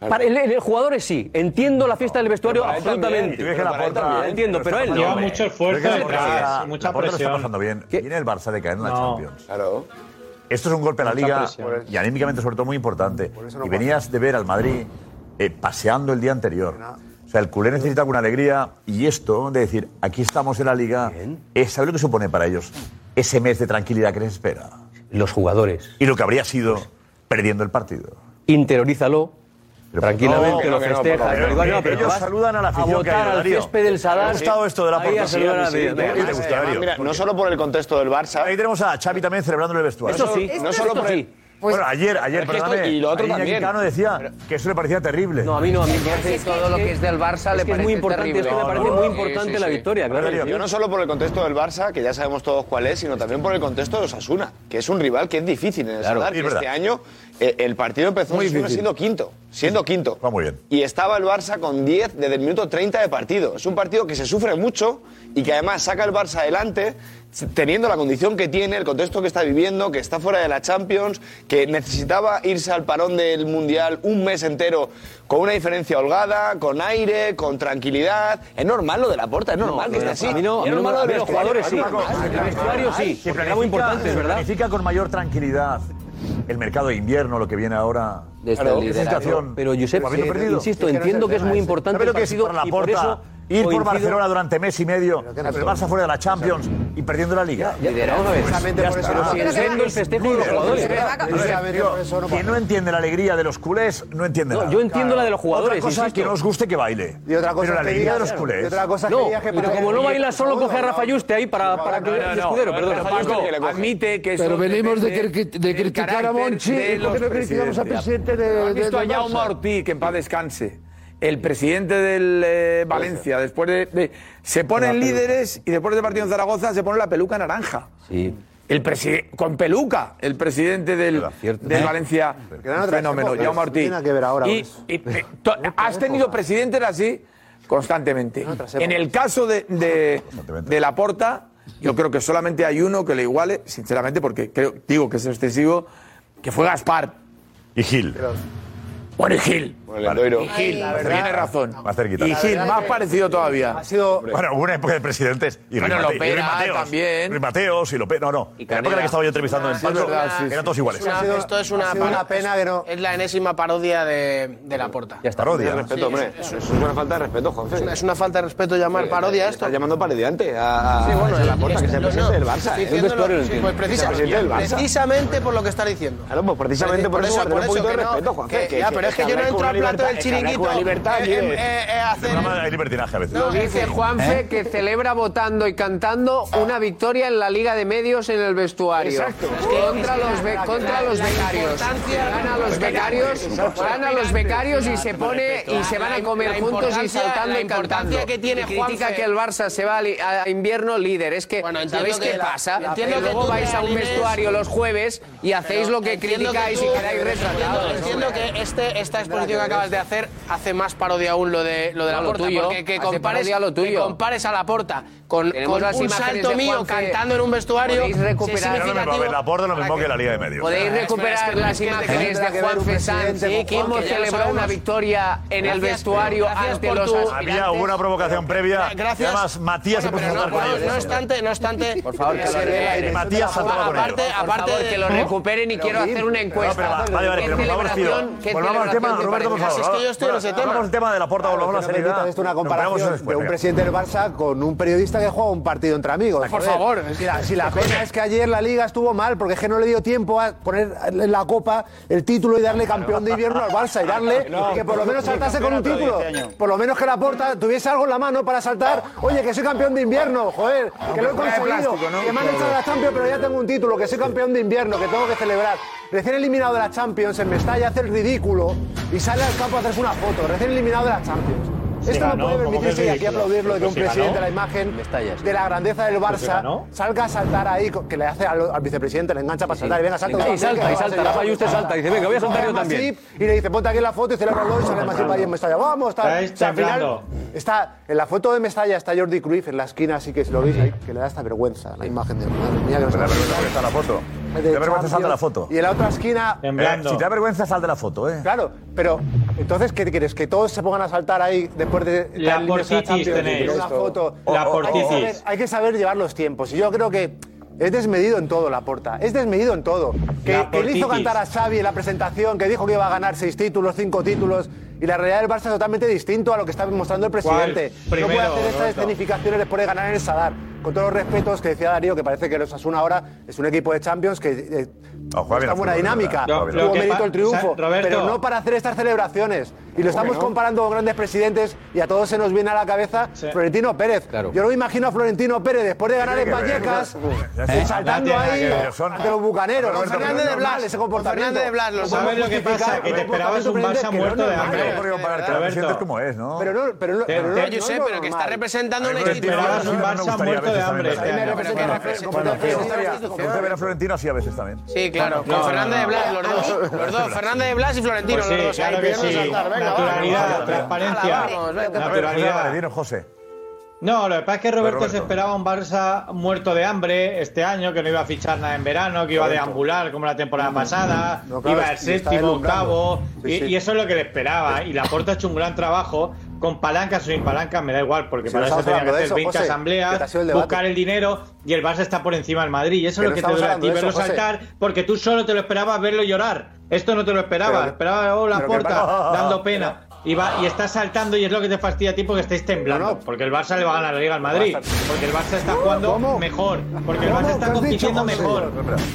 Para el, el- el jugador es sí, entiendo la fiesta del vestuario para él también. absolutamente. Yo creo que la Para él Porta- también, entiendo, pero él no. Yo creo que la Porta está- la Porta lo está pasando bien. Viene el Barça de caer en la No. Champions. Claro. Esto es un golpe a la Mucha liga presión. y anímicamente sobre todo muy importante. no y venías de ver al Madrid eh, paseando el día anterior. O sea, el culé necesita alguna alegría y esto de decir, aquí estamos en la liga, es saber lo que supone para ellos ese mes de tranquilidad que les espera. Los jugadores. Y lo que habría sido perdiendo el partido. Interiorízalo. Tranquilamente No, lo que no, que no, festeja. pero pero igual no, pero ellos vas saludan a la afición que ha votar ido, al Darío. césped del Sadar. ¿Te ha gustado esto de la Ahí Porta? a saludar a la Sí, sí, afición. sí, sí. Además, Te gusta, Darío. Mira, no solo por el contexto del Barça. Ahí tenemos a Xavi también celebrando el vestuario. Esto sí. No solo Esto por el- sí. Pues- bueno, ayer, ayer, Es que esto- perdóname. y lo otro ayer también. Iñaki Cano decía que eso le parecía terrible. No, a mí no, a mí me parece que todo lo que es del Barça le que es muy parece importante, terrible. esto me parece muy importante la victoria, claro. que sí. Yo no solo por el contexto del Barça, que ya sabemos todos cuál es, sino también por el contexto de Osasuna, que es un rival que es difícil en el Claro, Sadar, sí, es que este verdad. año eh, el partido empezó Muy Osasuna difícil. siendo quinto, siendo quinto. Va muy bien. Y estaba el Barça con 10 desde el minuto 30 de partido. Es un partido que se sufre mucho y que además saca el Barça adelante teniendo la condición que tiene, el contexto que está viviendo, que está fuera de la Champions, que necesitaba irse al parón del Mundial un mes entero con una diferencia holgada, con aire, con tranquilidad. Es normal lo de la porta, es normal que esté así. a mí no, a es mí no normal me- lo a mí del los vestuario, jugadores es sí, normal. el vestuario sí, porque Se era planifica- muy importante, es se verdad. planifica con mayor tranquilidad el mercado de invierno, lo que viene ahora. Desde Claro, el qué este liderazgo. sensación. Pero, Josep, Lo habiendo eh, perdido. insisto, Es que no entiendo es el que es tema muy ese. importante ¿Sabes lo el que es partido para la y por Porta? eso Ir por coincido- Barcelona durante mes y medio, el razón. Barça fuera de la Champions y perdiendo la Liga. Pues Ya, ya, vamos a ver. Precisamente por eso. Pero si entiendo el festejo de los jugadores. Precisamente por eso no Quien no entiende la alegría de los culés, no entiende No, nada. yo entiendo la de los jugadores, Otra cosa es que insisto. no os guste que baile. Y otra cosa pero la es que alegría de digas, los claro, culés. y otra cosa es que digas que No, pero como no baila solo, coge a Rafa Yuste ahí para, para que el escudero, perdón. Paco, admite que eso Pero venimos de, depende cri- de del criticar a carácter Monchi de y por los qué no criticamos al presidente de, ¿Has de- visto a del Jaume Barça? Ortiz, que en paz descanse? El presidente del eh, Valencia, después de, de- Se ponen líderes y después del partido en Zaragoza se pone la peluca naranja. Sí. El presi- con peluca, el presidente del, del ¿Eh? Valencia. Pero que eran un otras fenómeno, épocas, Jaume no Ortiz. tiene que ver ahora Y- con eso. y- eh, to- has tenido presidentes así constantemente. En el caso de, de, de Laporta, yo creo que solamente hay uno que le iguale, sinceramente, porque creo, digo que es excesivo, que fue Gaspar. Y Gil. Bueno, y Gil. Con el Endoiro. Y Gil, La verdad- verdad- tiene razón. Más cerquita. Y Gil, más parecido todavía. Ha sido... Bueno, hubo una época de presidentes. Y Bueno, Ruiz Mate- Lopera y Ruiz Mateos, también. Ruiz Mateos y Lopera. No, no. En la época en la que estaba yo entrevistando en Paco, eran todos iguales. Es una- esto es una, pena que no. Es la enésima parodia de, de la porta. Ya está. Parodia. Respeto, Sí, hombre. Eso es una falta de respeto, Jorge. Es una, es una falta de respeto llamar parodia esto. Está llamando parodiante a, sí, bueno, a Ah, la puerta que se presidente del Barça. ¿eh? Es un Estoy diciendo lo- vestuario, no sí, entiendo. pues precisa- Vicepresidente del Barça. precisamente por lo que está diciendo. Claro, pues precisamente por, eso, guardar un poquito de respeto, Juan. que- ya, pero es que yo no entro al plato del chiringuito. eh, eh, eh, eh, a- El programa hay libertinaje a veces. Lo dice Juanfe que celebra votando y cantando una victoria en la Liga de Medios en el vestuario. Exacto. Contra los, be- contra los becarios. Gana Pues los becarios, gana los becarios y se pone y se van a comer juntos y saltando y cantando. que tiene Y critica Juanfe. que el Barça se va a, li- a invierno líder. Es que, entiendo ¿sabéis que qué la- pasa? entiendo que luego tú vais te a un alines- vestuario los jueves y hacéis Pero lo que entiendo criticáis tú- y quedáis retratados. Entiendo, entiendo que este, esta exposición que acabas de hacer hace más parodia aún lo de, lo de No, la lo porta. tuyo, porque que hace compares, parodia lo que tuyo. compares a la porta con, Tenemos con las un imágenes salto de mío Juanfe. cantando en un vestuario. Podéis sí, recuperar- Pero no me va a ver la porta lo mismo que la Liga de Medios. Podéis recuperar las imágenes de Juan Fesán, que hemos celebrado una victoria en el vestuario ante los Había aspirantes. una provocación previa. gracias. Además, Matías se puso a pero no, saltar con no, ellos. no obstante, no obstante. Por favor, que lo recuperen. Matías saltaba con Aparte, ellos. aparte favor, que lo recuperen y quiero hacer una encuesta. No, pero va- vale, vale, ¿Qué pero por favor, pido. celebración- qué Volvamos al tema, celebración te Roberto, por parece? favor. Si es que yo estoy en ese tema. Volvamos al tema de la porta, volvamos a la Pero me seriedad. permitas una Nos comparación ponemos de un venga. presidente del Barça con un periodista que juega un partido entre amigos. Por Joder, favor, Si la, si la pena es que ayer la Liga estuvo mal porque es que no le dio tiempo a poner en la copa el título y darle campeón de invierno al Barça y darle No, que por lo menos saltase con un campeonato título. de este año. Por lo menos que la porta tuviese algo en la mano para saltar. Oye, que soy campeón de invierno, joder, que lo he pero fuera de conseguido. plástico, ¿no? Que me han echado de la Champions, pero ya tengo un título, que soy campeón de invierno, que tengo que celebrar. Recién eliminado de la Champions, en Mestalla hace el ridículo y sale al campo a hacerse una foto. Recién eliminado de la Champions. Se Esto ganó, no puede ¿cómo que permitirse, y aquí ridículo? aplaudirlo, de que Pero un se presidente ganó. de la imagen Mestalla, sí. de la grandeza del Pero se Barça ganó. salga a saltar ahí, co- que le hace al, al vicepresidente, le engancha para saltar y venga, salta. Y usted, salta, que y va a salta, ser Rafa, y usted campeón. salta, y dice, venga, voy a saltar yo Ah, Coge también. Masip Y le dice, ponte aquí la foto y celébralo y sale Masip ahí en Mestalla. Vamos, tal. Estáis temblando. está en la foto de Mestalla está Jordi Cruyff en la esquina, así que si lo veis ahí, que le da esta vergüenza la imagen de madre mía que nos Pero ha da vergüenza porque está la foto. de Te da vergüenza, Champions. sal de la foto. Y en la otra esquina. Eh, Si te da vergüenza, sal de la foto, ¿eh? Claro, pero entonces, ¿qué quieres? ¿Que todos se pongan a saltar ahí después de La estar eliminados de la portitis Champions y tenéis. una foto? La Hay que, portitis. saber, hay que saber llevar los tiempos. Y yo creo que es desmedido en todo la porta. Es desmedido en todo. Que, La que le portitis. hizo cantar a Xavi en la presentación, que dijo que iba a ganar seis títulos, cinco títulos. Y la realidad del Barça es totalmente distinto a lo que está mostrando el presidente. Primero, no puede hacer Roberto. estas escenificaciones después de ganar en el Sadar. Con todos los respetos que decía Darío, que parece que los Asuna ahora es un equipo de Champions que eh, juega bien está al buena fútbol, dinámica. de verdad. Lo- lo Tuvo que mérito pa- el triunfo. o sea, Roberto- pero no para hacer estas celebraciones. Y que lo estamos no? comparando con grandes presidentes y a todos se nos viene a la cabeza Florentino Pérez. Yo no me imagino a Florentino Pérez después de ganar Tiene en que ver. Vallecas, Ya está. eh, saltando Nada ahí tiene nada que ver. Son- ante los bucaneros. Roberto, Fernández de Roberto. Blas, ese comportamiento. No ¿Sabes podemos lo que pasa? justificar Que te un esperabas un comportamiento Barça que no muerto es de normal. hambre. Porque para que lo sientes como es, ¿no? Pero no, pero no, Te- pero no- te- no yo es sé, lo pero que está normal. representando una Esperabas un Barça muerto de hambre. este año. Bueno, tío, Yo ver a Florentino así a veces también. Sí, claro, con Fernández de Blas, los dos. Los dos, Fernández de Blas y Florentino, Pues sí, los dos. claro que sí. Naturalidad, transparencia. venga. A ver, Naturalidad. José, vale, dinos, José. No, lo que pasa es que Roberto, Roberto. se esperaba un Barça muerto de hambre este año, que no iba a fichar nada en verano, que iba Roberto. a deambular como la temporada Mm, pasada, No, claro, iba y al está séptimo, deslumbrando. octavo, Sí, y, sí. y eso es lo que le esperaba. Y la Porta ha hecho un gran trabajo, con palancas o sin palancas, me da igual, porque Si para no eso estamos tenía que hablando de hacer eso, 20 José, que te ha asambleas, sido el debate. buscar el dinero, y el Barça está por encima del Madrid. Y eso Que es no lo que te estamos duele a ti, hablando de verlo eso, José. saltar, porque tú solo te lo esperabas verlo llorar. Esto no te lo esperabas, Pero- esperaba oh, la pero que Porta pasa- dando pena. Y, va, y está saltando y es lo que te fastidia a ti porque estáis temblando. Porque el Barça le va a ganar la Liga al Madrid. Porque el Barça está jugando mejor. Porque el Barça está compitiendo mejor.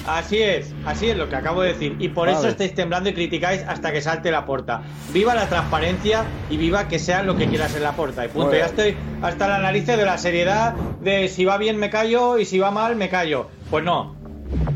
Así es, así es lo que acabo de decir. Y por eso Vale. estáis temblando y criticáis hasta que salte la puerta. Viva la transparencia y viva que sea lo que quieras en la puerta. Y punto. Muy Ya bien. estoy hasta la nariz de la seriedad de si va bien me callo y si va mal me callo. Pues no.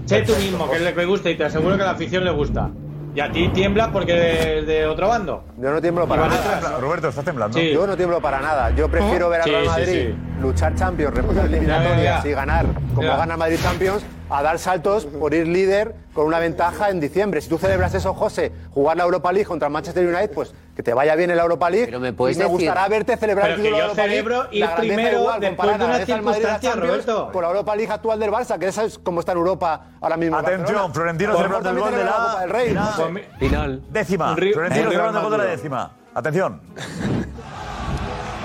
Sé tú mismo, que es lo que gusta y te aseguro que a la afición le gusta. Y a ti tiembla porque de, de otro bando. Yo no tiemblo para Y van nada. atrás. Roberto, estás temblando. Yo no tiemblo para nada. Yo prefiero ver al Sí, Real sí, Madrid sí. luchar Champions, remontar eliminatorias y ganar, como Ya. gana Madrid Champions, a dar saltos por ir líder con una ventaja en diciembre. Si tú celebras eso, José, jugar la Europa League contra el Manchester United, pues que te vaya bien en la Europa League. Pero me puedes y me decir- gustará verte celebrar Pero el que título de yo la Europa League. celebro ir La grandeza primero igual, después comparada, de una grandeza al Madrid de la circunstancia, Champions Roberto. Con la Europa League actual del Barça, que sabes cómo está en Europa ahora mismo. el Atención, Barcelona. Florentino Por celebrando el favor, gol de también la Copa del Rey. final. Final. Décima. Río- Florentino Río celebrando el gol de la Maduro. décima. Atención.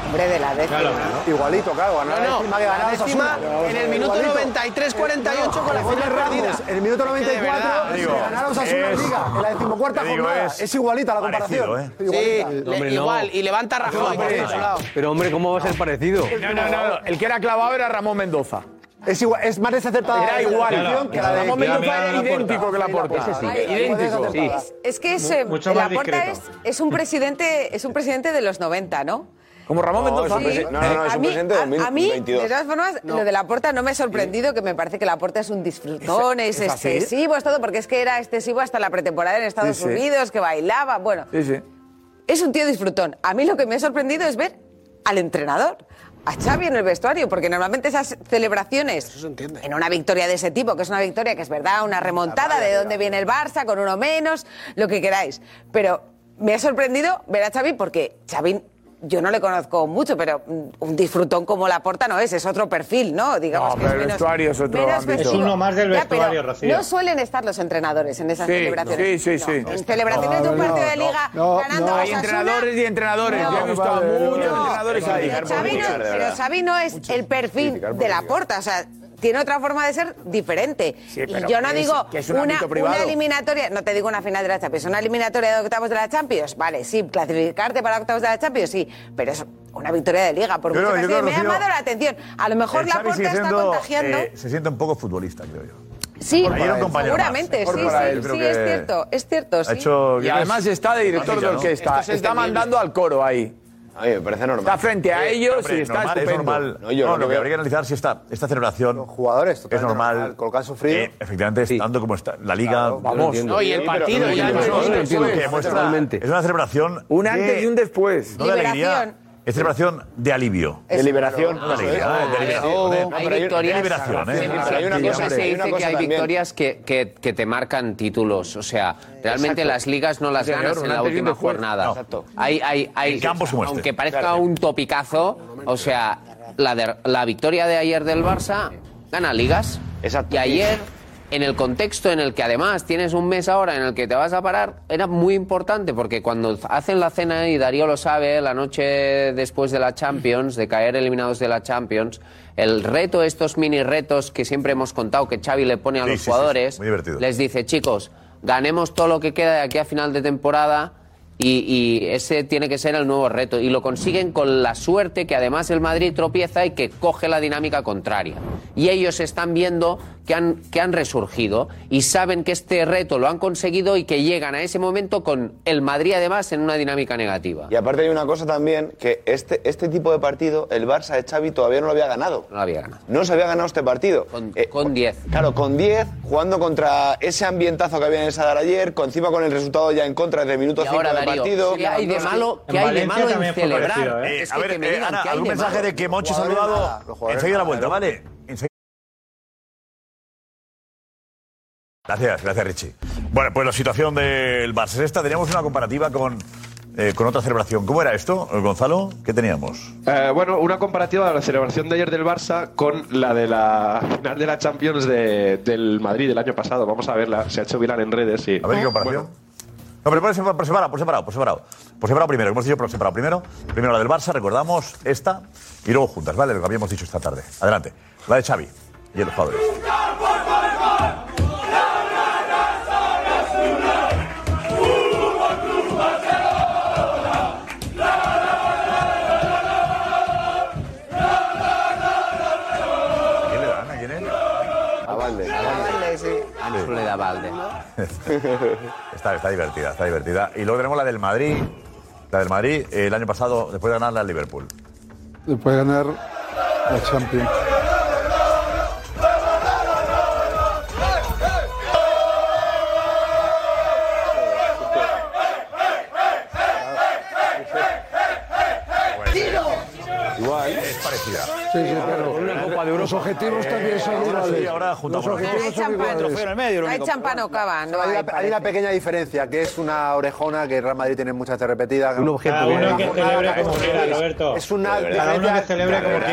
Hombre de la décima. Igualito, claro, ganar No, no, encima que la ganar décima en el minuto 93-48 con la final perdida. En el minuto Es que de 94 verdad, se digo, ganaron a Osasuna en es- Liga, en la decimocuarta te digo, jornada. es Es, igualita la parecido, comparación. ¿eh? Sí, le- Hombre, no. igual, y levanta Rajoy. por otro lado. Pero hombre, ¿cómo va a ser parecido? No, no, no. El que era clavado era Ramón Mendoza. Es, igual, es más desacertada Era igual. Claro, que la de claro. Ramón Mira, Mendoza mira, era la Laporta. idéntico que la porta. Ese sí, idéntico. Es, es que es, eh, Mucho más Laporta es, discreto. es un presidente es un presidente de los 90, ¿no? Como Ramón No, Mendoza. es un Sí. presi- no, no, no, es a un mí, presidente de a, a mí, 2022. de todas formas, No. lo de Laporta no me ha sorprendido, que me parece que Laporta es un disfrutón, es, ¿Es- es así? excesivo, es todo, porque es que era excesivo hasta la pretemporada en Estados Sí, sí. Unidos, que bailaba, bueno, Sí, sí. es un tío disfrutón. A mí lo que me ha sorprendido es ver al entrenador, a Xavi en el vestuario, porque normalmente esas celebraciones en una victoria de ese tipo, que es una victoria que es verdad, una remontada de dónde viene el Barça, con uno menos, lo que queráis. Pero me ha sorprendido ver a Xavi porque Xavi... Yo no le conozco mucho, pero mm, un disfrutón como la porta no es, es otro perfil, ¿no? No, Digamos que es pero el menos- vestuario es otro menos ámbito. festivo. Es uno más del Ya, pero vestuario, Rocío. No suelen estar los entrenadores en esas celebraciones. Sí, sí, sí. En celebraciones de un partido de liga ganando a Hay Osasuna, entrenadores y entrenadores. No. Yo he visto a Vale, muchos no. entrenadores ahí. Pero Xavi no, pero Xavi no es el perfil de la porta, o sea, tiene otra forma de ser diferente. Sí, y pero yo no es- digo que es un una, ámbito privado. una eliminatoria, no te digo una final de la Champions, una eliminatoria de octavos de la Champions, vale, sí, clasificarte para octavos de la Champions, sí, pero es una victoria de liga, por Yo mucho creo- que yo sea, creo, me ha Rocío, llamado la atención. A lo mejor El la Eh, Xavi porta sigue está siendo, contagiando. eh, se siente un poco futbolista, creo yo. Sí, Por para él, compañero más. seguramente, sí, Por sí, para él, sí, creo es que cierto, es cierto, sí. ha hecho- Y además está de director de Maravilla, ¿no? orquesta. Esto es Está entendible. mandando al coro ahí. A mí me parece normal. Está frente a ellos Eh, Hombre, y está normal, es estupendo. normal. No, No, yo no lo que creo. habría que analizar si esta, esta celebración jugadores, es normal. con lo que han sufrido. Eh, efectivamente, estando como está la liga. vamos. No, y el Sí, pero partido no lo ya entiendo. no es- Que no lo entiendo. muestra- Totalmente. Es una celebración. Un de- antes y un después. No de alegría. Es celebración de alivio. De liberación. No de alegría, eh, de liberación. eh. Hay victorias. De liberación, eh. Pero hay una cosa, se hay dice una que cosa hay también. victorias que, que, que te marcan títulos. O sea, realmente Exacto. las ligas no las Sí, señor, ganas un en la antes y un última después. jornada. No. Exacto. Hay, hay, hay, campo se muestra. aunque parezca Claro. un topicazo, o sea, la, de- la victoria de ayer del Barça gana ligas. Exacto. Y ayer, en el contexto en el que además tienes un mes ahora en el que te vas a parar, era muy importante porque cuando hacen la cena, y Darío lo sabe, la noche después de la Champions, de caer eliminados de la Champions, el reto, estos mini retos que siempre hemos contado que Xavi le pone a Sí, los sí, sí, sí. jugadores, Muy divertido. les dice, chicos, ganemos todo lo que queda de aquí a final de temporada y, y ese tiene que ser el nuevo reto. Y lo consiguen con la suerte que además el Madrid tropieza y que coge la dinámica contraria. Y ellos están viendo que han, que han resurgido y saben que este reto lo han conseguido y que llegan a ese momento con el Madrid además en una dinámica negativa. Y aparte hay una cosa también, que este, este tipo de partido, el Barça de Xavi todavía no lo había ganado. No lo había ganado. No se había ganado este partido. Eh, Con 10. Claro, con 10, jugando contra ese ambientazo que había en el Sadar ayer, con, encima con el resultado ya en contra desde el minuto Y 5 ahora, del Darío, partido. ¿qué hay de malo- qué En hay de Valencia malo en también fue celebrar? parecido, ¿eh? Es a que ver, que me eh, digan Ana, qué hay algún de mensaje malo. de que Monchi ha Jugadores saludado. nada, los jugadores Enseguida la nada, vuelta, ¿no? ¿vale? Enseguida- Gracias, gracias Richie. Bueno, pues la situación del Barça es esta. Teníamos una comparativa con, eh, con otra celebración. ¿Cómo era esto, eh, Gonzalo? ¿Qué teníamos? Eh, bueno, una comparativa de la celebración de ayer del Barça con la de la final de la Champions de- del Madrid del año pasado. Vamos a verla, se ha hecho viral en redes y... A Ah, ver qué comparación. No, pero por separado, por separado, por separado, por separado. Por separado primero, hemos dicho por separado primero. Primero la del Barça, recordamos esta, y luego juntas, ¿vale? Lo que habíamos dicho esta tarde. Adelante. La de Xavi y los jugadores. A Valde. Ansu le da balde. Está, está divertida, está divertida. Y luego tenemos la del Madrid. La del Madrid, eh, el año pasado, después de ganarla al Liverpool. Después de ganar la Champions. Igual. Es parecida. Sí, sí. los objetivos también son Eh, ahora sí, iguales. ahora juntamos Los las objetivos hay son champán, iguales. no hay champán o cava, no hay, hay, una, hay una pequeña diferencia, que es una orejona que el Real Madrid tiene muchas veces repetidas. Un objeto Cada uno que Una jornada, celebre una como cosa, quiera, es- Roberto. Es una De verdad. Cada uno que celebre como quiera.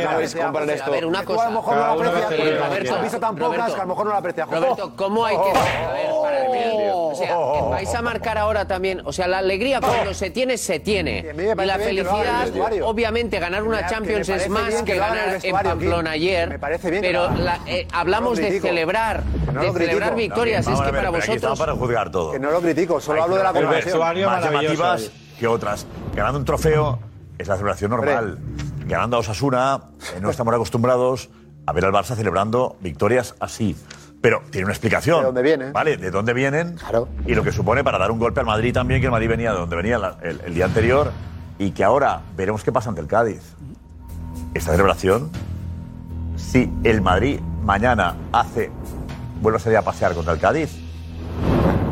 comparar A ver, una cosa. A lo mejor no la Cada uno que aprecias, celebre porque como has quiera. visto tan Roberto, pocas que a lo mejor no la aprecias. Roberto, ¿cómo hay que.? A ver, para el bien, tío. O sea, que vais a marcar ahora también. O sea, la alegría cuando se tiene, se tiene. mí me Y la parece bien que lo haga en el felicidad, vestuario. obviamente, ganar Que una me Champions parece es más bien que que lo haga en el ganar en vestuario, Pamplona Kim. ayer. Me parece bien que Pero lo haga. la- eh, No hablamos lo de critico. celebrar, Que de no lo critico. celebrar No, bien, victorias. vamos Es a que ver, para pero aquí vosotros. Estaba para juzgar todo. Que no lo critico, solo hablo de la El comparación. vestuario más llamativas que otras. Ganando un trofeo es la celebración normal. Ganando a Osasuna, eh, no estamos acostumbrados a ver al Barça celebrando victorias así. Pero tiene una explicación. ¿De dónde vienen? ¿Vale? ¿De dónde vienen? Claro. Y lo que supone para dar un golpe al Madrid también, que el Madrid venía de donde venía la- el, el día anterior y que ahora veremos qué pasa ante el Cádiz. Esta celebración, si el Madrid mañana hace, vuelve a salir a pasear contra el Cádiz,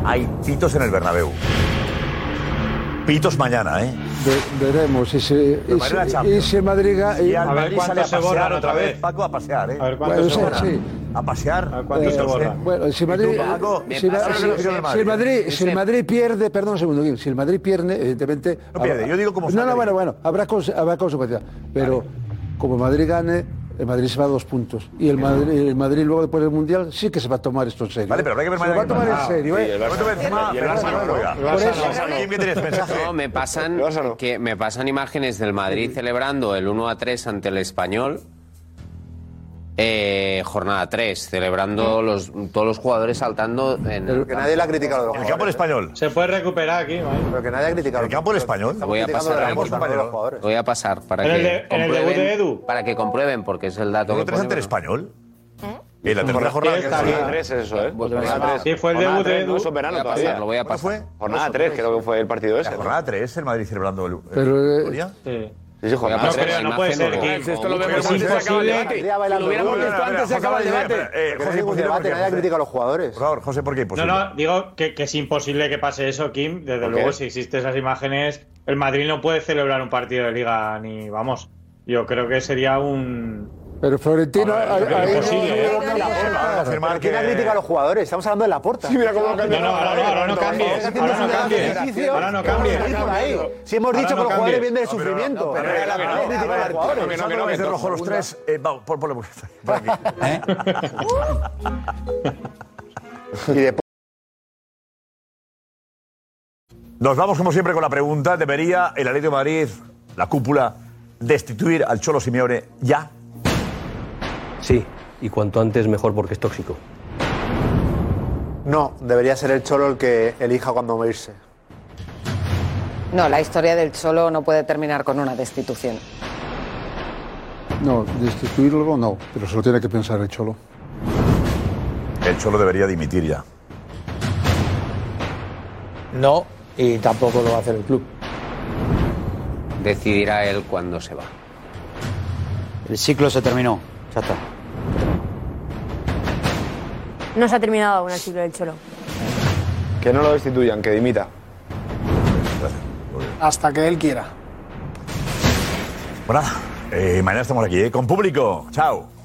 hay pitos en el Bernabéu. Pitos mañana, ¿eh? Ve- veremos ese, Pero Madrid la ese, Champions. ese Madriga. Y eh, al Madrid sale a se borran pasear otra vez. Paco, a pasear, ¿eh? A ver cuánto Bueno, se sí, borran. sí. A pasear. A Eh, Bueno, si Madrid, si, Ma- si- si el Madrid, si el Madrid pierde, perdón un segundo, Guim, si el Madrid pierde, evidentemente. No pierde, yo digo como No, saca no, el bueno, bueno, habrá, conse- habrá consecuencias. Pero como el Madrid gane, el Madrid se va a dos puntos. Y el Madrid, el Madrid luego después del Mundial sí que se va a tomar esto en serio. Vale, pero habrá que ver Se lo va a tomar en serio, ¿eh? Benzema, Benzema no juega. Por eso- No, me pasan, que me pasan imágenes del Madrid celebrando el 1 a 3 ante el español. Eh, jornada 3, celebrando los, todos los jugadores saltando en. Pero que nadie la ha criticado. los En Ah. el jugadores, campo del ¿eh? español. Se puede recuperar aquí, ¿vale? Pero que nadie ha criticado. El campo del español. Voy a criticando pasar la a respuesta, no los jugadores. Voy a pasar para En que el de- en el debut comprueben. de Para que comprueben, porque es el dato que. tres ante el español? ¿Eh? En la tercera Jornada jornada. tres, que jornada está tres es eso, ¿eh? Pues Jornada venga, tres. sí, fue el Jornada debut de tres, Edu. No, eso es verano Voy a todavía. pasar, lo voy a pasar. ¿Cuándo fue? Jornada 3, creo que fue el partido ese. Jornada 3, el Madrid celebrando el. Pero, eh, ¿Gloria? Sí. Sí, sí, Voy a jornada pasar tres. esa imagen, ¿no? Esto lo Pero ¿cómo vemos antes de es acabar el posible? debate. Nadie ha bailado. Lo hubiéramos Espera, espera, visto antes de José, acabar el espera, debate. espera, eh, Porque no José, hay ningún imposible, debate, porque nadie ha José. criticado a los jugadores. Por favor, José, ¿por qué No, imposible? no, digo que, que es imposible que pase eso, Kim. Desde ¿Por luego, qué? si existen esas imágenes, el Madrid no puede celebrar un partido de liga ni vamos. Yo creo que sería un. Pero Florentino. ahí- creo que ahí es posible, no- ¿eh? no- no- Pero ¿Quién ha criticado a los jugadores? Estamos hablando de la puerta. Sí, mira cómo No, no, ahora no, ahora no cambies. Ahora no cambies. Ahora no cambies. Si hemos Ahora dicho que no los jugadores vienen cambies. del No, pero no, sufrimiento. no, pero Pero no, la- no, nadie critica a los jugadores. no, que no, que es de rojo los tres. Eh, vamos, pon- ponle música. Por aquí. Y después. Nos vamos, como siempre, con la pregunta: ¿debería el Atlético de Madrid, la cúpula, destituir al Cholo Simeone ya? Sí, y cuanto antes mejor porque es tóxico. No, debería ser el Cholo el que elija cuándo irse. No, la historia del Cholo no puede terminar con una destitución. No, destituirlo no, pero se lo tiene que pensar el Cholo. El Cholo debería dimitir ya. No, y tampoco lo va a hacer el club. Decidirá él cuándo se va. El ciclo se terminó. Ya está. No se ha terminado aún el ciclo del Cholo. Que no lo destituyan, que dimita. Hasta que él quiera. Bueno, eh, mañana estamos aquí, ¿eh? Con público. Chao.